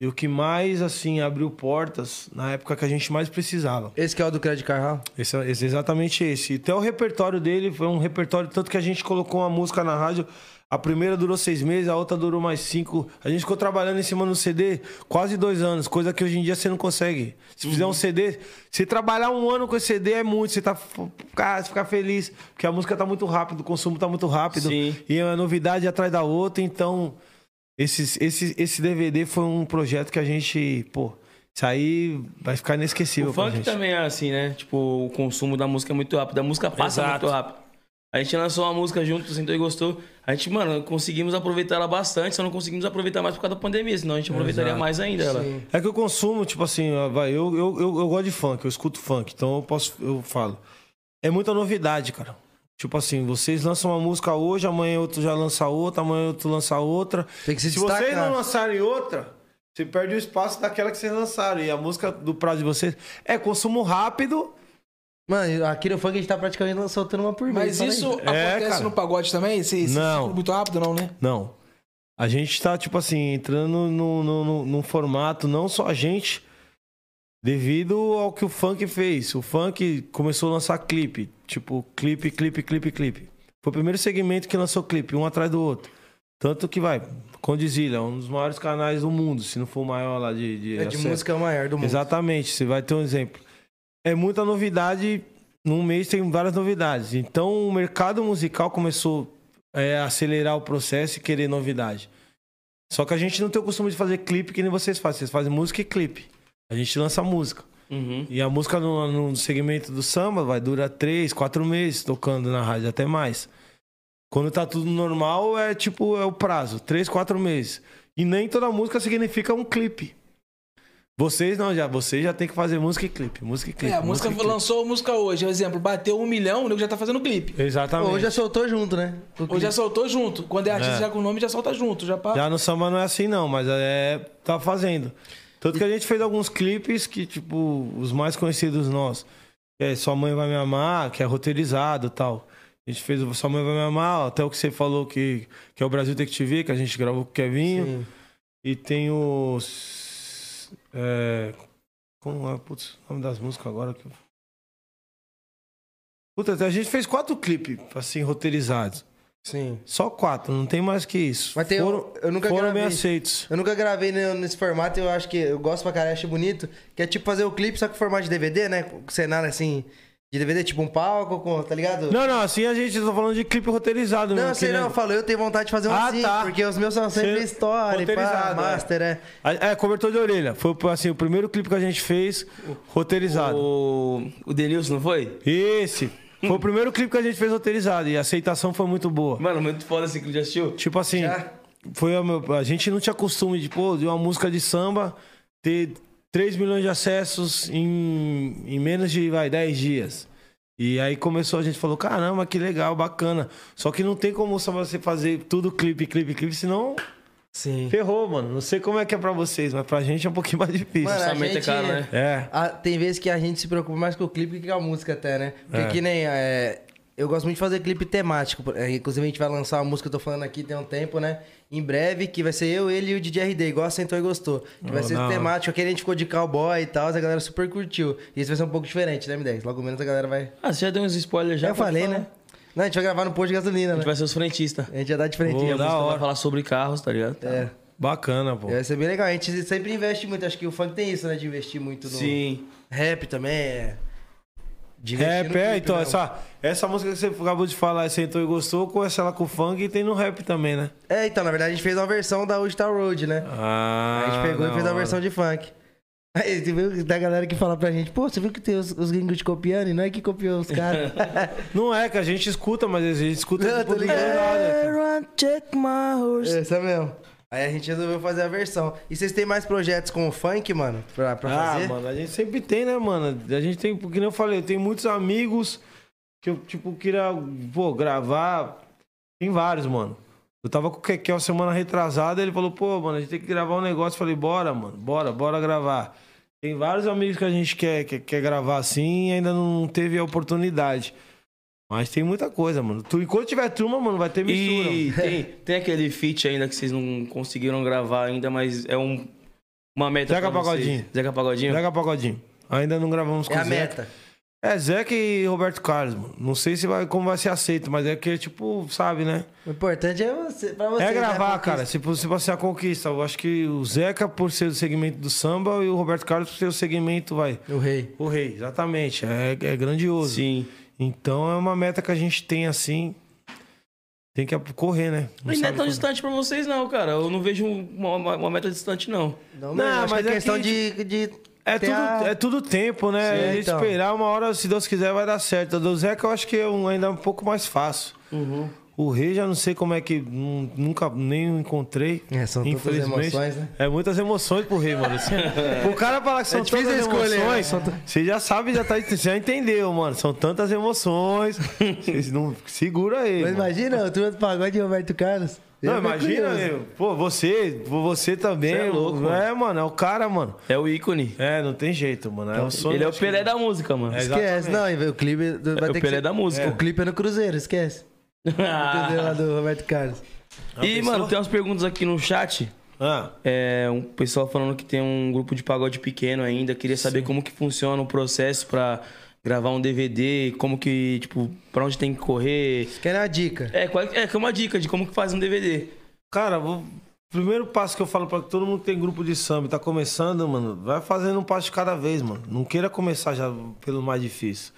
[SPEAKER 3] E o que mais, assim, abriu portas na época que a gente mais precisava.
[SPEAKER 2] Esse que é o do Credit Card Hall?
[SPEAKER 3] Esse, é- esse é exatamente esse. Até o repertório dele foi um repertório, tanto que a gente colocou uma música na rádio. A primeira durou seis meses, a outra durou mais cinco. A gente ficou trabalhando em cima do CD quase dois anos, coisa que hoje em dia você não consegue. Se fizer um
[SPEAKER 1] Uhum.
[SPEAKER 3] CD, se trabalhar um ano com esse CD é muito, você tá f- ficar, ficar feliz, porque a música tá muito rápido, o consumo tá muito rápido.
[SPEAKER 1] Sim.
[SPEAKER 3] E é uma novidade atrás da outra, então. Esse, esse, esse DVD foi um projeto que a gente, pô, isso aí vai ficar inesquecível.
[SPEAKER 1] O
[SPEAKER 3] pra
[SPEAKER 1] funk
[SPEAKER 3] gente.
[SPEAKER 1] também é assim, né? Tipo, o consumo da música é muito rápido. A música passa
[SPEAKER 3] Exato.
[SPEAKER 1] muito rápido. A gente lançou uma música junto, sentou e gostou. A gente, mano, conseguimos aproveitar ela bastante, só não conseguimos aproveitar mais por causa da pandemia, senão a gente aproveitaria mais ainda ela.
[SPEAKER 3] É que eu consumo, tipo assim, ó, vai, eu, eu, eu, eu gosto de funk, eu escuto funk, então eu posso, eu falo. É muita novidade, cara. Tipo assim, vocês lançam uma música hoje, amanhã outro já lança outra, amanhã outro lança outra.
[SPEAKER 2] Tem que se
[SPEAKER 3] Se
[SPEAKER 2] destacar.
[SPEAKER 3] vocês não lançarem outra, você perde o espaço daquela que vocês lançaram. E a música do prazo de vocês é consumo rápido.
[SPEAKER 2] Mano, aqui no funk a gente tá praticamente soltando uma por mês.
[SPEAKER 4] Mas
[SPEAKER 2] fala
[SPEAKER 4] isso
[SPEAKER 2] aí.
[SPEAKER 3] É,
[SPEAKER 4] acontece
[SPEAKER 3] cara.
[SPEAKER 4] no pagode também? Esse, esse
[SPEAKER 3] Não.
[SPEAKER 4] ciclo muito rápido, não, né?
[SPEAKER 3] Não. A gente tá, tipo assim, entrando num no, no, num formato, não só a gente, devido ao que o funk fez. O funk começou a lançar clipe. Tipo, clipe, clipe, clipe, clipe. Foi o primeiro segmento que lançou clipe, um atrás do outro. Tanto que vai, Condizila, um dos maiores canais do mundo, se não for o maior lá de. de
[SPEAKER 2] É de
[SPEAKER 3] acesso.
[SPEAKER 2] música maior do mundo.
[SPEAKER 3] Exatamente, você vai ter um exemplo. É muita novidade, num mês tem várias novidades. Então o mercado musical começou é, a acelerar o processo e querer novidade. Só que a gente não tem o costume de fazer clipe que nem vocês fazem. Vocês fazem música e clipe. A gente lança música.
[SPEAKER 1] Uhum.
[SPEAKER 3] E a música no, no segmento do samba vai durar três, quatro meses tocando na rádio, até mais. Quando tá tudo normal, é tipo, é o prazo, três, quatro meses. E nem toda música significa um clipe. Vocês não, já, vocês já tem que fazer música e clipe, música e clipe.
[SPEAKER 4] é, a música
[SPEAKER 3] e clipe.
[SPEAKER 4] lançou a música hoje, exemplo, bateu um milhão, o nego já tá fazendo clipe.
[SPEAKER 3] Exatamente.
[SPEAKER 2] Ah, Hoje já soltou junto, né? O
[SPEAKER 4] Hoje
[SPEAKER 2] clipe.
[SPEAKER 4] já soltou junto. Quando é artista
[SPEAKER 3] É.
[SPEAKER 4] já com nome, já solta junto. Já pá.
[SPEAKER 3] Já no samba não é assim, não, mas é. Tá fazendo. Tanto que a gente fez alguns clipes que, tipo, os mais conhecidos nós. É Sua Mãe Vai Me Amar, que é roteirizado e tal. A gente fez o Sua Mãe Vai Me Amar, até o que você falou que, que é o Brasil Tem Que Te Ver, que a gente gravou com o Kevinho.
[SPEAKER 2] Sim.
[SPEAKER 3] E tem os. É, como é putz, o nome das músicas agora? Que... eu- Puta, a gente fez quatro clipes, assim, roteirizados.
[SPEAKER 2] Sim.
[SPEAKER 3] Só quatro, não tem mais que isso.
[SPEAKER 2] Mas tem- um-
[SPEAKER 3] foram,
[SPEAKER 2] eu nunca
[SPEAKER 3] foram bem assim.
[SPEAKER 2] gravei.
[SPEAKER 3] aceitos.
[SPEAKER 2] Eu nunca gravei ne- nesse formato, eu acho que eu gosto pra caralho, acho bonito. Que é tipo fazer o clipe, só que formato de DVD, né? Com cenário assim, de DVD, tipo um palco, com, tá ligado?
[SPEAKER 3] Não, não, assim a gente tá falando de clipe roteirizado mesmo.
[SPEAKER 2] Não, sei
[SPEAKER 3] que
[SPEAKER 2] não,
[SPEAKER 3] nem-
[SPEAKER 2] eu falo, eu tenho vontade de fazer um
[SPEAKER 3] né? Ah,
[SPEAKER 2] assim,
[SPEAKER 3] tá.
[SPEAKER 2] porque os meus são sempre
[SPEAKER 3] Você-
[SPEAKER 2] história, pá,
[SPEAKER 3] roteirizado, é.
[SPEAKER 2] master, é.
[SPEAKER 3] É, é, cobertor de orelha. Foi assim, o primeiro clipe que a gente fez roteirizado.
[SPEAKER 1] O, o Denilson, não foi?
[SPEAKER 3] Esse. Foi o primeiro clipe que a gente fez roteirizado e a aceitação foi muito boa.
[SPEAKER 1] Mano, muito foda esse clipe, já assistiu?
[SPEAKER 3] Tipo assim, foi o meu- a gente não tinha costume de, pô, de uma música de samba ter 3 milhões de acessos em, em menos de, vai, 10 dias. E aí começou, a gente falou, caramba, que legal, bacana. Só que não tem como só você fazer tudo clipe, clipe, clipe, senão
[SPEAKER 2] Sim.
[SPEAKER 3] ferrou, mano. Não sei como é que é pra vocês, mas pra gente é um pouquinho mais difícil.
[SPEAKER 2] Mano, a
[SPEAKER 1] Orçamento é
[SPEAKER 2] gente,
[SPEAKER 1] caro, né?
[SPEAKER 3] É.
[SPEAKER 2] Ah, tem vezes que a gente se preocupa mais com o clipe que com a música até, né? Porque
[SPEAKER 3] É.
[SPEAKER 2] que nem... é, eu gosto muito de fazer clipe temático. por- é, Inclusive, a gente vai lançar uma música, eu tô falando aqui tem um tempo, né? Em breve, que vai ser eu, ele e o DJ RD, igual sentou e gostou. Que vai
[SPEAKER 3] Oh,
[SPEAKER 2] ser
[SPEAKER 3] da hora.
[SPEAKER 2] temático. Aquele a gente ficou de cowboy e tal, a galera super curtiu. E isso vai ser um pouco diferente, né, M10? Logo menos a galera vai...
[SPEAKER 1] Ah, você já deu uns spoilers já?
[SPEAKER 2] eu
[SPEAKER 1] pode
[SPEAKER 2] falei,
[SPEAKER 1] falar.
[SPEAKER 2] né? Não, a gente vai gravar no posto de gasolina,
[SPEAKER 1] A
[SPEAKER 2] né?
[SPEAKER 1] gente vai ser os frentistas.
[SPEAKER 2] A gente já tá dá diferente.
[SPEAKER 3] Boa,
[SPEAKER 2] a
[SPEAKER 3] da
[SPEAKER 2] música
[SPEAKER 1] Vai
[SPEAKER 3] hora.
[SPEAKER 1] falar sobre carros, tá ligado?
[SPEAKER 2] É.
[SPEAKER 3] Bacana, pô. É,
[SPEAKER 2] Vai ser bem legal. A gente sempre investe muito. Acho que o funk tem isso, né? De investir muito no.
[SPEAKER 1] Sim.
[SPEAKER 2] Rap também é. De investir no
[SPEAKER 3] Rap, é,
[SPEAKER 2] clipe,
[SPEAKER 3] então,
[SPEAKER 2] né?
[SPEAKER 3] essa, essa música que você acabou de falar, você entrou e gostou, conhece ela com funk e tem no rap também, né?
[SPEAKER 2] É, então, na verdade a gente fez uma versão da Old Town Road, né?
[SPEAKER 3] Ah,
[SPEAKER 2] a gente pegou e
[SPEAKER 3] da
[SPEAKER 2] fez uma
[SPEAKER 3] hora.
[SPEAKER 2] versão de funk. Aí você viu da galera que fala pra gente, pô, você viu que tem os, os gringos te copiando e não é que copiou os caras.
[SPEAKER 3] Não é que a gente escuta, mas a gente escuta
[SPEAKER 2] Não,
[SPEAKER 3] tipo,
[SPEAKER 2] tô
[SPEAKER 3] do
[SPEAKER 2] ligado. É,
[SPEAKER 3] nada. É,
[SPEAKER 1] Run, check my horse.
[SPEAKER 2] Essa mesmo. Aí a gente resolveu fazer a versão. E vocês têm mais projetos com o funk, mano? Pra, pra
[SPEAKER 3] Ah,
[SPEAKER 2] fazer?
[SPEAKER 3] mano, a gente sempre tem, né, mano? A gente tem, porque nem eu falei, eu tenho muitos amigos que eu, tipo, queria, pô, gravar. Tem vários, mano. Eu tava com o Kekel semana retrasada, ele falou, pô, mano, a gente tem que gravar um negócio. Eu falei, bora, mano, bora, bora gravar. Tem vários amigos que a gente quer, quer, quer gravar assim e ainda não teve a oportunidade. Mas tem muita coisa, mano. Tu, enquanto tiver turma, mano, vai ter mistura.
[SPEAKER 1] E
[SPEAKER 3] mano.
[SPEAKER 1] tem, tem aquele feat ainda que vocês não conseguiram gravar ainda, mas é um, uma meta
[SPEAKER 3] Zeca
[SPEAKER 1] pra vocês.
[SPEAKER 3] Pagodinho.
[SPEAKER 1] Zeca Pagodinho.
[SPEAKER 3] Pega pagodinho. Ainda não gravamos com
[SPEAKER 2] é a
[SPEAKER 3] o Zeca.
[SPEAKER 2] meta.
[SPEAKER 3] É, Zeca e Roberto Carlos, mano. Não sei se vai, como vai ser aceito, mas é que, tipo, sabe, né?
[SPEAKER 2] O importante é você, pra você.
[SPEAKER 3] É
[SPEAKER 2] né,
[SPEAKER 3] gravar,
[SPEAKER 2] conquista.
[SPEAKER 3] cara. Se você vai ser a conquista, eu acho que o Zeca por ser do segmento do samba e o Roberto Carlos por ser o segmento, vai.
[SPEAKER 2] O rei.
[SPEAKER 3] O rei, exatamente. É, é grandioso.
[SPEAKER 1] Sim.
[SPEAKER 3] Então é uma meta que a gente tem, assim. Tem que correr, né?
[SPEAKER 1] Mas não é
[SPEAKER 3] sabe
[SPEAKER 1] tão
[SPEAKER 3] como-
[SPEAKER 1] distante pra vocês, não, cara. Eu não vejo uma, uma- uma meta distante, não.
[SPEAKER 2] Não,
[SPEAKER 3] Não,
[SPEAKER 2] mas,
[SPEAKER 3] mas
[SPEAKER 2] é
[SPEAKER 3] é
[SPEAKER 2] questão
[SPEAKER 3] que-
[SPEAKER 2] de. de
[SPEAKER 3] É
[SPEAKER 2] ter
[SPEAKER 3] tudo,
[SPEAKER 2] a-
[SPEAKER 3] é tudo tempo, né?
[SPEAKER 2] Sim,
[SPEAKER 3] a gente
[SPEAKER 2] então.
[SPEAKER 3] esperar uma hora, se Deus quiser, vai dar certo. A do Zeca eu acho que é um, ainda um pouco mais fácil.
[SPEAKER 2] Uhum.
[SPEAKER 3] O Rei já não sei como é que. nun- Nunca nem o encontrei.
[SPEAKER 2] É, são tantas emoções, né?
[SPEAKER 3] É muitas emoções pro Rei, mano. Assim, o cara falar que são
[SPEAKER 2] É
[SPEAKER 3] tantas
[SPEAKER 2] difícil escolher, né?
[SPEAKER 3] emoções.
[SPEAKER 2] São t-
[SPEAKER 3] Você já sabe, já, tá, você já entendeu, mano. São tantas emoções. Vocês não. Segura aí.
[SPEAKER 2] Mas
[SPEAKER 3] mano.
[SPEAKER 2] imagina, o turma do pagode e Roberto Carlos.
[SPEAKER 3] Não,
[SPEAKER 2] Eu fico
[SPEAKER 3] imagina,
[SPEAKER 2] curioso.
[SPEAKER 3] meu. Pô, você, você também.
[SPEAKER 1] Você é louco,
[SPEAKER 3] mano. É, mano, é o cara, mano.
[SPEAKER 1] É o ícone.
[SPEAKER 3] É, não tem jeito, mano. É o sonho.
[SPEAKER 1] Ele é o
[SPEAKER 3] acho que-
[SPEAKER 1] Pelé da música, mano.
[SPEAKER 3] É.
[SPEAKER 2] Esquece, não, e o clipe do- vai
[SPEAKER 1] É o
[SPEAKER 2] ter que
[SPEAKER 1] Pelé
[SPEAKER 2] ser-
[SPEAKER 1] da música. Ah.
[SPEAKER 2] O clipe é no Cruzeiro, esquece. O Cruzeiro lá do Roberto Carlos.
[SPEAKER 1] e, mano, tem umas perguntas aqui no chat.
[SPEAKER 3] Ah,
[SPEAKER 1] É, um pessoal falando que tem um grupo de pagode pequeno ainda. Queria saber como que funciona o processo pra gravar um DVD, como que, tipo, pra onde tem que correr.
[SPEAKER 2] Quer uma dica?
[SPEAKER 1] É, qual, é, que é uma dica de como que faz um DVD.
[SPEAKER 3] cara, vou... primeiro passo que eu falo pra todo mundo que tem grupo de samba e tá começando, mano, vai fazendo um passo de cada vez, mano. Não queira começar já pelo mais difícil.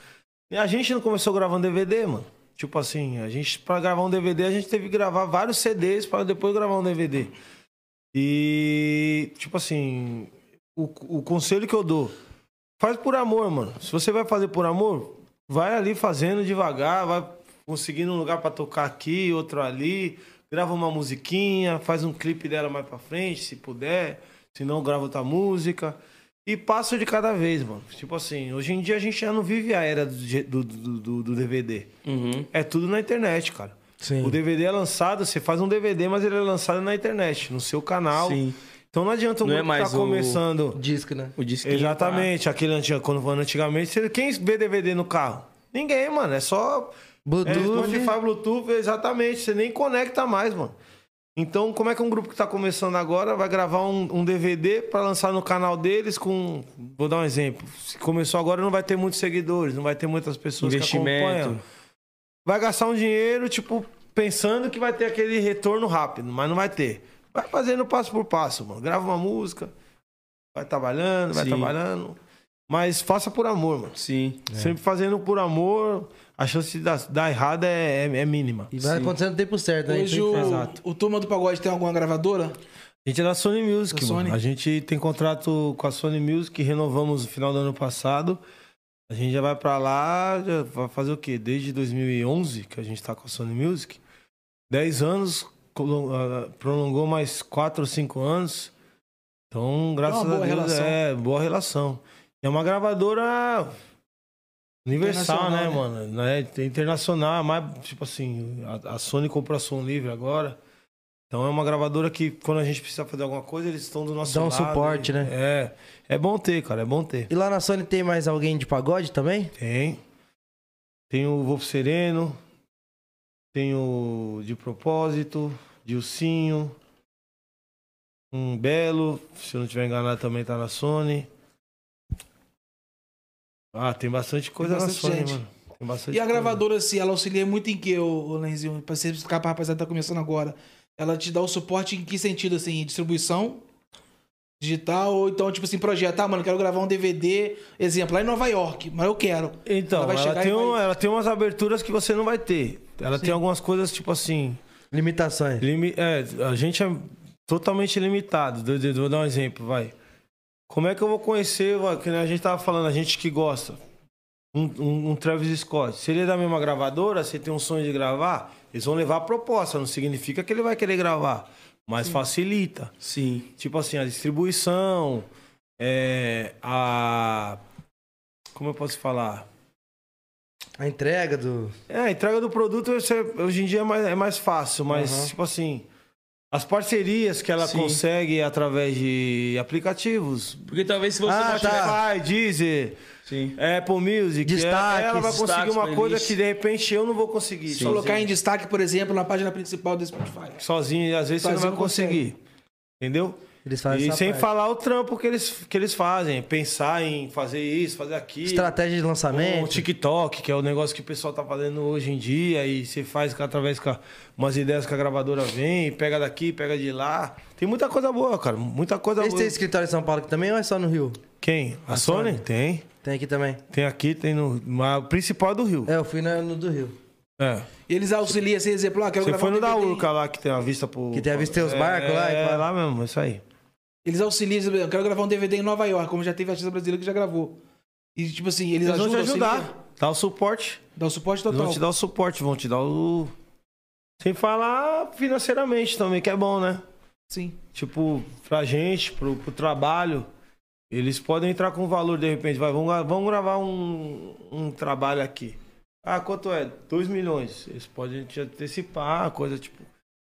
[SPEAKER 3] E a gente não começou gravando DVD, mano. Tipo assim, a gente, pra gravar um DVD, a gente teve que gravar vários CDs pra depois gravar um DVD. E, tipo assim, o, o conselho que eu dou, faz por amor, mano. Se você vai fazer por amor, vai ali fazendo devagar, vai conseguindo um lugar pra tocar aqui, outro ali, grava uma musiquinha, faz um clipe dela mais pra frente, se puder, se não, grava outra música. E passo de cada vez, mano. Tipo assim, hoje em dia a gente já não vive a era do, je- do- do- do- do DVD.
[SPEAKER 1] Uhum.
[SPEAKER 3] É tudo na internet, cara.
[SPEAKER 2] Sim.
[SPEAKER 3] O DVD é lançado, você faz um DVD, mas ele é lançado na internet, no seu canal.
[SPEAKER 1] Sim.
[SPEAKER 3] Então não adianta um
[SPEAKER 1] Não é
[SPEAKER 3] grupo que
[SPEAKER 1] mais
[SPEAKER 3] tá
[SPEAKER 1] o-
[SPEAKER 3] começando.
[SPEAKER 2] Disco, né?
[SPEAKER 3] É,
[SPEAKER 1] O disco.
[SPEAKER 3] Exatamente, aquele antigo, quando foi antigamente, você- quem vê DVD no carro? Ninguém, mano, é só
[SPEAKER 2] Bluetooth. né?
[SPEAKER 3] é, Spotify, Bluetooth, exatamente, você nem conecta mais, mano. Então, como é que um grupo que tá começando agora vai gravar um, um DVD pra lançar no canal deles com, vou dar um exemplo, se começou agora não vai ter muitos seguidores, não vai ter muitas pessoas que acompanham
[SPEAKER 1] Investimento.
[SPEAKER 3] vai gastar um dinheiro, tipo, pensando que vai ter aquele retorno rápido, mas não vai ter. Vai fazendo passo por passo, mano. Grava uma música, vai trabalhando, vai
[SPEAKER 1] Sim.
[SPEAKER 3] trabalhando. Mas faça por amor, mano.
[SPEAKER 1] tá, Sim.
[SPEAKER 3] Sempre fazendo por amor, a chance de dar, dar errado é, é- é mínima.
[SPEAKER 2] E vai
[SPEAKER 1] Sim.
[SPEAKER 2] acontecendo no tempo certo, né?
[SPEAKER 4] Hoje
[SPEAKER 2] Então,
[SPEAKER 4] o,
[SPEAKER 3] Exato.
[SPEAKER 4] o Turma do Pagode tem alguma gravadora?
[SPEAKER 3] A gente é da Sony Music,
[SPEAKER 4] Da
[SPEAKER 3] mano.
[SPEAKER 4] Sony.
[SPEAKER 3] A gente tem contrato com a Sony Music, renovamos no final do ano passado. A gente já vai pra lá, já vai fazer o quê? Desde 2011 que a gente tá com a Sony Music. 10 anos, colo- ah, prolongou mais 4 ou 5 anos. Então, graças
[SPEAKER 4] boa
[SPEAKER 3] a Deus,
[SPEAKER 4] relação.
[SPEAKER 3] é boa relação. É uma gravadora universal, né,
[SPEAKER 4] Internacional, né?
[SPEAKER 3] mano? Né? Internacional, mas, tipo assim, a, a Sony comprou a Som Livre agora. Então é uma gravadora que, quando a gente precisa fazer alguma coisa, eles estão do nosso
[SPEAKER 2] Dá um
[SPEAKER 3] lado.
[SPEAKER 2] suporte,
[SPEAKER 3] e-
[SPEAKER 2] né?
[SPEAKER 3] É. É bom ter, cara, é bom ter.
[SPEAKER 2] E lá na Sony tem mais alguém de pagode também?
[SPEAKER 3] Tem. Tem o Wolf Sereno. Tem o De Propósito. Dilcinho. Um Belo. Se eu não tiver enganado, também tá na Sony. Ah, tem bastante coisa
[SPEAKER 4] bastante
[SPEAKER 3] na Sony,
[SPEAKER 4] gente.
[SPEAKER 3] mano. Tem bastante
[SPEAKER 4] E a
[SPEAKER 3] coisa.
[SPEAKER 4] gravadora, assim, ela auxilia muito em que, o Lenzinho? Pra você explicar pra rapaziada que tá começando agora. Ela te dá o suporte em que sentido, assim? Distribuição digital ou então, tipo assim, projeto. Ah, mano, quero gravar um DVD, exemplo, lá em Nova York, mas eu quero.
[SPEAKER 3] Então,
[SPEAKER 4] Ela vai
[SPEAKER 3] ela,
[SPEAKER 4] chegar e
[SPEAKER 3] tem
[SPEAKER 4] vai-
[SPEAKER 3] um- ela tem umas aberturas que você não vai ter. Ela tem algumas coisas, tipo assim.
[SPEAKER 2] Limitações.
[SPEAKER 3] Limi- é, a gente é totalmente limitado. Deu- deu- Vou dar um exemplo, vai. Como é que eu vou conhecer, vai, que nem a gente tava falando, a gente que gosta, um, um- um Travis Scott? Se ele é da mesma gravadora, se ele tem um sonho de gravar, eles vão levar a proposta, não significa que ele vai querer gravar, mas facilita.
[SPEAKER 1] Sim.
[SPEAKER 3] Tipo assim, a distribuição, é, a... Como eu posso falar?
[SPEAKER 2] A entrega do.
[SPEAKER 3] É, a entrega do produto você- hoje em dia é mais, é mais fácil, mas,
[SPEAKER 2] Aham.
[SPEAKER 3] tipo assim, as parcerias que ela
[SPEAKER 1] Uhum. Sim.
[SPEAKER 3] consegue através de aplicativos.
[SPEAKER 1] Porque talvez se você
[SPEAKER 2] Ah,
[SPEAKER 1] não
[SPEAKER 2] tá.
[SPEAKER 1] tiver...
[SPEAKER 3] Spotify, Deezer,
[SPEAKER 1] Sim.
[SPEAKER 3] Apple Music. é,
[SPEAKER 2] Destaques,
[SPEAKER 3] ela vai conseguir
[SPEAKER 1] destaques,
[SPEAKER 3] uma coisa
[SPEAKER 1] playlist.
[SPEAKER 3] que de repente eu não vou conseguir.
[SPEAKER 1] Sim.
[SPEAKER 3] sozinho.
[SPEAKER 4] Colocar em destaque, por exemplo, na página principal do Spotify.
[SPEAKER 3] Sozinho, e às vezes você
[SPEAKER 4] Sozinho
[SPEAKER 3] não vai
[SPEAKER 4] não consegue.
[SPEAKER 3] conseguir. Entendeu?
[SPEAKER 2] Eles fazem
[SPEAKER 3] e
[SPEAKER 2] essa
[SPEAKER 3] sem
[SPEAKER 2] parte.
[SPEAKER 3] falar o trampo que eles, que eles fazem. Pensar em fazer isso, fazer aquilo.
[SPEAKER 2] Estratégia de lançamento.
[SPEAKER 3] O TikTok, que é o negócio que o pessoal tá fazendo hoje em dia, e você faz com- através com a- umas ideias que a gravadora vem, pega daqui, pega de lá. Tem muita coisa boa, cara. Muita coisa
[SPEAKER 2] Eles
[SPEAKER 3] boa.
[SPEAKER 2] têm escritório em São Paulo aqui também ou é só no Rio?
[SPEAKER 3] Quem? A, Sony? Tem.
[SPEAKER 2] Tem aqui também.
[SPEAKER 3] Tem aqui, tem no. Mas o principal é do Rio.
[SPEAKER 2] É, eu fui na- no do Rio.
[SPEAKER 3] É.
[SPEAKER 4] E eles auxiliam, assim, exemplo, ah, quero
[SPEAKER 3] Você
[SPEAKER 4] gravar
[SPEAKER 3] foi
[SPEAKER 4] um
[SPEAKER 3] no da
[SPEAKER 4] DVD.
[SPEAKER 3] Urca lá que tem a vista pro.
[SPEAKER 2] Que tem a vista, tem os barcos
[SPEAKER 3] é,
[SPEAKER 2] lá e pá.
[SPEAKER 3] É, lá mesmo, isso aí.
[SPEAKER 4] Eles auxiliam, por exemplo, eu quero gravar um DVD em Nova York, como já teve artista brasileiro que já gravou. E, tipo assim, eles,
[SPEAKER 3] Eles, vão te
[SPEAKER 4] ajudam, auxiliam,
[SPEAKER 3] ajudar. Dá o suporte.
[SPEAKER 4] dá o suporte
[SPEAKER 3] Eles
[SPEAKER 4] total.
[SPEAKER 3] vão te dar o suporte, vão te dar o. Sem falar financeiramente também, que é bom, né?
[SPEAKER 4] Sim.
[SPEAKER 3] tipo, pra gente, pro, pro trabalho, eles podem entrar com valor de repente. Vai, vamos, gra- vamos gravar um, um trabalho aqui. Ah, quanto é? 2 milhões. Eles podem te antecipar, coisa tipo.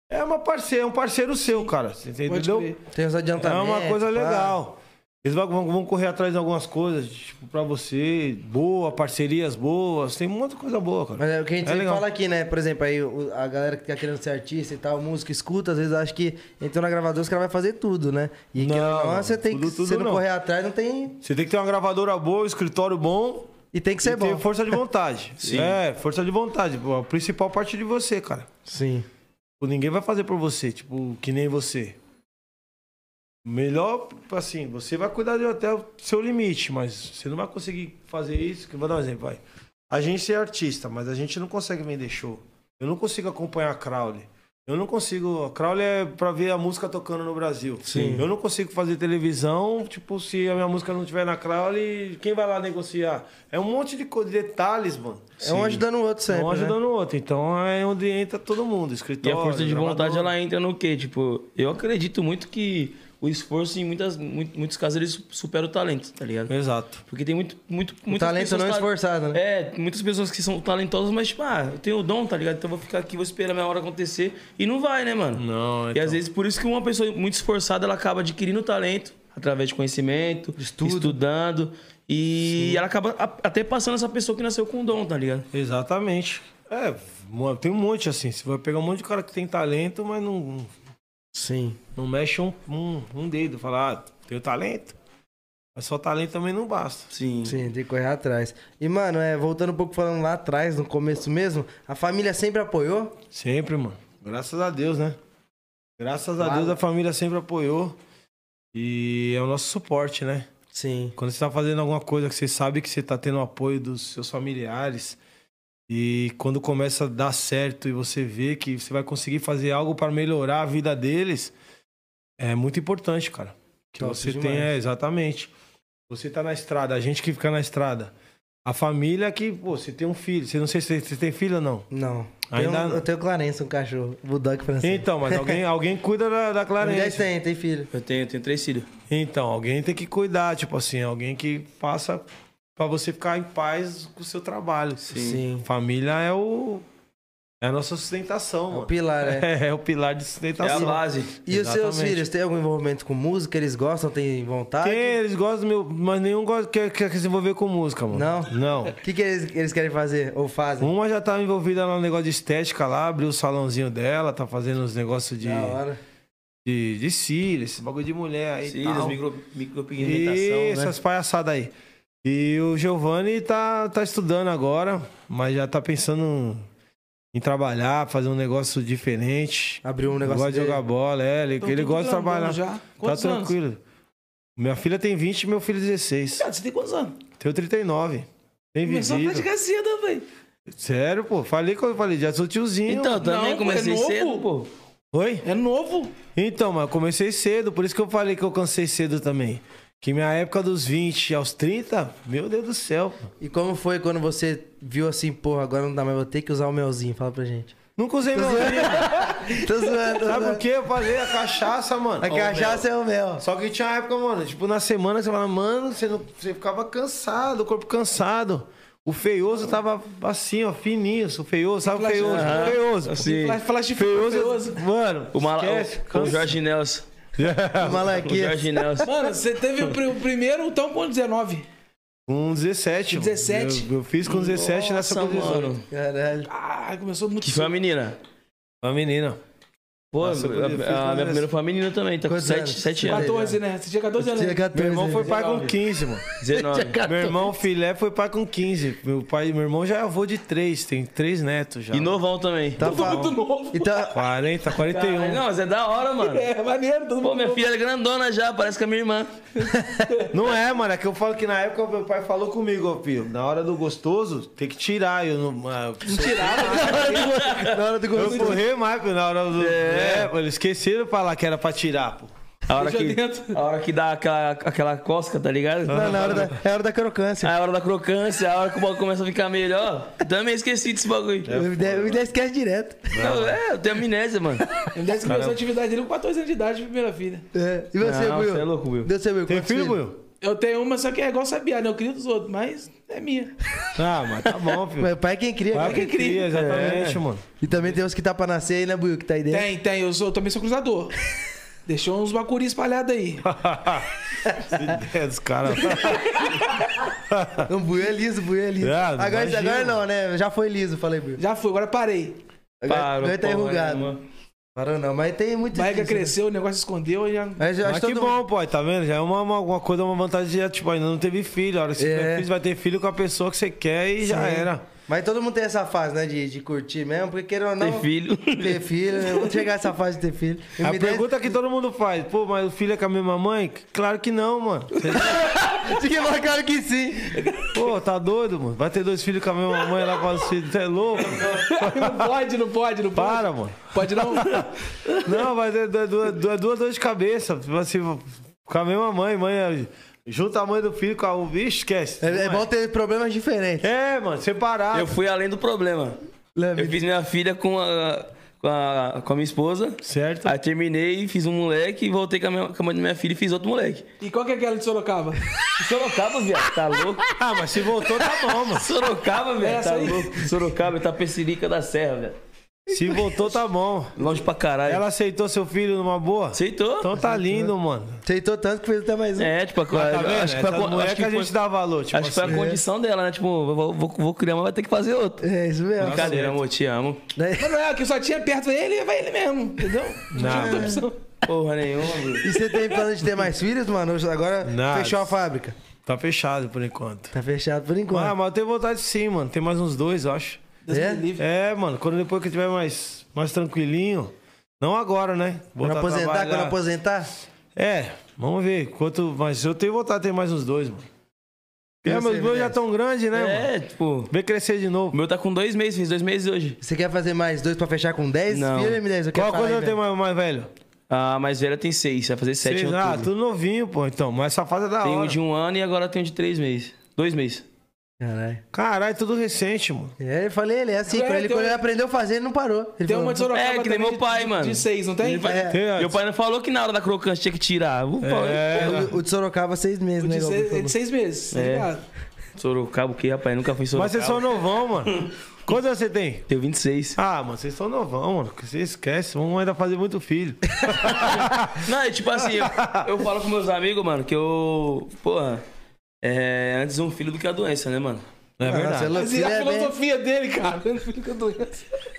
[SPEAKER 3] É uma parceira, é um parceiro seu, cara. Você
[SPEAKER 4] Pode
[SPEAKER 3] um entendeu?
[SPEAKER 4] crer.
[SPEAKER 2] Tem os
[SPEAKER 3] É
[SPEAKER 2] adiantamentos.
[SPEAKER 3] uma coisa
[SPEAKER 2] pá.
[SPEAKER 3] legal. Eles vão, vão- vão correr atrás de algumas coisas, tipo, pra você, boa, parcerias boas, tem muita coisa boa, cara.
[SPEAKER 2] Mas é o que a gente
[SPEAKER 3] É
[SPEAKER 2] sempre
[SPEAKER 3] legal.
[SPEAKER 2] fala aqui, né? Por exemplo, aí o- a galera que tá querendo ser artista e tal, música, escuta, às vezes acha que entrou na gravadora, os caras vão fazer tudo, né? E
[SPEAKER 3] Não,
[SPEAKER 2] que não, você tem
[SPEAKER 3] tudo,
[SPEAKER 2] que,
[SPEAKER 3] tudo
[SPEAKER 2] se não,
[SPEAKER 3] não.
[SPEAKER 2] correr atrás, não tem.
[SPEAKER 3] Você tem que ter uma gravadora boa, um escritório bom,
[SPEAKER 2] E tem que
[SPEAKER 3] E
[SPEAKER 2] ser
[SPEAKER 3] ter
[SPEAKER 2] bom.
[SPEAKER 3] força de vontade. É, força de vontade. pô, A principal parte de você, cara.
[SPEAKER 2] Sim.
[SPEAKER 3] Pô, Tipo, Ninguém vai fazer por você, tipo, que nem você. Melhor, assim, você vai cuidar de até o seu limite, mas você não vai conseguir fazer isso. que- Vou dar um exemplo, vai. A gente é artista, mas a gente não consegue vender show. Eu não consigo acompanhar a Crowley. Eu não consigo. A Crowley é pra ver a música tocando no Brasil. Sim. Eu não consigo fazer televisão, tipo, se a minha música não tiver na Crowley, quem vai lá negociar? É um monte de co- de detalhes, mano.
[SPEAKER 2] É um ajudando o outro sempre.
[SPEAKER 3] um
[SPEAKER 2] né?
[SPEAKER 3] ajudando o outro. Então é onde entra todo mundo,
[SPEAKER 1] E a
[SPEAKER 3] escritório.
[SPEAKER 1] força de vontade,
[SPEAKER 3] gravador.
[SPEAKER 1] ela entra no quê? Tipo, eu acredito muito que o esforço, em muitas, mu- muitos casos, ele su- supera o talento, tá ligado?
[SPEAKER 3] Exato.
[SPEAKER 1] Porque tem muito, muito,
[SPEAKER 2] O
[SPEAKER 1] muitas
[SPEAKER 2] talento
[SPEAKER 1] pessoas...
[SPEAKER 2] não
[SPEAKER 1] ta-
[SPEAKER 2] esforçado, né?
[SPEAKER 1] É, muitas pessoas que são talentosas, mas tipo, ah, eu tenho o dom, tá ligado? Então eu vou ficar aqui, vou esperar a minha hora acontecer. E não vai, né, mano?
[SPEAKER 3] Não, então.
[SPEAKER 1] E às vezes por isso que uma pessoa muito esforçada ela acaba adquirindo talento através de conhecimento, estudando e ela acaba a- até passando essa pessoa que nasceu com dom, tá ligado?
[SPEAKER 3] Exatamente. É, mo- tem um monte assim. Você vai pegar um monte de cara que tem talento, mas não,
[SPEAKER 2] Sim.
[SPEAKER 3] não mexe um, um, um dedo. Falar, ah, tenho talento. Mas só talento também não basta.
[SPEAKER 1] Sim.
[SPEAKER 2] Sim, tem que correr atrás. E, mano, é, voltando um pouco falando lá atrás, no começo mesmo, a família sempre apoiou?
[SPEAKER 3] Sempre, mano. Graças a Deus, né? Graças a
[SPEAKER 2] Claro.
[SPEAKER 3] Deus a família sempre apoiou. E é o nosso suporte, né?
[SPEAKER 2] Sim.
[SPEAKER 3] Quando você tá fazendo alguma coisa que você sabe que você tá tendo o apoio dos seus familiares e quando começa a dar certo e você vê que você vai conseguir fazer algo para melhorar a vida deles, é muito importante, cara. Que
[SPEAKER 2] Top
[SPEAKER 3] você
[SPEAKER 2] demais.
[SPEAKER 3] tenha, exatamente. Você tá na estrada, a gente que fica na estrada. A família que, pô, você tem um filho. Você não sei se tem- você tem filho ou não.
[SPEAKER 2] Não.
[SPEAKER 3] Ainda
[SPEAKER 2] Tenho-
[SPEAKER 3] não.
[SPEAKER 2] eu tenho Clarence, um cachorro. Bulldog francês.
[SPEAKER 3] Então, mas alguém, alguém cuida da,
[SPEAKER 2] Mulher
[SPEAKER 3] da Clarence.
[SPEAKER 2] tem, tem filho.
[SPEAKER 1] Eu tenho, eu tenho três filhos.
[SPEAKER 3] Então, alguém tem que cuidar, tipo assim, alguém que faça pra você ficar em paz com o seu trabalho.
[SPEAKER 2] Sim.
[SPEAKER 3] Família é o. É a nossa sustentação,
[SPEAKER 2] O
[SPEAKER 3] mano.
[SPEAKER 2] pilar, né?
[SPEAKER 3] É, é o pilar
[SPEAKER 1] É
[SPEAKER 3] de
[SPEAKER 1] a
[SPEAKER 3] sustentação.
[SPEAKER 1] base.
[SPEAKER 2] E os seus
[SPEAKER 3] Exatamente.
[SPEAKER 2] filhos, têm algum envolvimento com música? Eles gostam? Têm vontade?
[SPEAKER 3] Tem, eles gostam do meu, mas nenhum gosta, quer, quer se envolver com música, mano.
[SPEAKER 2] Não?
[SPEAKER 3] Não.
[SPEAKER 2] O que, que eles, eles querem fazer? Ou fazem?
[SPEAKER 3] Uma já tá envolvida lá no negócio de estética lá, abriu o salãozinho dela, tá fazendo uns negócios de,
[SPEAKER 2] Da hora.
[SPEAKER 3] de, de cílios, esse bagulho de mulher aí. e
[SPEAKER 1] Filhos,
[SPEAKER 3] tal.
[SPEAKER 1] micro, micropigmentação,
[SPEAKER 3] E
[SPEAKER 1] né?
[SPEAKER 3] essas palhaçadas aí. E o Giovanni tá, tá estudando agora, mas já tá pensando em trabalhar, fazer um negócio diferente.
[SPEAKER 2] Abriu um negócio
[SPEAKER 3] Gosta de
[SPEAKER 2] dele.
[SPEAKER 3] jogar bola, é, ele,
[SPEAKER 4] Então,
[SPEAKER 3] ele
[SPEAKER 4] tudo
[SPEAKER 3] gosta de
[SPEAKER 4] grandão
[SPEAKER 3] trabalhar.
[SPEAKER 4] Já.
[SPEAKER 3] Tá
[SPEAKER 4] Quantos anos?
[SPEAKER 3] tranquilo. Minha filha tem 20 e meu filho 16.
[SPEAKER 4] Cara, você tem quantos anos?
[SPEAKER 3] Tenho 39. Tem
[SPEAKER 4] Começou a
[SPEAKER 3] visita.
[SPEAKER 4] praticar cedo, velho.
[SPEAKER 3] Sério, pô. Falei que eu falei, já sou tiozinho.
[SPEAKER 1] Então, eu também
[SPEAKER 4] Não,
[SPEAKER 1] comecei
[SPEAKER 4] é novo.
[SPEAKER 1] cedo, pô.
[SPEAKER 3] Oi?
[SPEAKER 4] É novo.
[SPEAKER 3] Então, mas eu comecei cedo, por isso que eu falei que eu cansei cedo também. Que minha época dos 20 aos 30, meu Deus do céu. pô.
[SPEAKER 2] E como foi quando você viu assim, porra, agora não dá mais, vou ter que usar o melzinho? Fala pra gente.
[SPEAKER 3] Nunca usei
[SPEAKER 1] Tá
[SPEAKER 3] meu filho.
[SPEAKER 2] Tô zoando. tô
[SPEAKER 3] Sabe
[SPEAKER 2] zoando.
[SPEAKER 3] por quê? Eu falei a cachaça, mano.
[SPEAKER 2] A cachaça é o mel.
[SPEAKER 3] Só que tinha uma época, mano, tipo, na semana você falava, mano, você, não, você ficava cansado, o corpo cansado. O feioso tava assim, ó, fininho. O feioso, sabe o feioso?
[SPEAKER 1] Aham.
[SPEAKER 3] O feioso.
[SPEAKER 1] Assim.
[SPEAKER 4] Fala- Fala de
[SPEAKER 3] Feioso,
[SPEAKER 4] feioso.
[SPEAKER 3] Mano,
[SPEAKER 1] O, mala,
[SPEAKER 3] esquece,
[SPEAKER 1] o, o
[SPEAKER 3] cansa.
[SPEAKER 1] Jorge Nelson.
[SPEAKER 3] é
[SPEAKER 1] O
[SPEAKER 2] Malaquias.
[SPEAKER 1] Jorge Nelson.
[SPEAKER 4] Mano, você teve o, pri- o primeiro, então, com 19.
[SPEAKER 3] Com 17. mano.
[SPEAKER 4] 17?
[SPEAKER 3] Eu, eu fiz com 17 nessa
[SPEAKER 1] Nossa,
[SPEAKER 3] posição.
[SPEAKER 1] mano.
[SPEAKER 2] Caralho.
[SPEAKER 4] Ah, começou muito
[SPEAKER 1] Que foi uma menina.
[SPEAKER 3] Uma menina.
[SPEAKER 1] Pô,
[SPEAKER 3] Nossa, eu
[SPEAKER 1] a,
[SPEAKER 3] fiz
[SPEAKER 1] a minha
[SPEAKER 3] nessa.
[SPEAKER 1] primeira foi uma menina também, tá com
[SPEAKER 2] Quantos anos?
[SPEAKER 1] 7, anos.
[SPEAKER 4] 14, né? Você tinha 14 anos.
[SPEAKER 2] Tinha
[SPEAKER 4] né?
[SPEAKER 2] 14
[SPEAKER 3] Meu irmão foi
[SPEAKER 2] anos.
[SPEAKER 3] pai com 15, mano.
[SPEAKER 1] 19.
[SPEAKER 3] Meu irmão filé foi pai com 15. Meu pai, meu irmão já é avô de 3, tem 3 netos já.
[SPEAKER 1] E novão também.
[SPEAKER 2] Tá
[SPEAKER 4] Todo
[SPEAKER 2] fa-
[SPEAKER 4] mundo novo.
[SPEAKER 2] Então,
[SPEAKER 3] 40, 41.
[SPEAKER 1] Caralho, Não, mas é da hora, mano.
[SPEAKER 4] É, maneiro, todo
[SPEAKER 1] Pô,
[SPEAKER 4] mundo
[SPEAKER 1] minha filha é grandona já, parece que é minha irmã.
[SPEAKER 3] Não é, mano. É que eu falo que na época meu pai falou comigo, ó, filho. Na hora do gostoso, tem que tirar. Eu não. ah, Eu,
[SPEAKER 2] na hora do
[SPEAKER 3] eu
[SPEAKER 2] gostoso.
[SPEAKER 3] corri mais, pô, na hora do. É, pô, eles esqueceram de falar que era pra tirar, pô.
[SPEAKER 1] A hora
[SPEAKER 4] Deixa
[SPEAKER 1] que,
[SPEAKER 4] dentro.
[SPEAKER 1] a hora que dá aquela, aquela cosca, tá ligado?
[SPEAKER 2] Não, na hora da, é a hora da crocância.
[SPEAKER 3] Ah,
[SPEAKER 1] Aí a hora da crocância, a hora que o bagulho começa a ficar melhor. Também esqueci desse bagulho.
[SPEAKER 3] é
[SPEAKER 2] O MD- o MD esquece direto.
[SPEAKER 1] Não, é, eu tenho amnésia, mano.
[SPEAKER 4] Ele deve começou a atividade dele com 14 anos de idade, primeira filha.
[SPEAKER 2] É. E você,
[SPEAKER 1] Não,
[SPEAKER 2] Will?
[SPEAKER 1] você é louco, Will.
[SPEAKER 2] Deu seu Will.
[SPEAKER 3] Tem
[SPEAKER 2] quantos
[SPEAKER 3] filho,
[SPEAKER 2] filhos?
[SPEAKER 3] Will?
[SPEAKER 4] Eu tenho uma, só que é igual Sabiá, né? Eu crio dos outros, mas é minha.
[SPEAKER 3] Ah, mas tá bom, filho.
[SPEAKER 2] Mas o pai é quem cria.
[SPEAKER 3] Vai
[SPEAKER 2] né?
[SPEAKER 3] que cria,
[SPEAKER 2] É.
[SPEAKER 3] exatamente, mano.
[SPEAKER 2] E também tem os que tá pra nascer aí, né, Buiu? Que tá aí dentro.
[SPEAKER 4] Tem, tem. Eu, sou, eu também sou cruzador. Deixou uns bacuri espalhados aí.
[SPEAKER 3] Que ideia dos caras.
[SPEAKER 2] O Buiu é liso, o Buiu é liso.
[SPEAKER 3] Ah,
[SPEAKER 2] agora,
[SPEAKER 3] imagina.
[SPEAKER 2] agora não, né? Já foi liso, falei, Buiu.
[SPEAKER 4] Já fui, agora parei.
[SPEAKER 2] Agora, agora tá
[SPEAKER 1] porra
[SPEAKER 2] enrugado.
[SPEAKER 1] nenhuma.
[SPEAKER 2] Parou não, mas tem muito
[SPEAKER 4] Barriga
[SPEAKER 2] disso, né?
[SPEAKER 4] cresceu, o negócio escondeu e já.
[SPEAKER 1] É.
[SPEAKER 2] Mas eu acho
[SPEAKER 3] Mas que
[SPEAKER 2] todo
[SPEAKER 3] bom, pô, tá vendo? Já é uma, uma, uma coisa, uma vantagem, já, tipo, ainda não teve filho. A hora que você
[SPEAKER 2] É.
[SPEAKER 3] tiver filho, vai ter filho com a pessoa que você quer e já
[SPEAKER 2] Sim.
[SPEAKER 3] era.
[SPEAKER 2] Mas todo mundo tem essa fase, né? De, de curtir mesmo, porque querendo ou não.
[SPEAKER 1] Ter filho.
[SPEAKER 2] Ter filho, né? Vamos chegar nessa fase de ter filho. E
[SPEAKER 3] A
[SPEAKER 2] me dá-
[SPEAKER 3] pergunta que todo mundo faz, pô, mas o filho é com a mesma mãe? Claro que não, mano.
[SPEAKER 2] Fiquei mais claro que sim.
[SPEAKER 3] Pô, tá doido, mano? Vai ter dois filhos com a mesma mãe lá com os filhos. Você é louco?
[SPEAKER 4] Não pode, não pode, não pode.
[SPEAKER 3] Para, mano.
[SPEAKER 4] Pode não.
[SPEAKER 3] Não, vai ter duas, duas, duas, duas dores de cabeça. Tipo assim, com a mesma mãe, mãe. é- Junta a mãe do filho com a. Vixe, esquece.
[SPEAKER 2] É, é bom ter problemas diferentes.
[SPEAKER 3] É, mano, separado.
[SPEAKER 1] Eu fui além do problema.
[SPEAKER 2] Lembra?
[SPEAKER 1] Eu fiz minha filha com a, com a, com a minha esposa.
[SPEAKER 3] Certo?
[SPEAKER 1] Aí terminei, fiz um moleque, voltei com a, minha, com a mãe da minha filha e fiz outro moleque.
[SPEAKER 4] E qual que é aquela de Sorocaba?
[SPEAKER 1] Sorocaba, viado, tá louco?
[SPEAKER 3] Ah, mas se voltou, tá bom, mano.
[SPEAKER 1] Sorocaba, velho,
[SPEAKER 4] É Essa
[SPEAKER 1] tá
[SPEAKER 4] aí.
[SPEAKER 1] louco? Sorocaba, Itapecerica da Serra, velho.
[SPEAKER 3] Se voltou, tá bom.
[SPEAKER 1] Longe pra caralho.
[SPEAKER 3] Ela aceitou seu filho numa boa?
[SPEAKER 1] aceitou?
[SPEAKER 3] Então tá lindo, mano.
[SPEAKER 2] Aceitou tanto que fez até mais um.
[SPEAKER 1] É, tipo, a,
[SPEAKER 3] Tá vendo?
[SPEAKER 1] acho que foi a,
[SPEAKER 3] Essas
[SPEAKER 1] con-
[SPEAKER 3] mulheres
[SPEAKER 1] acho
[SPEAKER 3] que
[SPEAKER 1] que
[SPEAKER 3] a
[SPEAKER 1] foi-
[SPEAKER 3] gente dá valor, tipo
[SPEAKER 1] acho que foi a
[SPEAKER 3] assim.
[SPEAKER 1] condição dela, né? Tipo, vou, vou- vou criar, mas vai ter que fazer outro.
[SPEAKER 2] É isso mesmo.
[SPEAKER 1] Brincadeira, amor, te amo.
[SPEAKER 2] Daí-
[SPEAKER 4] Mas não é, que só tinha perto dele, vai ele mesmo, entendeu?
[SPEAKER 3] Não,
[SPEAKER 4] tinha outra
[SPEAKER 3] é.
[SPEAKER 4] opção.
[SPEAKER 1] Porra nenhuma, Bruno.
[SPEAKER 2] E você tem plano de ter mais filhos, mano? Agora
[SPEAKER 3] Nada.
[SPEAKER 2] fechou a fábrica.
[SPEAKER 3] Tá fechado por enquanto.
[SPEAKER 2] Tá fechado por
[SPEAKER 3] Ah,
[SPEAKER 2] enquanto.
[SPEAKER 3] mas eu tenho vontade sim, mano. Tem mais uns dois, eu acho.
[SPEAKER 4] Deus
[SPEAKER 2] É?
[SPEAKER 4] me livre.
[SPEAKER 3] É, mano, quando depois que eu tiver mais, mais tranquilinho. Não agora, né?
[SPEAKER 2] Quando
[SPEAKER 3] Voltar a
[SPEAKER 2] aposentar,
[SPEAKER 3] trabalhar.
[SPEAKER 2] quando aposentar?
[SPEAKER 3] É, vamos ver. Quanto, mas eu tenho vontade de ter mais uns dois, mano.
[SPEAKER 2] E
[SPEAKER 3] É,
[SPEAKER 2] você,
[SPEAKER 3] meus dois já
[SPEAKER 2] Vinícius?
[SPEAKER 3] tão grandes, né, mano?
[SPEAKER 1] É, tipo,
[SPEAKER 3] Vem crescer de
[SPEAKER 1] o
[SPEAKER 3] novo.
[SPEAKER 1] meu tá com dois meses, fiz dois meses hoje.
[SPEAKER 2] Você quer fazer mais dois pra fechar com 10?
[SPEAKER 1] Não.
[SPEAKER 2] Filho, M10, eu quero
[SPEAKER 3] Qual
[SPEAKER 2] falar
[SPEAKER 3] coisa
[SPEAKER 2] aí,
[SPEAKER 3] eu tenho
[SPEAKER 2] velho.
[SPEAKER 3] mais, mais velho?
[SPEAKER 1] A mais velha tem seis, vai fazer sete
[SPEAKER 3] Seis,
[SPEAKER 1] em
[SPEAKER 3] ah,
[SPEAKER 1] outubro.
[SPEAKER 3] tudo novinho, pô, então. Mas essa fase é da
[SPEAKER 1] Tem um
[SPEAKER 3] hora.
[SPEAKER 1] de um ano e agora tem um de três meses. Dois meses.
[SPEAKER 2] Caralho.
[SPEAKER 3] Caralho, tudo recente, mano.
[SPEAKER 2] É, eu falei, ele é assim.
[SPEAKER 4] É,
[SPEAKER 2] quando, ele,
[SPEAKER 4] tem
[SPEAKER 2] quando
[SPEAKER 4] um-
[SPEAKER 2] ele aprendeu a fazer, ele não parou. Ele
[SPEAKER 4] Tem
[SPEAKER 2] falou,
[SPEAKER 4] uma de Sorocaba
[SPEAKER 1] É, que nem
[SPEAKER 4] também
[SPEAKER 1] meu
[SPEAKER 4] de-
[SPEAKER 1] pai,
[SPEAKER 4] de-
[SPEAKER 1] mano.
[SPEAKER 4] De seis, não tem?
[SPEAKER 1] Ele vai-
[SPEAKER 2] É.
[SPEAKER 3] Tem antes.
[SPEAKER 1] Meu pai não falou que na hora da crocante tinha que tirar. Vou falar.
[SPEAKER 3] É,
[SPEAKER 2] "O- O de Sorocaba, seis meses,
[SPEAKER 4] O
[SPEAKER 2] né?
[SPEAKER 4] de
[SPEAKER 2] igual ele
[SPEAKER 4] seis, é
[SPEAKER 2] falou.
[SPEAKER 4] de seis meses, tá
[SPEAKER 1] É.
[SPEAKER 4] ligado?
[SPEAKER 1] Sorocaba, o que, rapaz? Nunca fui em
[SPEAKER 3] Mas
[SPEAKER 1] Sorocaba.
[SPEAKER 3] vocês são novão, mano. Quantos anos você tem?
[SPEAKER 1] Tenho 26.
[SPEAKER 3] Ah, mano, vocês são novão, mano. que Você esquece, vão ainda fazer muito filho.
[SPEAKER 1] Não, é tipo assim, eu, eu falo com meus amigos, mano, que eu. Porra. É antes um filho do que a doença, né, mano?
[SPEAKER 3] Não é
[SPEAKER 2] Nossa,
[SPEAKER 3] verdade.
[SPEAKER 2] ela-
[SPEAKER 4] Mas e
[SPEAKER 2] ele
[SPEAKER 4] a
[SPEAKER 2] é bem-
[SPEAKER 4] filosofia dele, cara. Fica doença.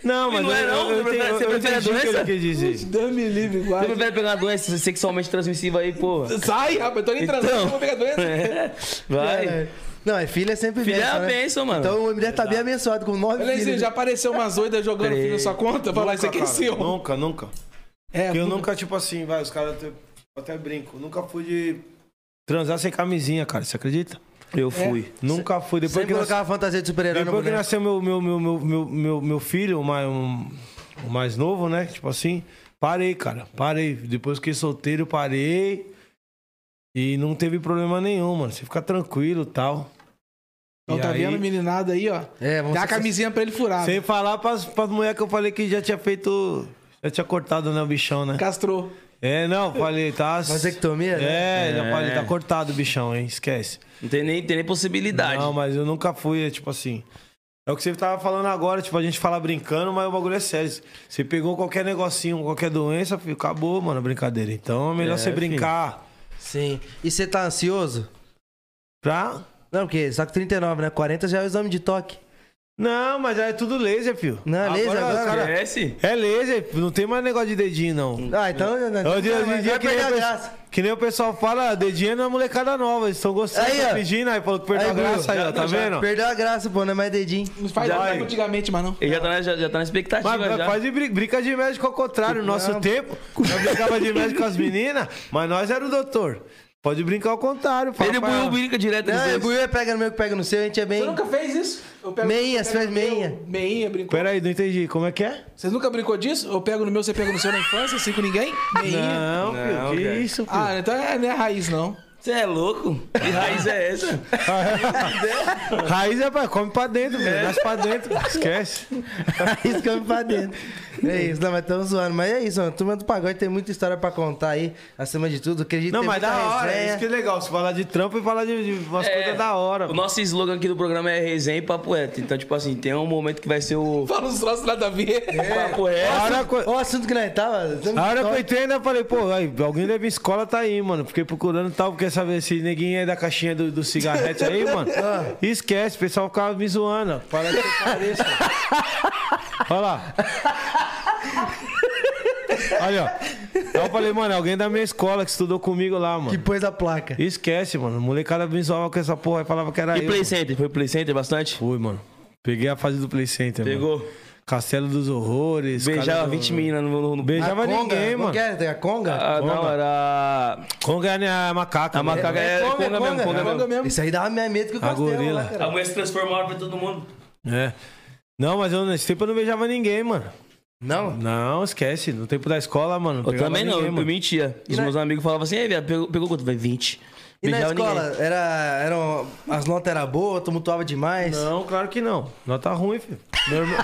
[SPEAKER 3] Não, mas
[SPEAKER 1] Não é,
[SPEAKER 3] eu-
[SPEAKER 1] não?
[SPEAKER 3] eu-
[SPEAKER 1] Você
[SPEAKER 3] eu entendi-
[SPEAKER 1] prefere- você
[SPEAKER 3] eu
[SPEAKER 1] prefere a
[SPEAKER 3] entendi o que
[SPEAKER 1] doença?
[SPEAKER 3] ele quis dizer.
[SPEAKER 4] Deus me livre,
[SPEAKER 1] Você
[SPEAKER 4] guarda.
[SPEAKER 1] prefere pegar uma doença sexualmente transmissiva aí, porra?
[SPEAKER 4] Sai, rapaz, tô nem
[SPEAKER 1] Então.
[SPEAKER 4] transando, eu vou pegar doença.
[SPEAKER 1] É, vai.
[SPEAKER 3] né?
[SPEAKER 2] É. Não, é filho é sempre
[SPEAKER 1] Filho é
[SPEAKER 2] bênção,
[SPEAKER 1] a
[SPEAKER 2] né?
[SPEAKER 1] bênção, mano.
[SPEAKER 2] Então o MD tá bem abençoado com nove
[SPEAKER 4] Olha
[SPEAKER 2] filhos.
[SPEAKER 4] aí, já apareceu umas oidas jogando filho na sua conta? Falar, isso aqui é
[SPEAKER 3] Nunca, cara,
[SPEAKER 4] seu.
[SPEAKER 3] Nunca, nunca.
[SPEAKER 4] É,
[SPEAKER 3] Porque eu nunca, tipo assim, vai, os caras até, até brinco. Nunca fui de transar sem camisinha, cara. Você acredita?
[SPEAKER 1] Eu fui.
[SPEAKER 3] é. Nunca fui. Depois
[SPEAKER 2] Sempre
[SPEAKER 3] que nós-
[SPEAKER 2] colocava fantasia de super-herói no
[SPEAKER 3] Depois que
[SPEAKER 2] boneco.
[SPEAKER 3] nasceu meu, meu, meu, meu, meu, meu, meu filho, o mais, um- o mais novo, né? Tipo assim, parei, cara. Parei. Depois que solteiro, parei. E não teve problema nenhum, mano. Você fica tranquilo e tal.
[SPEAKER 4] Então
[SPEAKER 3] E
[SPEAKER 4] tá
[SPEAKER 3] aí-
[SPEAKER 4] vendo, meninada aí, ó.
[SPEAKER 2] É, vamos
[SPEAKER 4] Dá a
[SPEAKER 2] ser-
[SPEAKER 4] camisinha pra ele furar.
[SPEAKER 3] Sem falar pras, pras mulheres que eu falei que já tinha feito. Já tinha cortado, né, o bichão, né?
[SPEAKER 4] Castrou.
[SPEAKER 3] É, não, falei, tá.
[SPEAKER 2] Vasectomia, né?
[SPEAKER 3] É, já
[SPEAKER 1] É.
[SPEAKER 3] falei, tá cortado o bichão, hein? Esquece.
[SPEAKER 1] Não tem nem, tem nem possibilidade.
[SPEAKER 3] Não, mas eu nunca fui, é, tipo assim. É o que você tava falando agora, tipo, a gente fala brincando, mas o bagulho é sério. Você pegou qualquer negocinho, qualquer doença, filho, acabou, mano, a brincadeira. Então é melhor
[SPEAKER 1] É,
[SPEAKER 3] você brincar
[SPEAKER 2] Sim. E você tá ansioso?
[SPEAKER 3] pra.
[SPEAKER 2] Não, porque só que 39, né? 40 já é o exame de toque.
[SPEAKER 3] Não, mas é tudo laser, filho.
[SPEAKER 2] Não, é laser agora?
[SPEAKER 3] os cara-
[SPEAKER 1] Esquece?
[SPEAKER 3] É laser, filho, não tem mais negócio de dedinho, não.
[SPEAKER 2] Ah, então...
[SPEAKER 3] Hoje- hoje em
[SPEAKER 2] vai
[SPEAKER 3] dia, que, nem
[SPEAKER 2] perder
[SPEAKER 3] o
[SPEAKER 2] a
[SPEAKER 3] pe-
[SPEAKER 2] graça.
[SPEAKER 3] que nem o pessoal fala, ah, dedinho é na molecada nova, eles estão gostando,
[SPEAKER 2] Aí,
[SPEAKER 3] tá
[SPEAKER 2] ó.
[SPEAKER 3] pedindo, aí falou que perdeu
[SPEAKER 2] Aí,
[SPEAKER 3] a
[SPEAKER 2] Bruno,
[SPEAKER 3] graça aí, ó,
[SPEAKER 1] já-
[SPEAKER 3] tá
[SPEAKER 1] já-
[SPEAKER 3] vendo?
[SPEAKER 2] Perdeu a graça, pô, não é mais dedinho.
[SPEAKER 4] Não faz
[SPEAKER 1] Já
[SPEAKER 4] nada
[SPEAKER 1] vai.
[SPEAKER 3] é.
[SPEAKER 4] como antigamente, mas não.
[SPEAKER 1] Ele já tá, na, já, já tá na expectativa
[SPEAKER 3] Mas
[SPEAKER 1] já.
[SPEAKER 3] faz de brin- brinca de médico ao contrário. No nosso tempo, nós brincava de médico com as meninas, mas nós era o doutor. Pode brincar ao contrário. fala
[SPEAKER 1] Ele
[SPEAKER 3] pra
[SPEAKER 1] buiu
[SPEAKER 3] ela.
[SPEAKER 1] brinca direto.
[SPEAKER 2] Não,
[SPEAKER 1] eles
[SPEAKER 2] é
[SPEAKER 1] dois.
[SPEAKER 2] buio é pega no meu que pega no seu, a gente é bem...
[SPEAKER 4] Você nunca fez isso? Eu pego-
[SPEAKER 2] Meia,
[SPEAKER 4] eu
[SPEAKER 2] você
[SPEAKER 4] pego
[SPEAKER 2] faz
[SPEAKER 4] no meu,
[SPEAKER 2] meia.
[SPEAKER 4] Meia, brincou.
[SPEAKER 3] Peraí, não entendi. Como é que é?
[SPEAKER 4] Você nunca brincou disso? Eu pego no meu, você pega no seu na infância, assim com ninguém? Meinha.
[SPEAKER 3] Não,
[SPEAKER 1] Não,
[SPEAKER 3] filho. Que
[SPEAKER 1] cara.
[SPEAKER 3] isso, filho.
[SPEAKER 4] Ah, então é, não é raiz, não.
[SPEAKER 1] Você é louco? Que raiz é essa?
[SPEAKER 3] Raiz é pra... Come pra dentro, velho. Nasce pra dentro. Esquece.
[SPEAKER 2] Riscando É. pra dentro. É isso, não, mas tão zoando. Mas é isso, mano. Turma do Pagode tem muita história pra contar aí, acima de tudo. Acredito que
[SPEAKER 3] Não,
[SPEAKER 2] tem
[SPEAKER 3] mas
[SPEAKER 2] muita
[SPEAKER 3] da hora.
[SPEAKER 2] resenha.
[SPEAKER 3] Isso que é legal. Você falar de trampo e falar de, de umas
[SPEAKER 1] É,
[SPEAKER 3] coisas da hora.
[SPEAKER 1] O nosso slogan aqui do programa é resenha e papo reto. Então, tipo assim, tem um momento que vai ser o
[SPEAKER 4] Fala uns troços nada a ver.
[SPEAKER 3] É.
[SPEAKER 1] papo reto.
[SPEAKER 3] A Ah. hora, que eu-
[SPEAKER 2] Ó, o assunto que nós tava.
[SPEAKER 3] a hora que eu entrei, ainda falei, pô, aí, alguém deve ir escola, tá aí, mano. Fiquei procurando e tal, porque saber se neguinho aí da caixinha do, do cigarrete aí, mano.
[SPEAKER 1] Ah.
[SPEAKER 3] Esquece, o pessoal ficava me zoando. ó. Para que eu pareça. Olha lá. Olha, ó. Aí eu falei, mano, é alguém da minha escola que estudou comigo lá, mano.
[SPEAKER 2] Que pôs a placa.
[SPEAKER 3] Esquece, mano. Molecada me zoava com essa porra e falava que era
[SPEAKER 1] E
[SPEAKER 3] eu.
[SPEAKER 1] Play
[SPEAKER 3] mano.
[SPEAKER 1] Center? Foi Play Center bastante?
[SPEAKER 3] Fui, mano. Peguei a fase do Play Center, mano.
[SPEAKER 1] Pegou?
[SPEAKER 3] Castelo dos Horrores.
[SPEAKER 1] Beijava
[SPEAKER 3] cara do-
[SPEAKER 1] 20 meninas no, no, no
[SPEAKER 3] Beijava ninguém,
[SPEAKER 2] Como
[SPEAKER 3] mano.
[SPEAKER 2] que é? Tem a Conga?
[SPEAKER 1] Ah, não,
[SPEAKER 3] Conga.
[SPEAKER 1] era.
[SPEAKER 3] Conga é a macaca.
[SPEAKER 1] A
[SPEAKER 3] né?
[SPEAKER 1] macaca é, Conga, mesmo, Conga, mesmo.
[SPEAKER 2] Isso aí dava minha medo que né, eu
[SPEAKER 3] A gorila.
[SPEAKER 1] A mulher se transformava pra todo mundo.
[SPEAKER 3] É. Não, mas eu, nesse tempo eu não beijava ninguém, mano.
[SPEAKER 2] Não?
[SPEAKER 3] Não, esquece. No tempo da escola, mano.
[SPEAKER 1] Eu também não,
[SPEAKER 3] ninguém,
[SPEAKER 1] eu
[SPEAKER 3] mano.
[SPEAKER 1] mentia. Os
[SPEAKER 2] na-
[SPEAKER 1] meus amigos falavam assim, ei, viado, pegou, pegou quanto? Vai, 20.
[SPEAKER 2] E na
[SPEAKER 1] Beijava
[SPEAKER 2] escola, era, eram, as notas eram boas, tumultuava demais.
[SPEAKER 3] Não, claro que não. Nota ruim, filho. Meu irmão,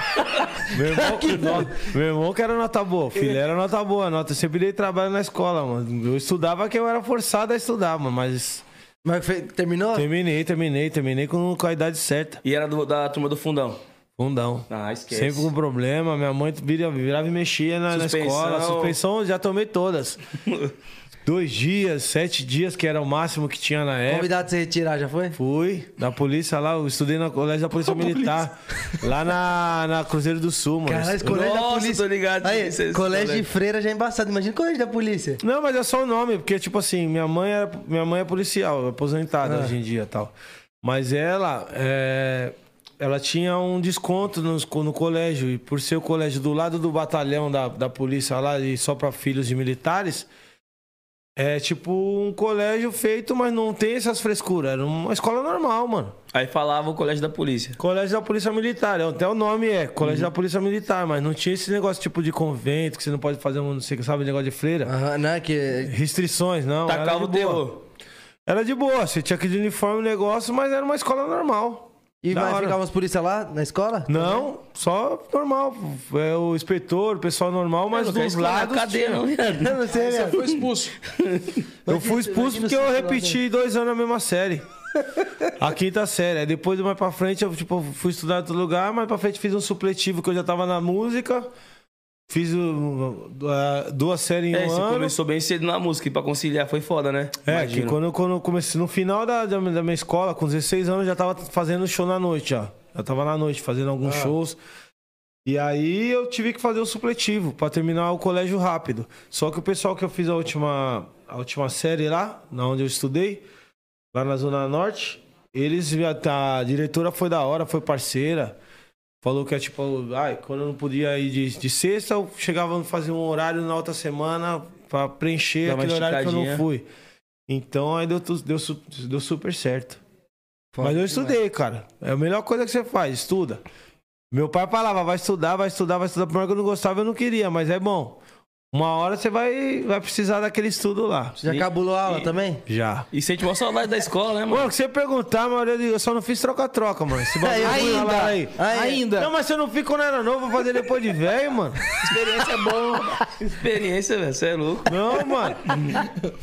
[SPEAKER 3] meu, irmão que no- meu irmão que era nota boa. Filho, era nota boa. Nota. Eu sempre dei trabalho na escola, mano. Eu estudava que eu era forçado a estudar, mano. Mas
[SPEAKER 2] Mas fe- terminou?
[SPEAKER 3] terminei, terminei, terminei com, com a idade certa.
[SPEAKER 1] E era do- da turma do fundão.
[SPEAKER 3] Fundão.
[SPEAKER 1] Ah, esquece.
[SPEAKER 3] Sempre com problema, minha mãe vira- virava e mexia na, na
[SPEAKER 1] Suspensão.
[SPEAKER 3] escola. Suspensão já tomei todas. Dois dias, sete dias, que era o máximo que tinha na época.
[SPEAKER 2] Convidado pra você retirar, já foi?
[SPEAKER 3] Fui da polícia lá, eu estudei no colégio da Polícia Militar. Lá na, na Cruzeiro do Sul, mano.
[SPEAKER 2] Caralho, esse colégio da
[SPEAKER 1] Nossa,
[SPEAKER 2] polícia.
[SPEAKER 1] tô ligado.
[SPEAKER 2] Aí,
[SPEAKER 1] Esse- esse
[SPEAKER 2] colégio de
[SPEAKER 1] colégio.
[SPEAKER 2] freira já é embaçado. Imagina o colégio da polícia.
[SPEAKER 3] Não, mas é só o nome, porque, tipo assim, minha mãe, era, minha mãe é policial, aposentada
[SPEAKER 2] Ah.
[SPEAKER 3] hoje em dia e tal. Mas ela, é, ela tinha um desconto nos- no, colégio, e por ser o colégio do lado do batalhão da, da polícia lá, e só pra filhos de militares, é tipo um colégio feito, mas não tem essas frescuras. Era uma escola normal, mano.
[SPEAKER 1] Aí falava o colégio da polícia.
[SPEAKER 3] Colégio da Polícia Militar, é, até o nome é Colégio da Polícia Militar, mas não tinha esse negócio tipo de convento, que você não pode fazer um, não sei o que, sabe, negócio de freira.
[SPEAKER 2] Aham, não, que.
[SPEAKER 3] Restrições, não. era
[SPEAKER 1] Tacava Tá
[SPEAKER 3] de
[SPEAKER 1] o
[SPEAKER 3] boa.
[SPEAKER 1] terror.
[SPEAKER 3] um Era de boa, você tinha que ir de uniforme o negócio, mas era uma escola normal.
[SPEAKER 2] E
[SPEAKER 3] Da
[SPEAKER 2] vai
[SPEAKER 3] hora.
[SPEAKER 2] ficar umas polícia lá na escola?
[SPEAKER 3] Não, só normal. É o inspetor, o pessoal normal,
[SPEAKER 1] É,
[SPEAKER 3] mas
[SPEAKER 1] não quero
[SPEAKER 3] dos
[SPEAKER 1] escolar na
[SPEAKER 3] lados.
[SPEAKER 1] cadeia,
[SPEAKER 3] tinha.
[SPEAKER 1] não, viado.
[SPEAKER 2] Eu não sei, né?
[SPEAKER 4] Você
[SPEAKER 2] velho.
[SPEAKER 4] foi expulso.
[SPEAKER 3] Eu fui expulso porque eu repeti dois anos a mesma série. A quinta série. Aí depois, mais pra frente, eu tipo, fui estudar em outro lugar, mais pra frente fiz um supletivo que eu já tava na música. Fiz um- ah, duas séries em
[SPEAKER 1] É,
[SPEAKER 3] um
[SPEAKER 1] você
[SPEAKER 3] ano.
[SPEAKER 1] começou bem cedo na música e pra conciliar foi foda, né?
[SPEAKER 3] É, que
[SPEAKER 1] Imagino.
[SPEAKER 3] quando, quando eu comecei, no final da, da minha da minha escola, com 16 anos, eu já tava fazendo show na noite, já. Já tava na noite fazendo alguns shows. E aí eu tive que fazer o supletivo pra terminar o colégio rápido. Só que o pessoal que eu fiz a última, a última série lá, na onde eu estudei, lá na Zona Norte, eles, a, a diretora foi da hora, foi parceira. Falou que é tipo, ai, quando eu não podia ir de, de sexta, eu chegava a fazer um horário na outra semana pra preencher
[SPEAKER 1] Dá uma
[SPEAKER 3] aquele horário que eu não
[SPEAKER 1] esticadinha.
[SPEAKER 3] fui. Então aí deu, tu- deu, su- deu super certo. Mas eu estudei, cara. É a melhor coisa que você faz, estuda. Meu pai falava, vai estudar, vai estudar, vai estudar. Por mais que eu não gostava, eu não queria, mas é bom. Uma hora você vai, vai precisar daquele estudo lá.
[SPEAKER 2] Você já cabulou a aula também?
[SPEAKER 3] Já.
[SPEAKER 1] E sente maior saudade da escola, né, mano?
[SPEAKER 3] Mano, que você perguntar, a maioria eu só não fiz troca-troca, mano. Esse
[SPEAKER 2] É,
[SPEAKER 3] bagulho
[SPEAKER 2] Ainda.
[SPEAKER 3] lá, aí.
[SPEAKER 2] Ainda.
[SPEAKER 4] Ainda.
[SPEAKER 3] Não, mas se eu não fico quando era novo, vou fazer depois de velho, mano.
[SPEAKER 1] Experiência é bom. Experiência, velho. Você é louco.
[SPEAKER 3] Não, mano.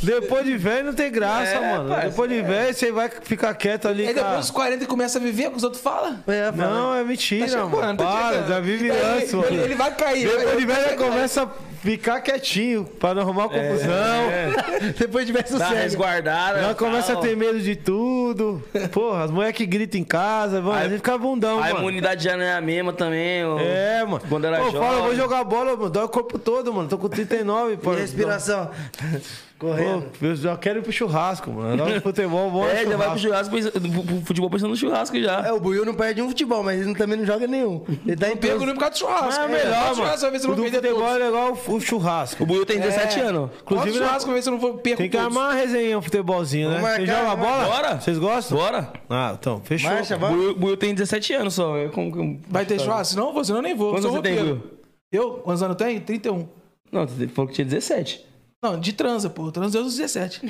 [SPEAKER 3] Depois de velho não tem graça,
[SPEAKER 1] É,
[SPEAKER 3] mano.
[SPEAKER 1] parça,
[SPEAKER 3] depois de velho você vai ficar quieto ali.
[SPEAKER 4] Aí
[SPEAKER 3] cara.
[SPEAKER 4] depois dos 40 e começa a viver, que os outros falam.
[SPEAKER 2] Eu ia falar.
[SPEAKER 3] Não, é mentira,
[SPEAKER 4] Tá chegando,
[SPEAKER 3] mano.
[SPEAKER 4] tá
[SPEAKER 3] Para,
[SPEAKER 4] chegando.
[SPEAKER 3] já vive antes,
[SPEAKER 4] ele,
[SPEAKER 3] mano.
[SPEAKER 4] ele vai cair. ele É,
[SPEAKER 3] Depois
[SPEAKER 4] vai-
[SPEAKER 3] de velho já começa a ficar quietinho pra não arrumar confusão.
[SPEAKER 4] é,
[SPEAKER 2] Depois de ver
[SPEAKER 1] Tá
[SPEAKER 2] sucesso.
[SPEAKER 1] resguardada.
[SPEAKER 3] Já
[SPEAKER 1] tal.
[SPEAKER 3] começa a ter medo de tudo. Porra, as mulheres que gritam em casa, mano, a
[SPEAKER 1] Aí-
[SPEAKER 3] gente fica bundão,
[SPEAKER 1] A
[SPEAKER 3] mano.
[SPEAKER 1] imunidade já não é a mesma também. ô.
[SPEAKER 3] É, mano.
[SPEAKER 1] Quando era
[SPEAKER 3] Pô,
[SPEAKER 1] jovem.
[SPEAKER 3] fala, eu vou jogar bola, mano. Dói o corpo todo, mano. Tô com 39, pô.
[SPEAKER 2] E respiração. Correndo.
[SPEAKER 3] Pô, eu já quero ir pro churrasco, mano. Dá um futebol, bom.
[SPEAKER 1] É, já vai pro churrasco, pensa- pro- pro futebol pensando no churrasco
[SPEAKER 2] É,
[SPEAKER 1] já.
[SPEAKER 2] o Buiu não perde um futebol, mas ele não- também não joga nenhum. Ele tá em
[SPEAKER 4] Pego
[SPEAKER 2] todos.
[SPEAKER 4] no por causa do churrasco.
[SPEAKER 3] É
[SPEAKER 4] É,
[SPEAKER 3] melhor, mano.
[SPEAKER 4] Churrasco, vai ver se eu
[SPEAKER 3] O
[SPEAKER 4] não
[SPEAKER 3] do
[SPEAKER 4] perder
[SPEAKER 3] futebol
[SPEAKER 4] todos.
[SPEAKER 3] é igual o churrasco.
[SPEAKER 1] O Buiu tem 17 anos.
[SPEAKER 4] Inclusive,
[SPEAKER 3] Inclusive, né?
[SPEAKER 4] churrasco, vai ver se eu não vou perco
[SPEAKER 3] Tem que
[SPEAKER 4] todos.
[SPEAKER 3] armar uma resenha, um futebolzinho, né?
[SPEAKER 2] Vamos
[SPEAKER 3] Você
[SPEAKER 2] marcar,
[SPEAKER 3] joga
[SPEAKER 2] vamos.
[SPEAKER 3] bola?
[SPEAKER 1] Bora.
[SPEAKER 3] Vocês gostam?
[SPEAKER 1] Bora.
[SPEAKER 3] Ah, então, fechou.
[SPEAKER 2] Marcha,
[SPEAKER 1] O
[SPEAKER 2] vai.
[SPEAKER 1] Buiu- o Buiu tem 17 anos só. eu- Como, como...
[SPEAKER 4] Vai ter churrasco? Não, vou, senão eu nem vou.
[SPEAKER 1] Tá. Quantos
[SPEAKER 4] sou
[SPEAKER 1] você tem,
[SPEAKER 4] roqueiro.
[SPEAKER 1] Buiu?
[SPEAKER 4] Eu? Quantos anos eu tenho? 31.
[SPEAKER 1] Não, você falou que tinha 17.
[SPEAKER 4] Não, de transa, pô. Transa desde os 17.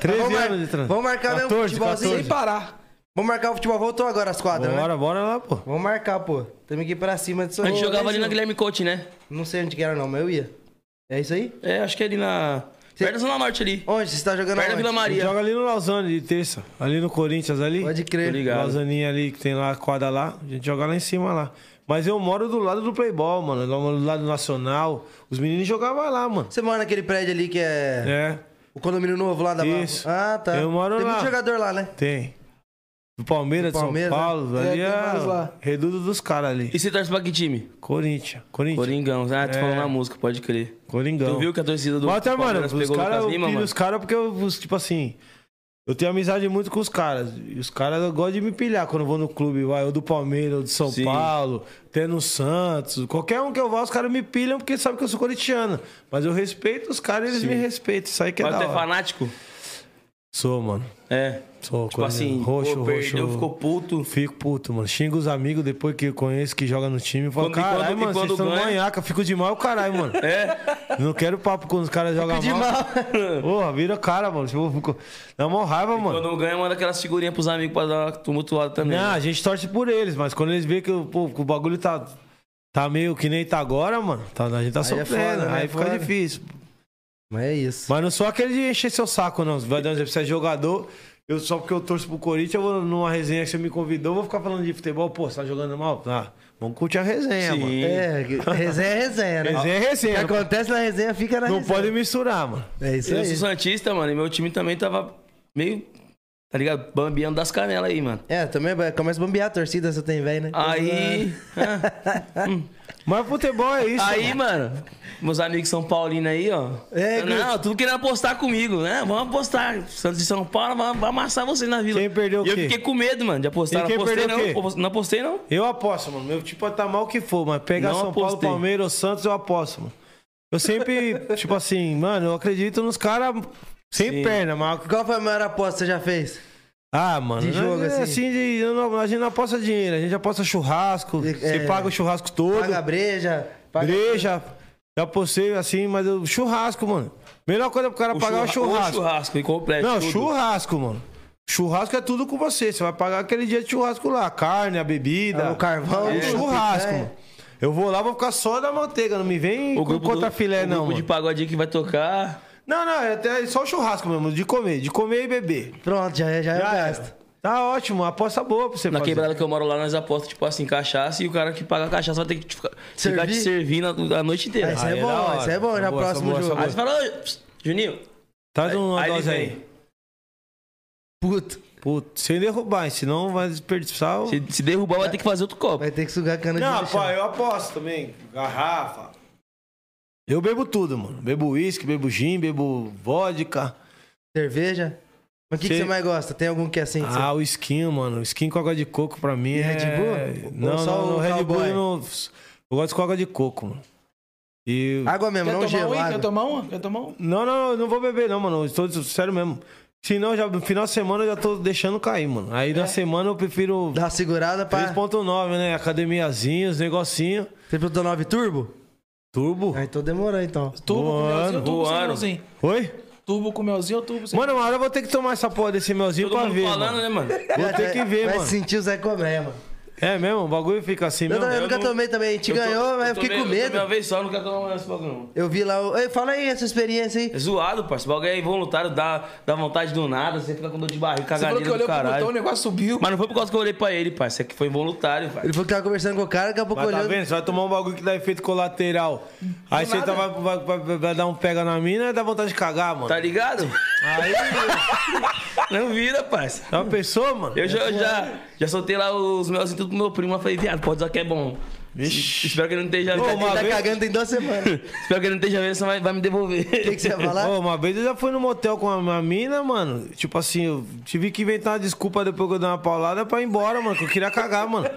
[SPEAKER 3] 13
[SPEAKER 2] Vamos, mar-
[SPEAKER 3] anos de trânsito.
[SPEAKER 2] vamos marcar mesmo
[SPEAKER 3] 14,
[SPEAKER 2] futebolzinho.
[SPEAKER 4] Sem parar.
[SPEAKER 2] Vamos marcar o futebol. Voltou agora as quadras, né?
[SPEAKER 3] Bora, bora lá, pô.
[SPEAKER 2] Vamos marcar, pô. Temos que ir pra cima disso.
[SPEAKER 1] A gente
[SPEAKER 2] Ô,
[SPEAKER 1] jogava ali
[SPEAKER 2] Lezinho,
[SPEAKER 1] na Guilherme Coach, né?
[SPEAKER 2] Não sei onde que era, não, mas eu ia. É isso aí?
[SPEAKER 1] É, acho que é ali na.
[SPEAKER 2] Cê-
[SPEAKER 1] Perto da Zona Norte ali.
[SPEAKER 2] Onde? Você tá jogando
[SPEAKER 1] Perto da
[SPEAKER 2] aonde?
[SPEAKER 1] Vila Maria.
[SPEAKER 3] Joga ali no Lausanne de terça. Ali no Corinthians, ali.
[SPEAKER 2] Pode
[SPEAKER 1] Tô
[SPEAKER 2] crer.
[SPEAKER 1] ligado.
[SPEAKER 3] Lausaninha ali, que tem lá a quadra lá. A gente joga lá em cima lá. Mas eu moro do lado do Playboy, mano. Eu moro do lado do Nacional. Os meninos jogavam lá, mano.
[SPEAKER 2] Você mora naquele prédio ali que é,
[SPEAKER 3] É,
[SPEAKER 2] o condomínio novo lá da
[SPEAKER 3] Isso.
[SPEAKER 2] Ah, tá.
[SPEAKER 3] Eu moro
[SPEAKER 2] Tem
[SPEAKER 3] lá.
[SPEAKER 2] muito jogador lá, né?
[SPEAKER 3] tem. Do Palmeiras,
[SPEAKER 2] Do
[SPEAKER 3] de São
[SPEAKER 2] Palmeiras,
[SPEAKER 3] Paulo.
[SPEAKER 4] né? É,
[SPEAKER 3] Ali
[SPEAKER 4] tem vários
[SPEAKER 3] é,
[SPEAKER 4] lá.
[SPEAKER 3] reduto dos caras ali.
[SPEAKER 1] E você torce pra que time?
[SPEAKER 3] Corinthians. Corinthians.
[SPEAKER 1] Coringão. Ah, tu
[SPEAKER 3] É.
[SPEAKER 1] falou na música, pode crer.
[SPEAKER 3] Coringão.
[SPEAKER 1] Tu viu que a torcida do.
[SPEAKER 3] Mas até, mano,
[SPEAKER 1] Palmeiras
[SPEAKER 3] os
[SPEAKER 1] pegou o
[SPEAKER 3] caras,
[SPEAKER 1] Lucas
[SPEAKER 3] eu
[SPEAKER 1] Lima,
[SPEAKER 3] pilho
[SPEAKER 1] mano?
[SPEAKER 3] os caras porque eu, os- tipo assim, eu tenho amizade muito com os caras. E os caras gostam de me pilhar quando eu vou no clube, vai, ou do Palmeiras, ou do São
[SPEAKER 1] Sim.
[SPEAKER 3] Paulo, até no Santos. Qualquer um que eu vá, os caras me pilham porque sabem que eu sou corintiano. Mas eu respeito os caras e eles me respeitam. Isso aí que é
[SPEAKER 1] Mas
[SPEAKER 3] da
[SPEAKER 1] tu é
[SPEAKER 3] hora.
[SPEAKER 1] fanático?
[SPEAKER 3] Sou, mano.
[SPEAKER 1] É.
[SPEAKER 3] Sou,
[SPEAKER 1] Tipo assim,
[SPEAKER 3] roxo,
[SPEAKER 1] pô,
[SPEAKER 3] roxo.
[SPEAKER 1] perdeu, ficou puto.
[SPEAKER 3] Fico puto, mano. Xingo os amigos depois que eu conheço, que joga no time. Falo,
[SPEAKER 1] Quando- e
[SPEAKER 3] caralho,
[SPEAKER 1] quando- e
[SPEAKER 3] mano, vocês
[SPEAKER 1] quando
[SPEAKER 3] estão
[SPEAKER 1] ganha?"
[SPEAKER 3] manhaca. Fico de mal, caralho, mano.
[SPEAKER 1] É?
[SPEAKER 3] Não quero papo quando os caras jogam
[SPEAKER 2] De
[SPEAKER 3] mal.
[SPEAKER 2] mal.
[SPEAKER 3] Porra, vira cara, mano. Tipo, fico- Dá mó raiva, mano.
[SPEAKER 1] Quando ganha, manda aquelas figurinhas pros amigos pra dar uma tumultuada também.
[SPEAKER 3] Não,
[SPEAKER 1] né?
[SPEAKER 3] a gente torce por eles, mas quando eles veem que, o- pô, que o bagulho tá, tá meio que nem tá agora, mano, tá, a gente tá
[SPEAKER 2] Aí é
[SPEAKER 3] sofrendo.
[SPEAKER 2] foda, né?
[SPEAKER 3] aí
[SPEAKER 2] É
[SPEAKER 3] fica
[SPEAKER 2] foda.
[SPEAKER 3] difícil.
[SPEAKER 2] Mas é isso.
[SPEAKER 3] Mas não sou aquele de encher seu saco, não. Vai dar um exemplo, você é jogador. Eu, só porque eu torço pro Corinthians, eu vou numa resenha que você me convidou, eu vou ficar falando de futebol, pô, você tá jogando mal? Tá. Vamos curtir a resenha,
[SPEAKER 1] Sim.
[SPEAKER 3] mano.
[SPEAKER 2] É, resenha é resenha, né?
[SPEAKER 3] Resenha é resenha.
[SPEAKER 2] O que acontece na resenha fica na
[SPEAKER 3] Não
[SPEAKER 2] resenha.
[SPEAKER 3] pode misturar, mano.
[SPEAKER 2] É isso
[SPEAKER 1] Eu sou
[SPEAKER 2] aí.
[SPEAKER 1] Santista, mano, e meu time também tava meio. Tá ligado? Bambiando das canelas aí, mano.
[SPEAKER 2] É, também vai- começa a bombear a torcida se tem velho, né?
[SPEAKER 1] Aí.
[SPEAKER 3] Mas futebol é isso.
[SPEAKER 1] Aí, mano, meus amigos São Paulino aí, ó.
[SPEAKER 2] É,
[SPEAKER 1] não, tudo querendo apostar comigo, né? Vamos apostar. Santos de São Paulo vai, vai amassar vocês na vila.
[SPEAKER 3] Quem perdeu o
[SPEAKER 1] E eu
[SPEAKER 3] quê?
[SPEAKER 1] fiquei com medo, mano, de apostar.
[SPEAKER 3] E
[SPEAKER 1] Não
[SPEAKER 3] quem
[SPEAKER 1] apostei,
[SPEAKER 3] perdeu o quê?
[SPEAKER 1] não. Apost- Não apostei, não.
[SPEAKER 3] Eu aposto, mano. Meu time pode tá mal que for, mas pegar
[SPEAKER 1] Não
[SPEAKER 3] São Paulo,
[SPEAKER 1] apostei.
[SPEAKER 3] Palmeiras ou Santos, eu aposto, mano. Eu sempre, tipo assim, mano, eu acredito nos caras sem
[SPEAKER 1] Sim.
[SPEAKER 3] perna, mas.
[SPEAKER 2] Qual foi a maior aposta que você já fez?
[SPEAKER 3] Ah, mano.
[SPEAKER 2] De
[SPEAKER 3] nós
[SPEAKER 2] jogo,
[SPEAKER 3] é
[SPEAKER 2] assim.
[SPEAKER 3] de- eu não- a gente não aposta dinheiro, a gente aposta churrasco.
[SPEAKER 2] É,
[SPEAKER 3] você paga o churrasco todo.
[SPEAKER 2] Paga a breja? Paga...
[SPEAKER 3] breja. Já apostei assim, mas eu, churrasco, mano. Melhor coisa pro cara pagar é o
[SPEAKER 1] churra-
[SPEAKER 3] churrasco.
[SPEAKER 1] O churrasco, e completo.
[SPEAKER 3] Não,
[SPEAKER 1] É tudo.
[SPEAKER 3] churrasco, mano. Churrasco é tudo com você. Você vai pagar aquele dia de churrasco lá. A carne, a bebida.
[SPEAKER 2] Ah, o carvão,
[SPEAKER 3] o
[SPEAKER 2] é,
[SPEAKER 3] churrasco,
[SPEAKER 2] picanha.
[SPEAKER 3] mano. Eu vou lá, vou ficar só da manteiga. Não me vem com contra filé,
[SPEAKER 1] o
[SPEAKER 3] não.
[SPEAKER 1] grupo de
[SPEAKER 3] mano.
[SPEAKER 1] pagodinho que vai tocar.
[SPEAKER 3] Não, não, é até só o churrasco mesmo. De comer, de comer e beber.
[SPEAKER 2] Pronto, já, é, já, já
[SPEAKER 3] Já
[SPEAKER 2] gasto.
[SPEAKER 3] era. Tá ótimo, uma aposta boa pra você
[SPEAKER 1] Na
[SPEAKER 3] fazer.
[SPEAKER 1] quebrada que eu moro lá, nós apostamos, tipo assim, cachaça e o cara que paga a cachaça vai ter que te ficar, ficar te servindo a, a noite inteira.
[SPEAKER 2] Aí
[SPEAKER 1] Aí,
[SPEAKER 2] você- é
[SPEAKER 3] da
[SPEAKER 2] bom,
[SPEAKER 3] hora.
[SPEAKER 2] isso é bom, já
[SPEAKER 3] Essa boa,
[SPEAKER 2] próximo
[SPEAKER 3] essa boa,
[SPEAKER 2] jogo.
[SPEAKER 3] essa
[SPEAKER 1] você
[SPEAKER 3] boa.
[SPEAKER 1] fala, "Ô, pss, Juninho,
[SPEAKER 3] Traz uma
[SPEAKER 1] Aí ele
[SPEAKER 3] dose
[SPEAKER 1] vem.
[SPEAKER 3] aí.
[SPEAKER 2] Puto.
[SPEAKER 3] Putz, sem derrubar, hein, senão vai desperdiçar o...
[SPEAKER 1] se, se derrubar vai ter que fazer outro copo.
[SPEAKER 2] Vai ter que sugar a cana de né?
[SPEAKER 3] Não,
[SPEAKER 2] lixão.
[SPEAKER 3] pai, eu aposto também. Garrafa. Eu bebo tudo, mano. Bebo uísque, bebo gin, bebo vodka.
[SPEAKER 2] Cerveja? Mas o que, que
[SPEAKER 3] Sim.
[SPEAKER 2] você mais gosta? Tem algum que é assim? que você-
[SPEAKER 3] Ah, o skin, mano. Skin com água de coco pra mim.
[SPEAKER 2] E
[SPEAKER 3] é...
[SPEAKER 2] Red Bull? Ou
[SPEAKER 3] Não,
[SPEAKER 2] só
[SPEAKER 3] não,
[SPEAKER 2] o
[SPEAKER 3] não, Red Bull
[SPEAKER 2] cowboy?
[SPEAKER 3] eu não. Eu gosto com água de coco, mano. E.
[SPEAKER 2] Água mesmo,
[SPEAKER 4] Quer
[SPEAKER 2] É, não
[SPEAKER 4] tomar
[SPEAKER 2] gelo.
[SPEAKER 4] um aí?
[SPEAKER 2] água.
[SPEAKER 4] Quer tomar um? Quer tomar um?
[SPEAKER 3] Não, não, eu não vou beber, não, mano. Eu Estou sério mesmo. Senão, já, no final de semana eu já tô deixando cair, mano. Aí na semana eu prefiro
[SPEAKER 2] É. Dá uma segurada pra...
[SPEAKER 3] 3.9, né? Academiazinha, os negocinho.
[SPEAKER 2] 3.9 turbo?
[SPEAKER 3] Turbo.
[SPEAKER 2] Ah, então demorou, então.
[SPEAKER 4] Turbo com
[SPEAKER 3] Voando,
[SPEAKER 4] melzinho ou turbo sem
[SPEAKER 1] voando.
[SPEAKER 4] melzinho?
[SPEAKER 3] Oi?
[SPEAKER 4] Turbo com melzinho ou turbo sem
[SPEAKER 3] Mano, uma hora eu vou ter que tomar essa porra desse melzinho
[SPEAKER 1] Todo
[SPEAKER 3] pra
[SPEAKER 1] mundo
[SPEAKER 3] ver.
[SPEAKER 1] falando,
[SPEAKER 3] mano.
[SPEAKER 1] né, mano?
[SPEAKER 3] Vou ter que ver,
[SPEAKER 2] Vai
[SPEAKER 3] mano.
[SPEAKER 2] sentir o Zé Comé, mano.
[SPEAKER 3] É mesmo? O bagulho fica assim
[SPEAKER 2] Eu,
[SPEAKER 3] mesmo.
[SPEAKER 2] também- eu nunca
[SPEAKER 1] não-
[SPEAKER 2] tomei também. Te
[SPEAKER 1] Eu tô-
[SPEAKER 2] ganhou, mas
[SPEAKER 1] eu
[SPEAKER 2] eu fiquei
[SPEAKER 1] tomei-
[SPEAKER 2] com
[SPEAKER 1] Eu tomei uma
[SPEAKER 2] medo.
[SPEAKER 1] vez só, eu nunca tomei mais esse bagulho, não.
[SPEAKER 2] Eu vi lá... o- Ei, fala aí essa experiência aí.
[SPEAKER 1] É zoado, parceiro. O bagulho é involuntário, dá, dá vontade do nada, você fica com dor de barriga,
[SPEAKER 4] Você falou que
[SPEAKER 1] caganeira
[SPEAKER 4] olhou
[SPEAKER 1] do
[SPEAKER 4] pro botão, né? o
[SPEAKER 1] caralho.
[SPEAKER 4] negócio subiu.
[SPEAKER 1] Mas não foi por causa que eu olhei pra ele, parceiro. É que foi involuntário,
[SPEAKER 2] Ele
[SPEAKER 1] velho.
[SPEAKER 2] falou que tava conversando com o cara, daqui a pouco
[SPEAKER 3] Mas tá
[SPEAKER 2] olhando.
[SPEAKER 3] vendo? Você vai tomar um bagulho que dá efeito colateral. Aí você tá, vai, vai- vai- vai dar um pega na mina e dá vontade de cagar, mano.
[SPEAKER 1] Tá ligado?
[SPEAKER 3] Aí,
[SPEAKER 1] Não vira, parceiro.
[SPEAKER 3] é uma pessoa, mano.
[SPEAKER 1] Eu já, eu
[SPEAKER 3] é
[SPEAKER 1] já, já soltei lá os meus e tudo pro meu primo. Eu falei, viado, pode usar que é bom.
[SPEAKER 3] Vixe.
[SPEAKER 1] Espero que ele não esteja
[SPEAKER 3] Ô,
[SPEAKER 1] vendo.
[SPEAKER 3] uma
[SPEAKER 2] Ele tá
[SPEAKER 3] vez-
[SPEAKER 2] cagando tem duas semanas.
[SPEAKER 1] Espero que ele não esteja vendo, senão vai, vai me devolver.
[SPEAKER 2] O que, que você ia falar?
[SPEAKER 3] Ô, uma vez eu já fui no motel com a minha mina, mano. Tipo assim, eu tive que inventar uma desculpa depois que eu dei uma paulada pra ir embora, mano. Que eu queria cagar, mano.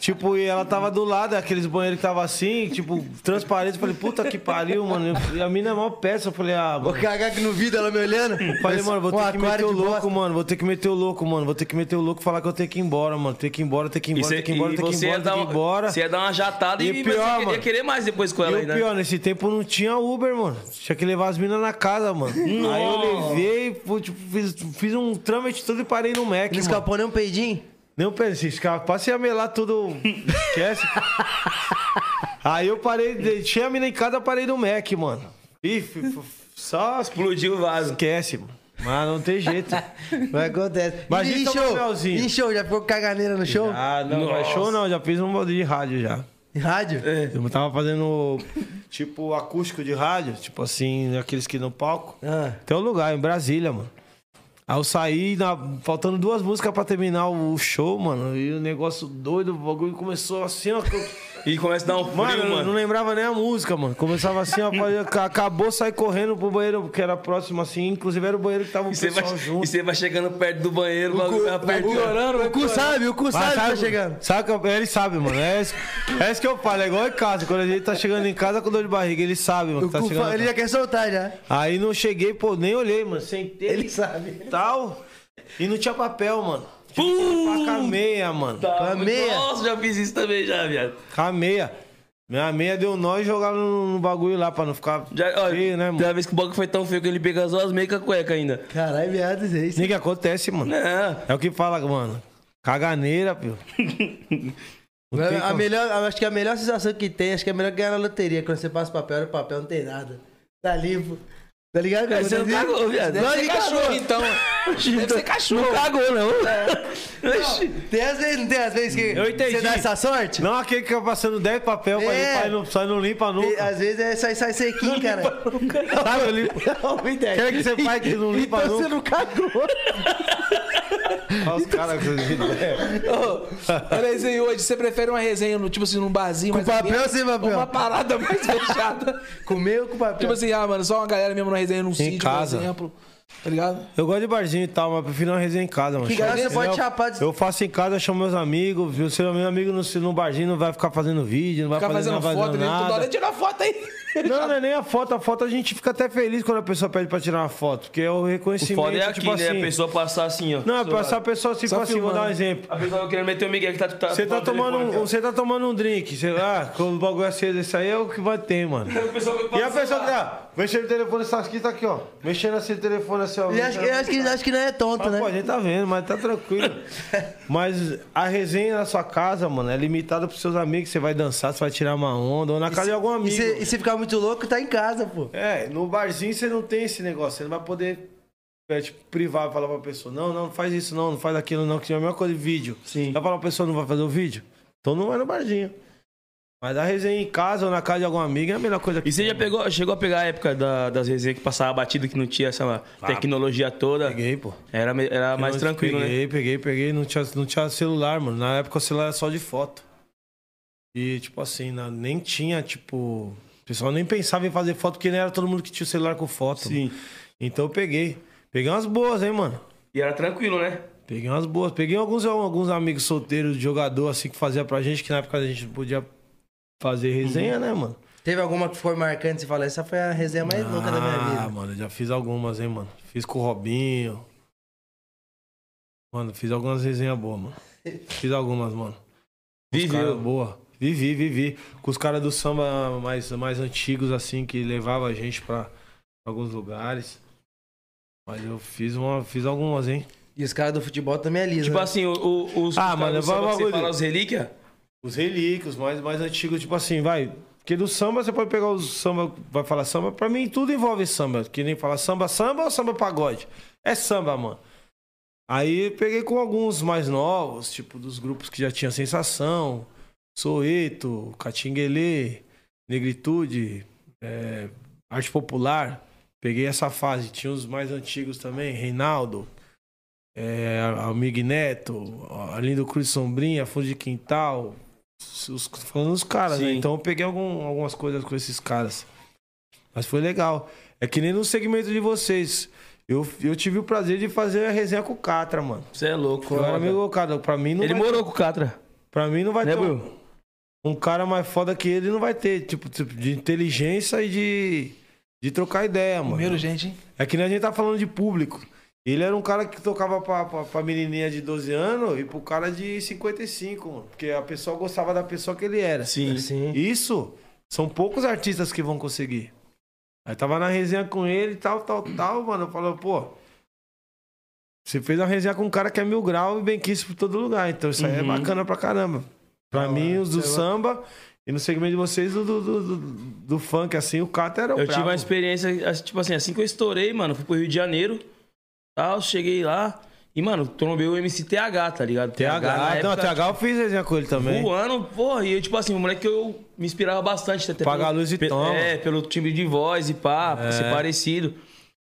[SPEAKER 3] tipo, e ela tava do lado, aqueles banheiros que tava assim, tipo, transparente. Eu falei, puta que pariu, mano. E a mina é mó peça. Eu falei, ah,
[SPEAKER 2] Vou
[SPEAKER 3] mano.
[SPEAKER 2] cagar aqui no vidro, ela me olhando.
[SPEAKER 3] Falei, mano, vou
[SPEAKER 2] Um
[SPEAKER 3] ter que meter
[SPEAKER 2] aquário
[SPEAKER 3] o
[SPEAKER 2] de bosta.
[SPEAKER 3] louco, mano. Vou ter que meter o louco, mano. Vou ter que meter o louco e falar que eu tenho que ir embora, mano. Tem que ir embora, tem que ir embora,
[SPEAKER 1] você-
[SPEAKER 3] tem que ir embora,
[SPEAKER 1] e
[SPEAKER 3] tem que ir
[SPEAKER 1] você
[SPEAKER 3] embora,
[SPEAKER 1] ia dar
[SPEAKER 3] tem que ir
[SPEAKER 1] uma-
[SPEAKER 3] embora.
[SPEAKER 1] Você ia dar uma jatada e,
[SPEAKER 3] E pior,
[SPEAKER 1] você queria
[SPEAKER 3] mano.
[SPEAKER 1] querer mais depois com
[SPEAKER 3] E
[SPEAKER 1] ela né?
[SPEAKER 3] o
[SPEAKER 1] ainda.
[SPEAKER 3] pior, nesse tempo não tinha Uber, mano. Tinha que levar as minas na casa, mano. Aí eu levei, fui, tipo, fiz, fiz um trâmite todo e parei no Mac,
[SPEAKER 2] Não
[SPEAKER 3] mano.
[SPEAKER 2] escapou nem um peidinho?
[SPEAKER 3] Nem eu pensei, escapasse ia melar tudo. Esquece. Aí eu parei, deixei a mina em casa, parei no Mac, mano. Ih, f- f- só as-
[SPEAKER 1] Explodiu o vaso.
[SPEAKER 3] esquece, mano. Mas não tem jeito.
[SPEAKER 2] Mas acontece.
[SPEAKER 3] Mas
[SPEAKER 2] E
[SPEAKER 3] a gente
[SPEAKER 2] em
[SPEAKER 3] tomou um melzinho.
[SPEAKER 2] Em show, já ficou com caganeira no show?
[SPEAKER 3] Ah, não, não é show não, já fiz um de rádio já.
[SPEAKER 2] Em rádio?
[SPEAKER 3] Eu tava fazendo tipo acústico de rádio, tipo assim, aqueles que no palco.
[SPEAKER 2] Ah.
[SPEAKER 3] Tem um lugar, em Brasília, mano. Aí eu saí, na- faltando duas músicas pra terminar o show, mano. E o negócio doido, o bagulho começou assim, ó. que eu-
[SPEAKER 1] E começa a dar um frio,
[SPEAKER 3] Mano,
[SPEAKER 1] mano.
[SPEAKER 3] eu não lembrava nem a música, mano. Começava assim, ó, fazia- ac- acabou sair correndo pro banheiro, que era próximo assim. Inclusive era o banheiro que tava o
[SPEAKER 1] E você
[SPEAKER 3] pessoal
[SPEAKER 1] vai,
[SPEAKER 3] junto.
[SPEAKER 1] e você vai chegando perto do banheiro, o
[SPEAKER 3] Tá
[SPEAKER 1] bagulho vai
[SPEAKER 2] vai
[SPEAKER 1] apertando.
[SPEAKER 2] o cu sabe, o cu
[SPEAKER 3] Mas
[SPEAKER 2] sabe que tá
[SPEAKER 3] sabe-
[SPEAKER 2] chegando.
[SPEAKER 3] Sabe que eu- ele sabe, mano. É isso, é isso que eu falo. É igual em casa. Quando a gente tá chegando em casa com dor de barriga, ele sabe, mano.
[SPEAKER 2] O
[SPEAKER 3] que tá
[SPEAKER 2] cu
[SPEAKER 3] chegando
[SPEAKER 2] fa-
[SPEAKER 3] em
[SPEAKER 2] ele já
[SPEAKER 3] casa.
[SPEAKER 2] quer soltar já.
[SPEAKER 3] Aí não cheguei, pô, nem olhei, mano. Sentei
[SPEAKER 2] Ele
[SPEAKER 3] ele...
[SPEAKER 2] sabe.
[SPEAKER 3] e tal. E não tinha papel, mano. Tinha que comprar com a meia, mano.
[SPEAKER 1] Tá,
[SPEAKER 2] meia.
[SPEAKER 1] Nossa, já fiz isso também, já, viado.
[SPEAKER 3] Com a meia. Minha meia deu nó e jogaram no, no bagulho lá pra não ficar
[SPEAKER 1] Já, ó,
[SPEAKER 3] feio, né,
[SPEAKER 1] Tem
[SPEAKER 3] mano?
[SPEAKER 1] uma vez que o bagulho foi tão feio que ele pegou as meias com a cueca ainda.
[SPEAKER 2] Caralho, viado, isso é isso.
[SPEAKER 3] Nem que acontece,
[SPEAKER 2] Né?
[SPEAKER 3] mano.
[SPEAKER 1] Não.
[SPEAKER 3] É o que fala, mano. Caganeira, pio. Não tem
[SPEAKER 2] A
[SPEAKER 3] como.
[SPEAKER 2] melhor, eu acho que a melhor sensação que tem, acho que é melhor ganhar na loteria. Quando você passa o papel, o papel não tem nada. Tá limpo. Tá ligado?
[SPEAKER 1] Mas você não cagou, viado.
[SPEAKER 2] Não,
[SPEAKER 1] Deve
[SPEAKER 2] ele
[SPEAKER 1] ser
[SPEAKER 2] cagou.
[SPEAKER 1] cachorro,
[SPEAKER 2] Então.
[SPEAKER 1] Deve ser cachorro. É. Não cagou, não. Oxi.
[SPEAKER 2] Tem às vezes, não tem às vezes que
[SPEAKER 3] Eu entendi.
[SPEAKER 2] você dá essa sorte?
[SPEAKER 3] Não aquele que fica passando 10 papel pra
[SPEAKER 2] É.
[SPEAKER 3] limpar e não, só não limpa
[SPEAKER 2] Tem-
[SPEAKER 3] nunca.
[SPEAKER 2] às vezes é, sai, sai sequinho, cara.
[SPEAKER 3] Sabe, eu limpo.
[SPEAKER 2] Não, ideia.
[SPEAKER 3] Quer que você faz que não limpa
[SPEAKER 2] Então você
[SPEAKER 3] nunca?
[SPEAKER 2] não cagou.
[SPEAKER 3] Olha os caras que
[SPEAKER 4] Ô, Olha isso aí hoje. Você prefere uma resenha, no, tipo assim, num barzinho?
[SPEAKER 2] Com
[SPEAKER 4] mais
[SPEAKER 2] papel
[SPEAKER 4] aberto,
[SPEAKER 2] ou sem papel?
[SPEAKER 4] ou Uma parada mais fechada.
[SPEAKER 2] Comeu com papel.
[SPEAKER 4] tipo assim, ah, mano, só uma galera mesmo numa resenha num sítio,
[SPEAKER 3] casa.
[SPEAKER 4] por exemplo. Tá ligado?
[SPEAKER 3] Eu gosto de barzinho e tal, mas prefiro uma resenha em casa, mano.
[SPEAKER 2] Que graça, você
[SPEAKER 3] Eu-
[SPEAKER 2] pode chapar de-
[SPEAKER 3] Eu faço em casa, chamo meus amigos. viu? Se o meu amigo no, no barzinho não vai ficar Tá fazendo vídeo, não vai
[SPEAKER 4] Ficar
[SPEAKER 3] fazer,
[SPEAKER 4] fazendo
[SPEAKER 3] não vai
[SPEAKER 4] foto,
[SPEAKER 3] fazer
[SPEAKER 2] é
[SPEAKER 4] né? Toda
[SPEAKER 3] nada.
[SPEAKER 4] hora tira foto aí.
[SPEAKER 3] Não, não é nem a foto. A foto a gente fica até feliz quando a pessoa pede pra tirar uma foto. Porque é o
[SPEAKER 1] O
[SPEAKER 3] reconhecimento.
[SPEAKER 1] foda é aqui,
[SPEAKER 3] tipo
[SPEAKER 1] né?
[SPEAKER 3] assim,
[SPEAKER 1] A pessoa passar assim, ó.
[SPEAKER 3] Não, é passar a pessoa assim,
[SPEAKER 4] Só
[SPEAKER 3] tipo assim, vou dar um
[SPEAKER 4] filmando.
[SPEAKER 3] exemplo.
[SPEAKER 1] A pessoa querendo meter o Miguel que tá... tá
[SPEAKER 3] Você tá,
[SPEAKER 1] o telefone
[SPEAKER 3] tomando um,
[SPEAKER 1] aqui, ó.
[SPEAKER 3] você tá tomando um drink, sei lá, com o bagulho aceso, esse aí é o que vai ter, mano.
[SPEAKER 1] O pessoal vai
[SPEAKER 3] E a
[SPEAKER 1] passar
[SPEAKER 3] pessoa que
[SPEAKER 1] lá.
[SPEAKER 3] tá mexendo no telefone, tá aqui, tá aqui, ó. Mexendo assim, o telefone assim, ó.
[SPEAKER 2] Ele acha, ele acha que, ele acha que não é tonto,
[SPEAKER 3] Ah,
[SPEAKER 2] né?
[SPEAKER 3] pô, a gente tá vendo, mas tá tranquilo. mas a resenha na sua casa, mano, é limitada pros seus amigos. Você vai dançar, você vai tirar uma onda, ou na casa de tá algum
[SPEAKER 2] E
[SPEAKER 3] amigo.
[SPEAKER 2] se, e se ficar muito louco, tá em casa, pô.
[SPEAKER 3] É, no barzinho você não tem esse negócio. Você não vai poder é, tipo, privar e falar pra pessoa: não, não, não faz isso, não, não faz aquilo, não, que é a mesma coisa de vídeo.
[SPEAKER 2] Sim.
[SPEAKER 3] Vai falar pra pessoa: não vai fazer o vídeo? Então não vai no barzinho. Mas a resenha em casa ou na casa de algum amigo é a melhor coisa que
[SPEAKER 1] E você
[SPEAKER 3] tem,
[SPEAKER 1] já
[SPEAKER 3] mano.
[SPEAKER 1] pegou, chegou a pegar a época da- das resenhas que passava batido, que não tinha essa tecnologia toda?
[SPEAKER 3] Peguei, pô.
[SPEAKER 1] Era, me- era mais
[SPEAKER 3] Eu
[SPEAKER 1] tranquilo, né?
[SPEAKER 3] peguei, Peguei, peguei, Não tinha, não tinha celular, mano. Na época o celular era só de foto. E, tipo assim, na- nem tinha, tipo. O pessoal nem pensava em fazer foto, porque não era todo mundo que tinha o celular com foto. mano. Então eu peguei. Peguei umas boas, hein, mano.
[SPEAKER 1] E era tranquilo, né?
[SPEAKER 3] Peguei umas boas. Peguei alguns, alguns amigos solteiros, jogador, assim, que fazia pra gente, que na época a gente não podia fazer
[SPEAKER 1] Uhum.
[SPEAKER 3] resenha, né, mano?
[SPEAKER 2] Teve alguma que foi marcante e falou, essa foi a resenha mais louca da minha
[SPEAKER 3] Ah,
[SPEAKER 2] vida.
[SPEAKER 3] mano, já fiz algumas, hein, mano. Fiz com o Robinho. Mano, fiz algumas resenhas boas, mano. Fiz algumas, mano. Com os
[SPEAKER 1] Viveu.
[SPEAKER 3] caras boa. Vivi, vivi. Com os caras do samba mais, mais antigos, assim, que levava a gente pra alguns lugares. Mas eu fiz, uma, fiz algumas, hein?
[SPEAKER 2] E os caras do futebol também é liso,
[SPEAKER 1] Tipo
[SPEAKER 2] né?
[SPEAKER 1] assim, o- o- os.
[SPEAKER 3] Ah,
[SPEAKER 1] os
[SPEAKER 3] mano,
[SPEAKER 1] caras do
[SPEAKER 3] vai-
[SPEAKER 1] samba que
[SPEAKER 3] bagulho.
[SPEAKER 1] Você fala os relíquias?
[SPEAKER 3] Os relíquios, mais, mais antigos, tipo assim, vai. Porque do samba você pode pegar os samba, vai falar samba. Pra mim tudo envolve samba. Que nem falar samba, samba ou samba pagode. É samba, mano. Aí eu peguei com alguns mais novos, tipo dos grupos que já tinha sensação. Soeto, Catinguelê, Negritude, é, Arte Popular. Peguei essa fase. Tinha os mais antigos também, Reinaldo, é, Amigo Neto, Arlindo Cruz Sombrinha, Fundo de Quintal. Os, falando os caras, né?
[SPEAKER 1] Sim.
[SPEAKER 3] Então eu peguei algum- algumas coisas com esses caras. Mas foi legal. É que nem no segmento de vocês. Eu, eu tive o prazer de fazer a resenha com o Catra, mano.
[SPEAKER 1] Você é louco,
[SPEAKER 3] Eu era
[SPEAKER 1] foda.
[SPEAKER 3] meio cara, pra mim não
[SPEAKER 1] Ele
[SPEAKER 3] vai
[SPEAKER 1] morou com o Catra.
[SPEAKER 3] Pra mim não vai
[SPEAKER 1] Né,
[SPEAKER 3] ter um,
[SPEAKER 1] Buiu?
[SPEAKER 3] um cara mais foda que ele, não vai ter. Tipo, tipo, de inteligência e de, de trocar ideia, mano.
[SPEAKER 4] Primeiro, gente, hein?
[SPEAKER 3] É que nem a gente tá falando de público. Ele era um cara que tocava pra, pra, pra menininha de 12 anos e pro cara de 55, mano. Porque a pessoa gostava da pessoa que ele era.
[SPEAKER 1] Sim.
[SPEAKER 2] Sim.
[SPEAKER 3] Isso são poucos artistas que vão conseguir. Aí tava na resenha com ele, tal, tal, tal, mano. Falou, pô. Você fez uma resenha com um cara que é mil grau e bem quis por todo lugar. Então isso aí é
[SPEAKER 1] Uhum.
[SPEAKER 3] bacana pra caramba. Pra mim, os do
[SPEAKER 2] sei lá.
[SPEAKER 3] samba e no segmento de vocês, do, do, do, do- do funk, assim, o Cato era o
[SPEAKER 1] Eu tive
[SPEAKER 3] brabo.
[SPEAKER 1] uma experiência, assim, tipo assim, assim que eu estourei, mano, fui pro Rio de Janeiro. Tal, cheguei lá. E, mano, trombei o MCTH, tá ligado?
[SPEAKER 3] TH,
[SPEAKER 1] na
[SPEAKER 3] não,
[SPEAKER 1] época,
[SPEAKER 3] TH eu fiz resenha com ele então, também.
[SPEAKER 1] Voando, porra, e eu, tipo assim, um moleque que eu me inspirava bastante. Até
[SPEAKER 3] Paga
[SPEAKER 1] pelo-
[SPEAKER 3] a luz e
[SPEAKER 1] pe-
[SPEAKER 3] toma. É.
[SPEAKER 1] É, pelo timbre de voz e pá, pra ser parecido.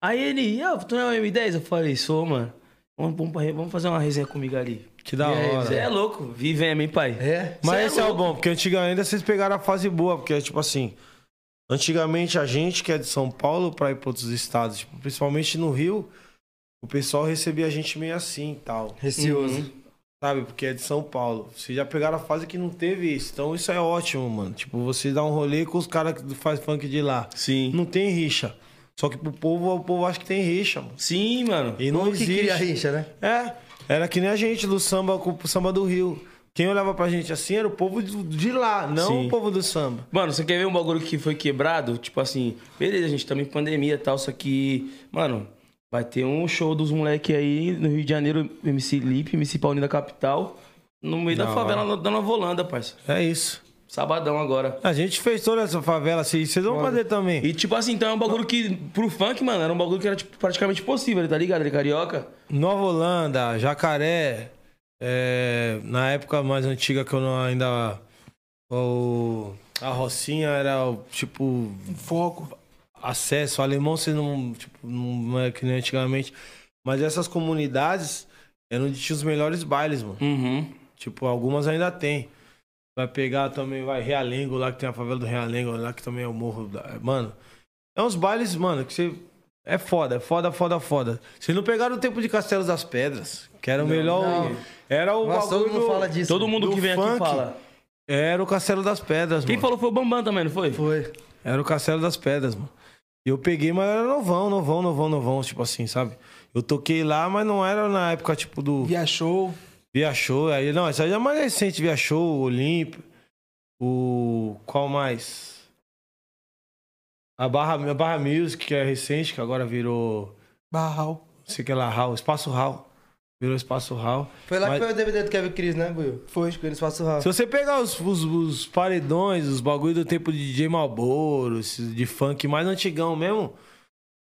[SPEAKER 1] Aí ele, ah, tu não é o M10? Eu falei, sou, mano. Vamos, vamos, pra re- vamos fazer uma resenha comigo ali.
[SPEAKER 3] Que da
[SPEAKER 2] E aí,
[SPEAKER 3] hora.
[SPEAKER 1] Você é louco, vivemos, hein, pai?
[SPEAKER 2] É?
[SPEAKER 1] Cê é
[SPEAKER 3] Mas esse é, o
[SPEAKER 1] louco.
[SPEAKER 3] bom, porque antigamente ainda vocês pegaram a fase boa, porque é tipo assim. Antigamente a gente que é de São Paulo pra ir pra outros estados, tipo, principalmente no Rio, o pessoal recebia a gente meio assim e tal.
[SPEAKER 2] Receoso.
[SPEAKER 3] Sabe? Porque é de São Paulo. Vocês já pegaram a fase que não teve isso. Então isso é ótimo, mano. Tipo, você dá um rolê com os caras que faz funk de lá.
[SPEAKER 1] Sim.
[SPEAKER 3] Não tem rixa. Só que pro povo, o povo acha que tem rixa, mano.
[SPEAKER 1] Sim, mano.
[SPEAKER 3] E não
[SPEAKER 2] Como que
[SPEAKER 3] existe.
[SPEAKER 2] cria rixa, né?
[SPEAKER 3] É, era que nem a gente do samba, com o samba do Rio. Quem olhava pra gente assim era o povo de- de lá, não
[SPEAKER 1] Sim.
[SPEAKER 3] o povo do samba.
[SPEAKER 1] Mano, você quer ver um bagulho que foi quebrado? Tipo assim, beleza, gente, estamos em pandemia e tal, só que, mano, vai ter um show dos moleque aí no Rio de Janeiro, MC Lipe, MC Paulinho da Capital, no meio da
[SPEAKER 3] Da
[SPEAKER 1] favela no- da Nova Holanda, parça.
[SPEAKER 3] É isso.
[SPEAKER 1] Sabadão agora.
[SPEAKER 3] A gente fez toda essa favela assim, vocês vão fazer também.
[SPEAKER 1] E tipo assim, então é um bagulho que, pro funk, mano, era um bagulho que era tipo, praticamente impossível, tá ligado? Ele é carioca.
[SPEAKER 3] Nova Holanda, Jacaré, é, na época mais antiga que eu não ainda. o- a Rocinha era o tipo
[SPEAKER 4] Um foco.
[SPEAKER 3] acesso. Alemão, você não. Tipo, não é que nem antigamente. Mas essas comunidades eram onde tinha os melhores bailes, mano.
[SPEAKER 1] Uhum.
[SPEAKER 3] Tipo, algumas ainda tem. Vai pegar também, vai, Realengo, lá que tem a favela do Realengo, lá que também é o morro. da- Mano, é uns bailes, mano, que você. É foda, é foda, foda, foda. Vocês não pegaram o tempo de Castelos das Pedras, que era o melhor.
[SPEAKER 2] não.
[SPEAKER 3] Era o
[SPEAKER 2] Nossa, todo
[SPEAKER 3] bagulho
[SPEAKER 2] mundo
[SPEAKER 3] do-
[SPEAKER 2] fala disso.
[SPEAKER 1] Todo mundo
[SPEAKER 3] Do
[SPEAKER 1] que vem
[SPEAKER 3] funk.
[SPEAKER 1] aqui fala.
[SPEAKER 3] Era o Castelo das Pedras,
[SPEAKER 1] Quem
[SPEAKER 3] mano.
[SPEAKER 1] falou foi o Bambam também, não foi?
[SPEAKER 2] Foi.
[SPEAKER 3] Era o Castelo das Pedras, mano. E eu peguei, mas era novão, novão, novão, novão, tipo assim, sabe? Eu toquei lá, mas não era na época, tipo, do
[SPEAKER 4] Viajou.
[SPEAKER 3] Via Show. Aí, não, isso aí é mais recente, Via Show, Olímpio. O. Qual mais? A Barra, a Barra Music, que é recente, que agora virou.
[SPEAKER 4] Barral.
[SPEAKER 3] Não sei o que lá, Hall, Espaço Hall. Virou Espaço Hall.
[SPEAKER 2] Foi lá
[SPEAKER 3] Mas-
[SPEAKER 2] que foi o DVD do Kevin Cris, né, Buiu? Foi. Acho que eles passam
[SPEAKER 3] Se
[SPEAKER 2] rápido.
[SPEAKER 3] você pegar os, os, os paredões, os bagulho do tempo de DJ Malboro, esses de funk mais antigão mesmo,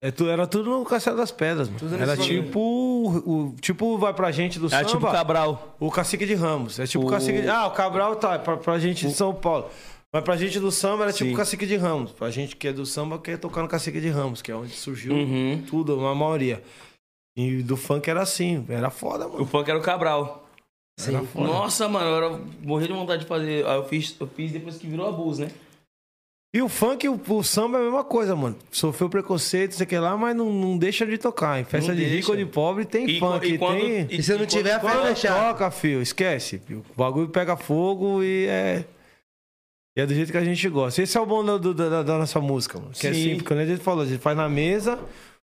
[SPEAKER 3] é tu- era tudo no Castelo das Pedras, mano.
[SPEAKER 2] Tudo nesse
[SPEAKER 3] Era
[SPEAKER 2] bagulho.
[SPEAKER 3] tipo o, o- Tipo, vai pra gente do
[SPEAKER 1] Era
[SPEAKER 3] samba,
[SPEAKER 1] tipo Cabral.
[SPEAKER 3] o Cacique de Ramos. É tipo o
[SPEAKER 1] O-
[SPEAKER 3] Cacique de... Ah, o Cabral tá, pra, pra gente de São Paulo. Mas pra gente do samba era tipo
[SPEAKER 1] Sim.
[SPEAKER 3] o Cacique de Ramos. Pra gente que é do samba, quer tocar no Cacique de Ramos, que é onde surgiu
[SPEAKER 1] Uhum.
[SPEAKER 3] tudo, a maioria. E do funk era assim, era foda, mano.
[SPEAKER 1] O funk era o Cabral.
[SPEAKER 2] Sim.
[SPEAKER 1] Nossa, mano, eu era... morri de vontade de fazer. Aí eu fiz, eu fiz depois que virou abuso, né?
[SPEAKER 3] E o funk e o, o samba é a mesma coisa, mano. Sofreu preconceito, sei que lá, mas não, não deixa de tocar. Em festa
[SPEAKER 1] Não
[SPEAKER 3] de rico
[SPEAKER 1] deixa.
[SPEAKER 3] ou de pobre tem funk, tem...
[SPEAKER 2] E se não tiver,
[SPEAKER 1] quando-
[SPEAKER 2] vai
[SPEAKER 3] Quando
[SPEAKER 2] fechar.
[SPEAKER 3] toca, filho, esquece. filho. O bagulho pega fogo e é... E é do jeito que a gente gosta. Esse é o bom do- do- da, da nossa música, mano. Que é
[SPEAKER 1] Sim.
[SPEAKER 3] simples, quando a gente falou, a gente faz na mesa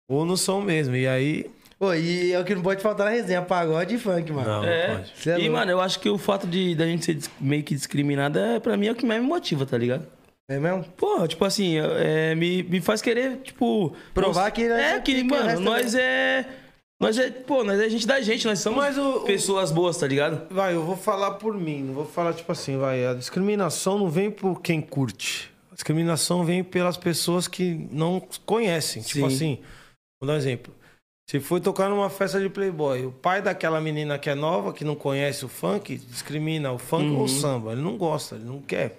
[SPEAKER 3] ou no som mesmo. E aí...
[SPEAKER 2] Pô, e é o que não pode faltar na resenha, pagode e funk, mano.
[SPEAKER 3] Não, não
[SPEAKER 1] É.
[SPEAKER 3] pode.
[SPEAKER 2] Cê é
[SPEAKER 1] e,
[SPEAKER 2] louco.
[SPEAKER 1] mano, eu acho que o fato de da gente ser dis- meio que discriminado é, pra mim, é o que mais me motiva, tá ligado?
[SPEAKER 2] É mesmo?
[SPEAKER 1] Porra, tipo assim, é, me, me faz querer, tipo.
[SPEAKER 2] Provar
[SPEAKER 1] mos-
[SPEAKER 2] que nós é
[SPEAKER 1] É,
[SPEAKER 2] que
[SPEAKER 1] que,
[SPEAKER 2] o
[SPEAKER 1] mano,
[SPEAKER 2] resto
[SPEAKER 1] nós é. Nós é. Pô, nós é gente da gente, nós somos
[SPEAKER 3] Mas o- o-
[SPEAKER 1] pessoas boas, tá ligado?
[SPEAKER 3] Vai, eu vou falar por mim, não vou falar tipo assim, vai. A discriminação não vem por quem curte. A discriminação vem pelas pessoas que não conhecem. Tipo
[SPEAKER 1] Sim.
[SPEAKER 3] assim, vou dar um exemplo. Se for tocar numa festa de playboy, o pai daquela menina que é nova, que não conhece o funk, discrimina o funk
[SPEAKER 1] Uhum.
[SPEAKER 3] ou o samba. Ele não gosta, ele não quer.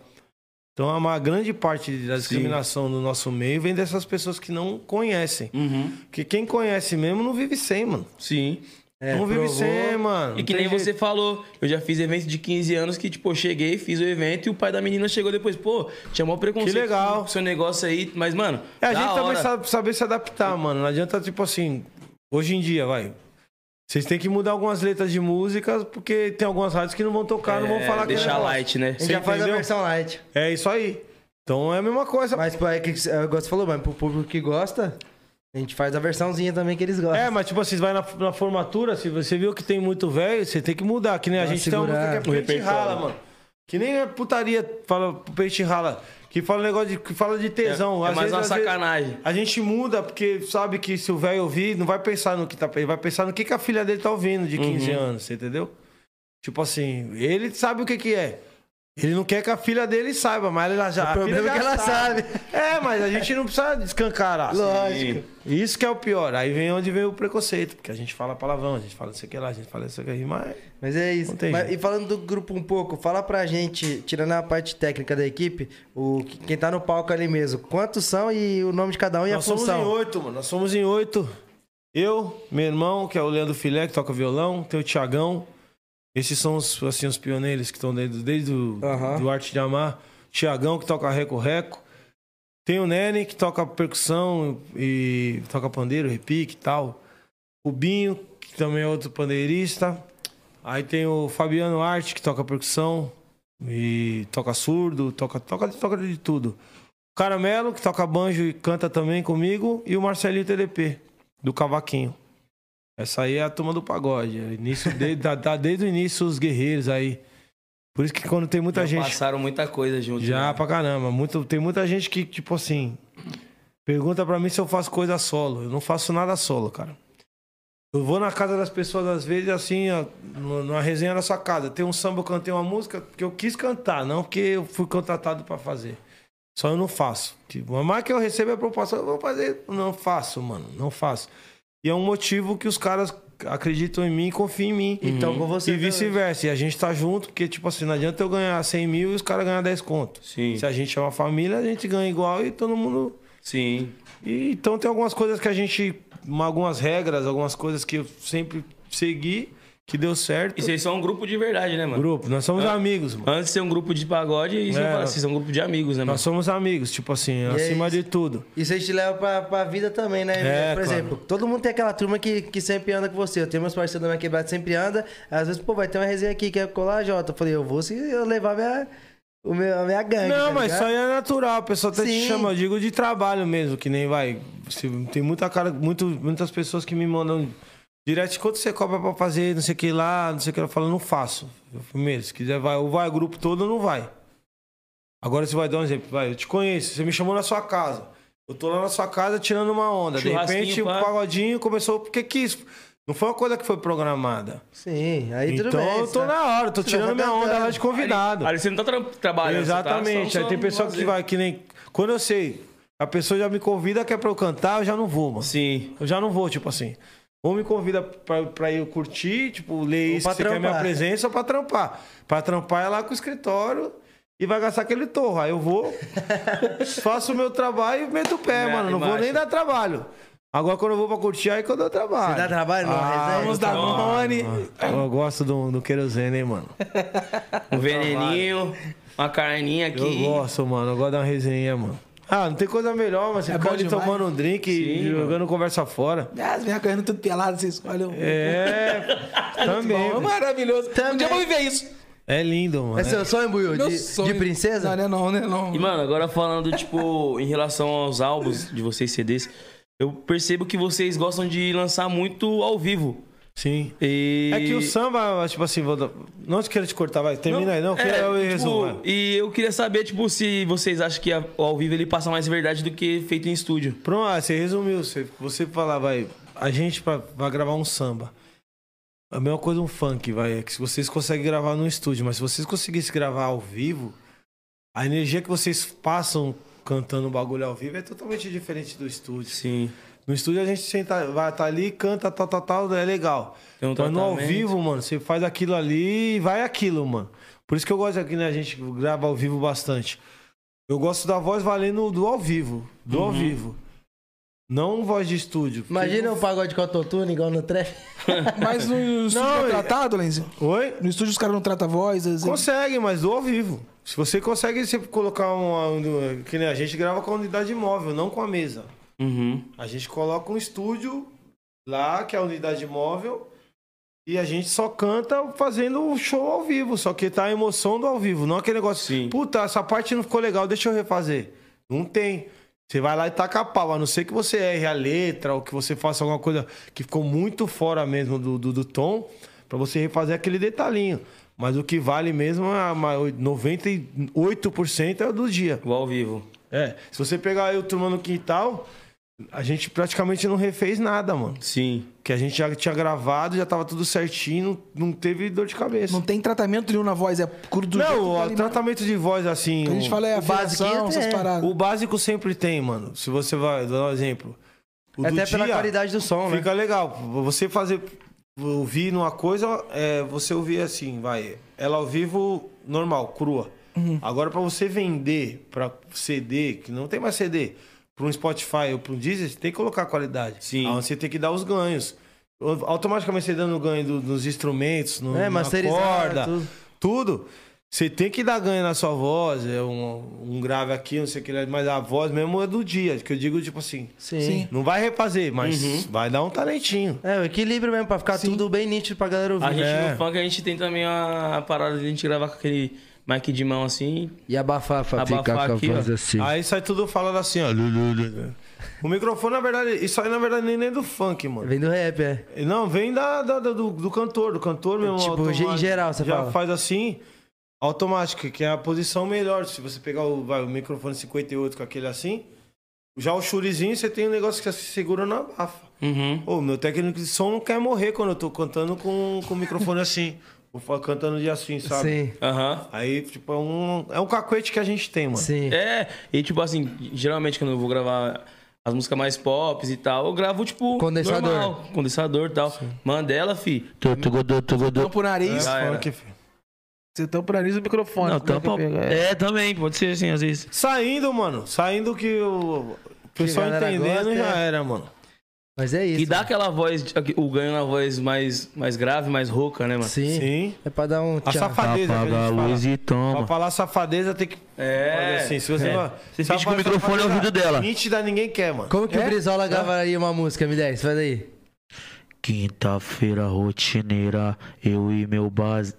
[SPEAKER 3] Então, uma grande parte da discriminação no nosso meio vem dessas pessoas que não conhecem.
[SPEAKER 1] Uhum.
[SPEAKER 3] Porque quem conhece mesmo não vive sem, mano.
[SPEAKER 1] Sim.
[SPEAKER 2] É,
[SPEAKER 3] não vive
[SPEAKER 2] provou.
[SPEAKER 3] sem, mano.
[SPEAKER 1] E que
[SPEAKER 3] Não
[SPEAKER 1] nem
[SPEAKER 3] tem
[SPEAKER 1] você falou, eu já fiz evento de 15 anos que, tipo, eu cheguei, fiz o evento e o pai da menina chegou depois, pô, tinha maior preconceito.
[SPEAKER 3] Que legal.
[SPEAKER 1] com o Seu negócio aí, mas, mano.
[SPEAKER 3] É, a
[SPEAKER 1] da
[SPEAKER 3] gente também
[SPEAKER 1] hora.
[SPEAKER 3] sabe saber se adaptar, mano. Não adianta, tipo assim, hoje em dia, vai. Vocês têm que mudar algumas letras de músicas, porque tem algumas rádios que não vão tocar, não vão
[SPEAKER 1] É,
[SPEAKER 3] falar aquele
[SPEAKER 1] Deixar
[SPEAKER 3] negócio.
[SPEAKER 1] light, né?
[SPEAKER 2] A gente
[SPEAKER 3] Você
[SPEAKER 2] já faz a
[SPEAKER 3] entendeu?
[SPEAKER 2] versão light.
[SPEAKER 3] É isso aí. Então é a mesma coisa.
[SPEAKER 2] Mas pô, é que é, igual você falou, mas pro público que gosta, a gente faz a versãozinha também que eles
[SPEAKER 1] ah.
[SPEAKER 2] gostam.
[SPEAKER 3] É, mas tipo, vocês vai na, na formatura, se você viu que tem muito velho, você tem que mudar. Que nem a
[SPEAKER 2] Dá uma
[SPEAKER 3] gente tem uma
[SPEAKER 2] segurada.
[SPEAKER 3] música que é
[SPEAKER 1] O
[SPEAKER 3] peito e
[SPEAKER 1] repertório.
[SPEAKER 3] rala, mano. Que nem é putaria, fala peito e rala. Que fala um negócio de, que fala de tesão.
[SPEAKER 1] É, é
[SPEAKER 3] Às
[SPEAKER 1] mais
[SPEAKER 3] vezes-
[SPEAKER 1] uma
[SPEAKER 3] às vezes-
[SPEAKER 1] sacanagem.
[SPEAKER 3] A gente muda porque sabe que se o velho ouvir, não vai pensar no que tá. Ele vai pensar no que, que a filha dele tá ouvindo de 15
[SPEAKER 2] Uhum.
[SPEAKER 3] anos, você entendeu? Tipo assim, ele sabe o que que é. Ele não quer que a filha dele saiba, mas ela já.
[SPEAKER 2] O
[SPEAKER 3] a
[SPEAKER 2] problema
[SPEAKER 3] filha
[SPEAKER 2] é que
[SPEAKER 3] já
[SPEAKER 2] ela sabe.
[SPEAKER 3] É, mas a gente não precisa descancarar.
[SPEAKER 2] Lógico.
[SPEAKER 3] Isso que é o pior. Aí vem onde vem o preconceito, porque a gente fala palavrão, a gente fala isso aqui lá, a gente fala isso aqui, mas.
[SPEAKER 2] Mas é isso.
[SPEAKER 3] Não tem
[SPEAKER 2] Mas-
[SPEAKER 3] jeito.
[SPEAKER 2] e falando do grupo um pouco, fala pra gente, tirando a parte técnica da equipe, o, quem tá no palco ali mesmo, quantos são e o nome de cada um e
[SPEAKER 3] Nós
[SPEAKER 2] a
[SPEAKER 3] somos em
[SPEAKER 2] função.
[SPEAKER 3] oito, mano. Nós somos em oito. Eu, meu irmão, que é o Leandro Filé, que toca violão, tem o Tiagão. Esses são os, assim, os pioneiros que estão desde, desde o
[SPEAKER 2] Aham.
[SPEAKER 3] do Arte de Amar. Tiagão, que toca reco-reco. Tem o Nene, que toca percussão e toca pandeiro, repique e tal. O Binho, que também é outro pandeirista. Aí tem o Fabiano Arte, que toca percussão e toca surdo, toca, toca, toca de tudo. O Caramelo, que toca banjo e canta também comigo. E o Marcelinho TDP, do Cavaquinho. Essa aí é a turma do pagode. É início de, da, da- desde o início, os guerreiros aí. Por isso que quando tem
[SPEAKER 1] Já
[SPEAKER 3] muita gente.
[SPEAKER 1] Passaram muita coisa junto.
[SPEAKER 3] Já
[SPEAKER 1] né?
[SPEAKER 3] pra caramba. Muito, tem muita gente que, tipo assim, pergunta pra mim se eu faço coisa solo. Eu não faço nada solo, cara. Eu vou na casa das pessoas, às vezes, assim, ó, no- numa resenha na sua casa. Tem um samba, eu cantei uma música que eu quis cantar, não que eu fui contratado pra fazer. Só eu não faço. Tipo, a mais que eu recebo a proposta, eu vou fazer. Não faço, mano, não faço. E é um motivo que os caras acreditam em mim e confiam em mim.
[SPEAKER 2] Então com você.
[SPEAKER 3] E vice-versa. E a gente tá junto, porque, tipo assim, não adianta eu ganhar 100 mil e os caras ganhar 10 conto.
[SPEAKER 1] Sim.
[SPEAKER 3] Se a gente é uma família, a gente ganha igual e todo mundo.
[SPEAKER 1] Sim.
[SPEAKER 3] E, então tem algumas coisas que a gente. Algumas regras, algumas coisas que eu sempre segui, que deu certo.
[SPEAKER 1] E vocês são um grupo de verdade, né, mano?
[SPEAKER 3] Grupo, nós somos
[SPEAKER 1] Ah.
[SPEAKER 3] amigos, mano.
[SPEAKER 1] Antes de ser um grupo de pagode, e
[SPEAKER 3] É,
[SPEAKER 1] vocês falam,
[SPEAKER 3] nós-
[SPEAKER 1] vocês são um grupo de amigos, né, mano?
[SPEAKER 3] Nós somos amigos, tipo assim,
[SPEAKER 1] é
[SPEAKER 3] acima
[SPEAKER 2] isso.
[SPEAKER 3] de tudo.
[SPEAKER 2] Isso a gente leva pra, pra vida também, né?
[SPEAKER 3] É,
[SPEAKER 2] Por
[SPEAKER 3] claro.
[SPEAKER 2] exemplo, todo mundo tem aquela turma que, que sempre anda com você. Eu tenho meus parceiros é da minha quebrada que sempre anda. Às vezes, pô, vai ter uma resenha aqui, quer colar, Jota? Eu falei, eu vou se eu levar minha, o meu, a minha gangue.
[SPEAKER 3] Não,
[SPEAKER 2] tá
[SPEAKER 3] mas
[SPEAKER 2] ligado?
[SPEAKER 3] isso aí é natural. O pessoal até te
[SPEAKER 2] Sim.
[SPEAKER 3] chama, eu digo de trabalho mesmo, que nem vai. se- Tem muita cara, muito, muitas pessoas que me mandam direto quanto você cobra pra fazer, não sei o que lá, não sei o que lá. Eu falo, não faço. Eu primeiro, se quiser, vai, ou vai grupo todo ou não vai. Agora você vai dar um exemplo, vai, eu te conheço, você me chamou na sua casa. Eu tô lá na sua casa tirando uma onda. De
[SPEAKER 1] Churrasquinho,
[SPEAKER 3] repente, o
[SPEAKER 1] pá.
[SPEAKER 3] pagodinho começou porque quis. Não foi uma coisa que foi programada.
[SPEAKER 2] Sim, aí tudo
[SPEAKER 3] então
[SPEAKER 2] bem.
[SPEAKER 3] eu tô
[SPEAKER 2] tá-
[SPEAKER 3] na hora, eu tô
[SPEAKER 2] Você
[SPEAKER 3] tirando
[SPEAKER 2] tá
[SPEAKER 3] minha onda
[SPEAKER 2] tentando.
[SPEAKER 3] lá de convidado.
[SPEAKER 1] Ali você não tá tra trabalhando. você tá
[SPEAKER 3] Exatamente.
[SPEAKER 1] só-
[SPEAKER 3] Aí
[SPEAKER 1] só
[SPEAKER 3] tem
[SPEAKER 1] no
[SPEAKER 3] pessoa que
[SPEAKER 1] lazer.
[SPEAKER 3] vai, que nem. Quando eu sei, a pessoa já me convida que é pra eu cantar, eu já não vou, mano.
[SPEAKER 1] Sim.
[SPEAKER 3] Eu já não vou, tipo assim. Ou me convida pra, pra eu curtir, tipo, ler
[SPEAKER 2] Ou
[SPEAKER 3] isso,
[SPEAKER 2] pra
[SPEAKER 3] você quer minha
[SPEAKER 2] trampar.
[SPEAKER 3] presença, ou pra trampar. Pra trampar é lá com o escritório e vai gastar aquele torro. Aí eu vou, faço o meu trabalho e meto o pé,
[SPEAKER 1] É,
[SPEAKER 3] mano. Não vou
[SPEAKER 1] imagem.
[SPEAKER 3] nem dar trabalho. Agora, quando eu vou pra curtir, aí que eu dou trabalho. Ah,
[SPEAKER 2] Você dá trabalho? Não, resenha.
[SPEAKER 4] Vamos dar
[SPEAKER 1] Então,
[SPEAKER 4] Danone.
[SPEAKER 3] Eu gosto do, do querosene, hein, mano.
[SPEAKER 1] Um veneninho, uma carninha aqui.
[SPEAKER 3] Eu gosto, mano. Eu gosto da resenha, mano. Ah, não tem coisa melhor, mas você
[SPEAKER 4] É
[SPEAKER 3] ficar
[SPEAKER 4] bom
[SPEAKER 3] ali
[SPEAKER 4] demais.
[SPEAKER 3] tomando um drink e
[SPEAKER 1] Sim,
[SPEAKER 3] jogando conversa fora.
[SPEAKER 4] Ah, As minhas caindo tudo pelado, você escolhe um.
[SPEAKER 3] É, também.
[SPEAKER 4] Bom, é maravilhoso. Um dia
[SPEAKER 2] Também.
[SPEAKER 4] eu vou viver isso.
[SPEAKER 3] É lindo, mano.
[SPEAKER 2] É seu sonho, Buiu?
[SPEAKER 4] Meu
[SPEAKER 2] De,
[SPEAKER 4] sonho.
[SPEAKER 2] de princesa?
[SPEAKER 3] é
[SPEAKER 4] Não, né, não, né?
[SPEAKER 1] E,
[SPEAKER 4] Não.
[SPEAKER 1] mano, agora falando, tipo, em relação aos álbuns de vocês, CDs, eu percebo que vocês gostam de lançar muito ao vivo.
[SPEAKER 3] Sim.
[SPEAKER 1] E...
[SPEAKER 3] É que o samba, tipo assim, vou... dar- não quero te cortar, vai. Termina aí, não. que
[SPEAKER 1] é,
[SPEAKER 3] eu
[SPEAKER 1] tipo,
[SPEAKER 3] resumo. vai.
[SPEAKER 1] E eu queria saber, tipo, se vocês acham que a- o ao vivo ele passa mais verdade do que feito em estúdio.
[SPEAKER 3] Pronto, ah, você resumiu. Você, você falar, vai. A gente pra, vai gravar um samba. A mesma coisa um funk, vai. É que se vocês conseguem gravar no estúdio, mas se vocês conseguissem gravar ao vivo, a energia que vocês passam cantando o bagulho ao vivo é totalmente diferente do estúdio.
[SPEAKER 1] Sim.
[SPEAKER 3] No estúdio a gente senta, vai tá ali, canta, tal, tal, tal, é legal.
[SPEAKER 1] Tem um
[SPEAKER 3] Mas no ao
[SPEAKER 1] tratamento.
[SPEAKER 3] vivo, mano, você faz aquilo ali e vai aquilo, mano. Por isso que eu gosto aqui, né? A gente grava ao vivo bastante. Eu gosto da voz valendo do ao vivo. Do
[SPEAKER 1] Uhum.
[SPEAKER 3] ao vivo. Não voz de estúdio. porque-
[SPEAKER 2] Imagina um pagode com autotune igual no trap.
[SPEAKER 4] Mas no estúdio
[SPEAKER 3] Não,
[SPEAKER 4] não,
[SPEAKER 3] e-
[SPEAKER 4] é tratado, Lenzinho?
[SPEAKER 3] Oi?
[SPEAKER 4] No estúdio os caras não tratam vozes.
[SPEAKER 3] Consegue, mas do ao vivo. Se você consegue você colocar uma. um- que nem a gente grava com a unidade móvel, não com a mesa.
[SPEAKER 1] Uhum.
[SPEAKER 3] A gente coloca um estúdio lá, que é a unidade móvel, e a gente só canta fazendo o show ao vivo, só que tá a emoção do ao vivo, não aquele negócio,
[SPEAKER 1] Sim.
[SPEAKER 3] puta, essa parte não ficou legal, deixa eu refazer. Não tem. Você vai lá e taca a pau, a não ser que você erre a letra ou que você faça alguma coisa que ficou muito fora mesmo do, do, do tom, pra você refazer aquele detalhinho. Mas o que vale mesmo é a maior- 98% é o do dia.
[SPEAKER 1] O ao vivo.
[SPEAKER 3] É, se você pegar eu turma no quintal, a gente praticamente não refez nada, mano.
[SPEAKER 1] Sim.
[SPEAKER 3] Que a gente já tinha gravado, já tava tudo certinho, não, não teve dor de cabeça.
[SPEAKER 4] Não
[SPEAKER 3] Não,
[SPEAKER 4] tem tratamento nenhum na voz, é curo do jeito
[SPEAKER 3] o
[SPEAKER 4] que tá ali,
[SPEAKER 3] tratamento de voz assim.
[SPEAKER 4] né? A gente
[SPEAKER 3] o-
[SPEAKER 4] fala é
[SPEAKER 2] o basiquinho
[SPEAKER 4] afinação, essas
[SPEAKER 2] tem,
[SPEAKER 4] paradas.
[SPEAKER 3] O básico sempre tem, mano. Se você vai, dar um exemplo. O do
[SPEAKER 2] É Até pela
[SPEAKER 3] dia
[SPEAKER 2] qualidade do som, né?
[SPEAKER 3] Fica legal. Você fazer. Ouvir numa coisa, é, você ouvir assim, vai. Ela ao vivo normal, crua.
[SPEAKER 2] Uhum.
[SPEAKER 3] Agora, pra você vender pra CD, que não tem mais CD, pra um Spotify ou pra um Deezer, você tem que colocar qualidade.
[SPEAKER 1] Sim.
[SPEAKER 3] Aí você tem que dar os ganhos. Automaticamente você dando ganho do- dos instrumentos, no,
[SPEAKER 2] É,
[SPEAKER 3] na
[SPEAKER 2] masterizar,
[SPEAKER 3] corda,
[SPEAKER 2] tudo.
[SPEAKER 3] tudo. Você tem que dar ganho na sua voz, é um, um grave aqui, não sei o que, lá, mas a voz mesmo é do dia, que eu digo tipo assim,
[SPEAKER 2] Sim.
[SPEAKER 4] Sim.
[SPEAKER 3] não vai refazer, mas vai dar um talentinho.
[SPEAKER 2] É, o equilíbrio mesmo, pra ficar tudo bem nítido pra galera
[SPEAKER 1] A
[SPEAKER 2] ouvir.
[SPEAKER 1] gente
[SPEAKER 3] É.
[SPEAKER 1] no funk, a gente tem também a, a parada de a gente gravar com aquele mic de mão assim.
[SPEAKER 5] E abafar, pra
[SPEAKER 1] Abafar
[SPEAKER 5] ficar com a
[SPEAKER 1] aqui,
[SPEAKER 5] voz
[SPEAKER 1] ó.
[SPEAKER 5] assim.
[SPEAKER 3] Aí sai tudo falando assim, ó. lu, lu, lu, lu. O microfone, na verdade, isso aí na verdade nem é do funk, mano.
[SPEAKER 2] Vem do rap, é.
[SPEAKER 3] Não, vem da, da- da- do, do cantor, do cantor mesmo.
[SPEAKER 2] Tipo,
[SPEAKER 3] automático.
[SPEAKER 2] ge- em geral, você
[SPEAKER 3] Já
[SPEAKER 2] fala.
[SPEAKER 3] faz assim, automático, que é a posição melhor. Se você pegar o, vai, o microfone 58 com aquele assim, já o churizinho, você tem um negócio que você segura na bafa.
[SPEAKER 1] Uhum.
[SPEAKER 2] Hum.
[SPEAKER 3] Ô, meu técnico de som não quer morrer quando eu tô cantando com, com o microfone assim. Vou fa- cantando de assim, sabe?
[SPEAKER 2] Sim.
[SPEAKER 1] Aham.
[SPEAKER 3] Aí, tipo, é um, é um cacuete que a gente tem, mano.
[SPEAKER 2] Sim.
[SPEAKER 1] É, e tipo assim, geralmente quando eu vou gravar as músicas mais pop e tal, eu gravo tipo.
[SPEAKER 2] Condensador.
[SPEAKER 1] Normal, condensador e tal. Mandela, fi.
[SPEAKER 5] Tugudu, tugudu.
[SPEAKER 4] Tampa o
[SPEAKER 3] É
[SPEAKER 4] nariz.
[SPEAKER 1] Já era.
[SPEAKER 3] Funk, filho.
[SPEAKER 4] Você tampa o nariz e o microfone.
[SPEAKER 1] Não,
[SPEAKER 4] Como é que
[SPEAKER 1] tampa.
[SPEAKER 4] pega?
[SPEAKER 1] É, também, pode ser assim, às vezes.
[SPEAKER 3] Saindo, mano. Saindo que o o pessoal
[SPEAKER 2] galera
[SPEAKER 3] entendendo
[SPEAKER 2] gosta,
[SPEAKER 3] já
[SPEAKER 2] é.
[SPEAKER 3] era, mano.
[SPEAKER 2] Mas é isso.
[SPEAKER 1] E dá aquela voz, o ganho na voz mais, mais grave, mais rouca, né, mano?
[SPEAKER 2] Sim.
[SPEAKER 3] Sim.
[SPEAKER 2] É pra dar um
[SPEAKER 3] A
[SPEAKER 2] tchau.
[SPEAKER 3] safadeza que a
[SPEAKER 5] Apaga a
[SPEAKER 3] gente fala.
[SPEAKER 5] luz e
[SPEAKER 3] Pra
[SPEAKER 5] toma.
[SPEAKER 3] falar safadeza tem que
[SPEAKER 1] É.
[SPEAKER 3] fazer assim. Se você
[SPEAKER 1] é.
[SPEAKER 3] não.
[SPEAKER 1] Você
[SPEAKER 3] Safa-
[SPEAKER 1] finge que o
[SPEAKER 5] microfone é o ouvido dela.
[SPEAKER 3] Nítida ninguém quer, mano.
[SPEAKER 2] Como que o Brizola gravaria uma música, M10? Faz aí.
[SPEAKER 5] Quinta-feira rotineira, eu e meu base.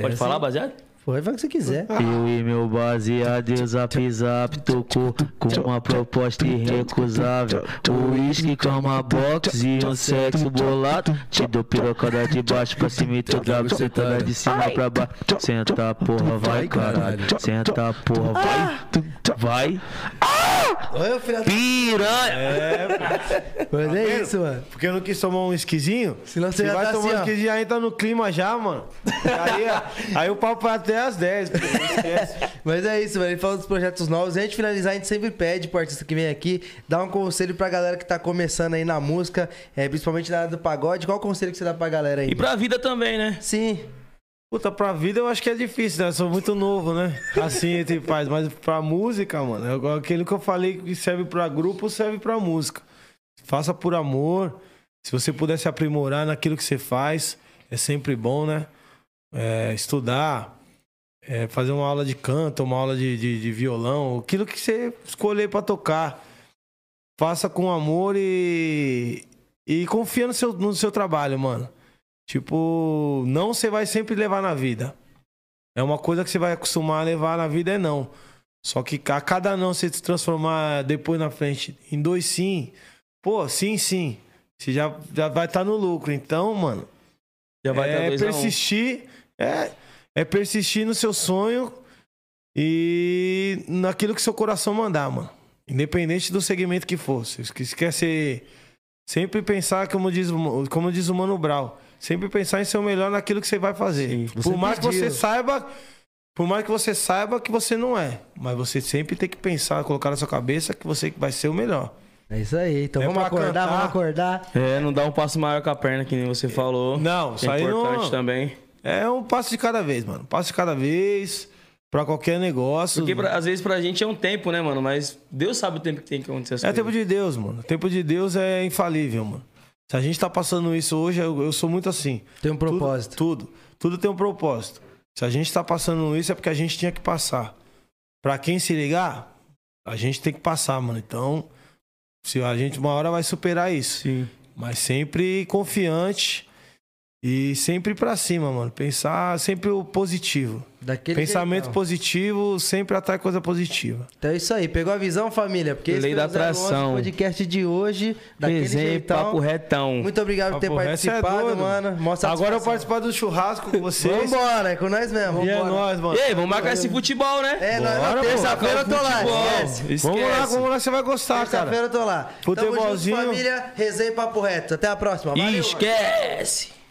[SPEAKER 1] Pode falar, baseado?
[SPEAKER 2] Foi, vai o que você quiser.
[SPEAKER 5] Eu e meu baseado e o zap zap tocou com uma proposta irrecusável. O uísque com uma box e um sexo bolado. Te dou pirocada de baixo pra cima e tu grava sentada de cima pra baixo. Senta porra, vai caralho. Senta porra, vai. Vai.
[SPEAKER 2] Olha, filha da...
[SPEAKER 5] Piranha.
[SPEAKER 2] Mas é isso, mano.
[SPEAKER 3] Porque eu não quis tomar um esquisinho.
[SPEAKER 2] Senão você
[SPEAKER 3] Se
[SPEAKER 2] já
[SPEAKER 3] vai
[SPEAKER 2] tá
[SPEAKER 3] tomar
[SPEAKER 2] assim,
[SPEAKER 3] um
[SPEAKER 2] ó.
[SPEAKER 3] esquisinho, aí tá no clima já, mano. Aí, aí o papo vai até às 10. pô, esquece.
[SPEAKER 2] Mas é isso, mano. Ele falou dos projetos novos. E antes de finalizar, a gente sempre pede pro artista que vem aqui, dar um conselho pra galera que tá começando aí na música, é, principalmente na área do pagode. Qual o conselho que você dá pra galera aí?
[SPEAKER 1] E pra vida também, né?
[SPEAKER 2] Sim.
[SPEAKER 3] Puta, pra vida eu acho que é difícil, né? Eu sou muito novo, né? Assim, entre paz. Mas pra música, mano, é igual aquilo que eu falei que serve pra grupo, serve pra música. Faça por amor. Se você puder se aprimorar naquilo que você faz, é sempre bom, né? É, estudar, é, fazer uma aula de canto, uma aula de, de, de violão, aquilo que você escolher pra tocar. Faça com amor e, e confia no seu, no seu trabalho, mano. Tipo, não você vai sempre levar na vida. É uma coisa que você vai acostumar a levar na vida é não. Só que a cada não você se transformar depois na frente em dois sim, pô, sim, sim. Você já, já vai estar no lucro. Então, mano,
[SPEAKER 1] Já vai estar
[SPEAKER 3] é
[SPEAKER 1] dois a um.
[SPEAKER 3] persistir, é, é persistir no seu sonho e naquilo que seu coração mandar, mano. Independente do segmento que for. Se você quer ser. Sempre pensar, como diz, o- como diz o Mano Brau, sempre pensar em ser o melhor naquilo que você vai fazer.
[SPEAKER 2] você
[SPEAKER 3] por mais que
[SPEAKER 2] pediu.
[SPEAKER 3] você saiba. Por mais que você saiba que você não é. Mas você sempre tem que pensar, colocar na sua cabeça que você vai ser o melhor.
[SPEAKER 2] É isso aí. Então
[SPEAKER 3] É
[SPEAKER 2] vamos
[SPEAKER 3] pra
[SPEAKER 2] acordar,
[SPEAKER 3] cantar.
[SPEAKER 2] vamos acordar.
[SPEAKER 1] É, não dá um passo maior com a perna, que nem você falou.
[SPEAKER 3] Não,
[SPEAKER 1] isso
[SPEAKER 3] isso
[SPEAKER 1] é
[SPEAKER 3] aí não.
[SPEAKER 1] importante também.
[SPEAKER 3] É um passo de cada vez, mano. Passo de cada vez. Pra qualquer negócio.
[SPEAKER 1] Porque pra- às vezes pra gente é um tempo, né, mano? Mas Deus sabe o tempo que tem que acontecer as
[SPEAKER 3] É
[SPEAKER 1] coisas.
[SPEAKER 3] tempo de Deus, mano. O tempo de Deus é infalível, mano. Se a gente tá passando isso hoje, eu, eu sou muito assim.
[SPEAKER 2] Tem um propósito.
[SPEAKER 3] Tudo, tudo. Tudo tem um propósito. Se a gente tá passando isso, é porque a gente tinha que passar. Pra quem se ligar, a gente tem que passar, mano. Então, se a gente uma hora vai superar isso.
[SPEAKER 1] Sim.
[SPEAKER 3] Mas sempre confiante e sempre pra cima, mano. Pensar sempre o positivo.
[SPEAKER 2] Daquele
[SPEAKER 3] Pensamento
[SPEAKER 2] jeitão.
[SPEAKER 3] positivo sempre atrai coisa positiva.
[SPEAKER 2] Então é isso aí. Pegou a visão, família? Porque
[SPEAKER 1] Lei
[SPEAKER 2] foi
[SPEAKER 1] da
[SPEAKER 2] o 011
[SPEAKER 1] atração.
[SPEAKER 2] podcast de hoje. Daquele
[SPEAKER 1] Desenho,
[SPEAKER 2] jeitão.
[SPEAKER 1] papo retão.
[SPEAKER 2] Muito obrigado por ter
[SPEAKER 3] Papo reto, cê é
[SPEAKER 2] participado,
[SPEAKER 3] doido.
[SPEAKER 2] mano. Mostra
[SPEAKER 3] Agora eu participar do churrasco com vocês.
[SPEAKER 2] Vambora, é com nós mesmo.
[SPEAKER 3] E é
[SPEAKER 2] vambora.
[SPEAKER 3] nóis, mano.
[SPEAKER 1] E aí, vamos marcar esse futebol, né? um
[SPEAKER 2] É, nós-
[SPEAKER 3] Bora,
[SPEAKER 2] na
[SPEAKER 3] pô.
[SPEAKER 2] terça-feira eu tô lá.
[SPEAKER 1] Futebol.
[SPEAKER 2] Esquece.
[SPEAKER 1] Esquece.
[SPEAKER 3] Vamos lá, vamos lá, você vai gostar, cara.
[SPEAKER 2] Terça-feira eu tô lá. Tamo junto,
[SPEAKER 3] Futebolzinho.
[SPEAKER 2] família. Resenha e papo reto. Até a próxima. Valeu, mano.
[SPEAKER 1] Esquece.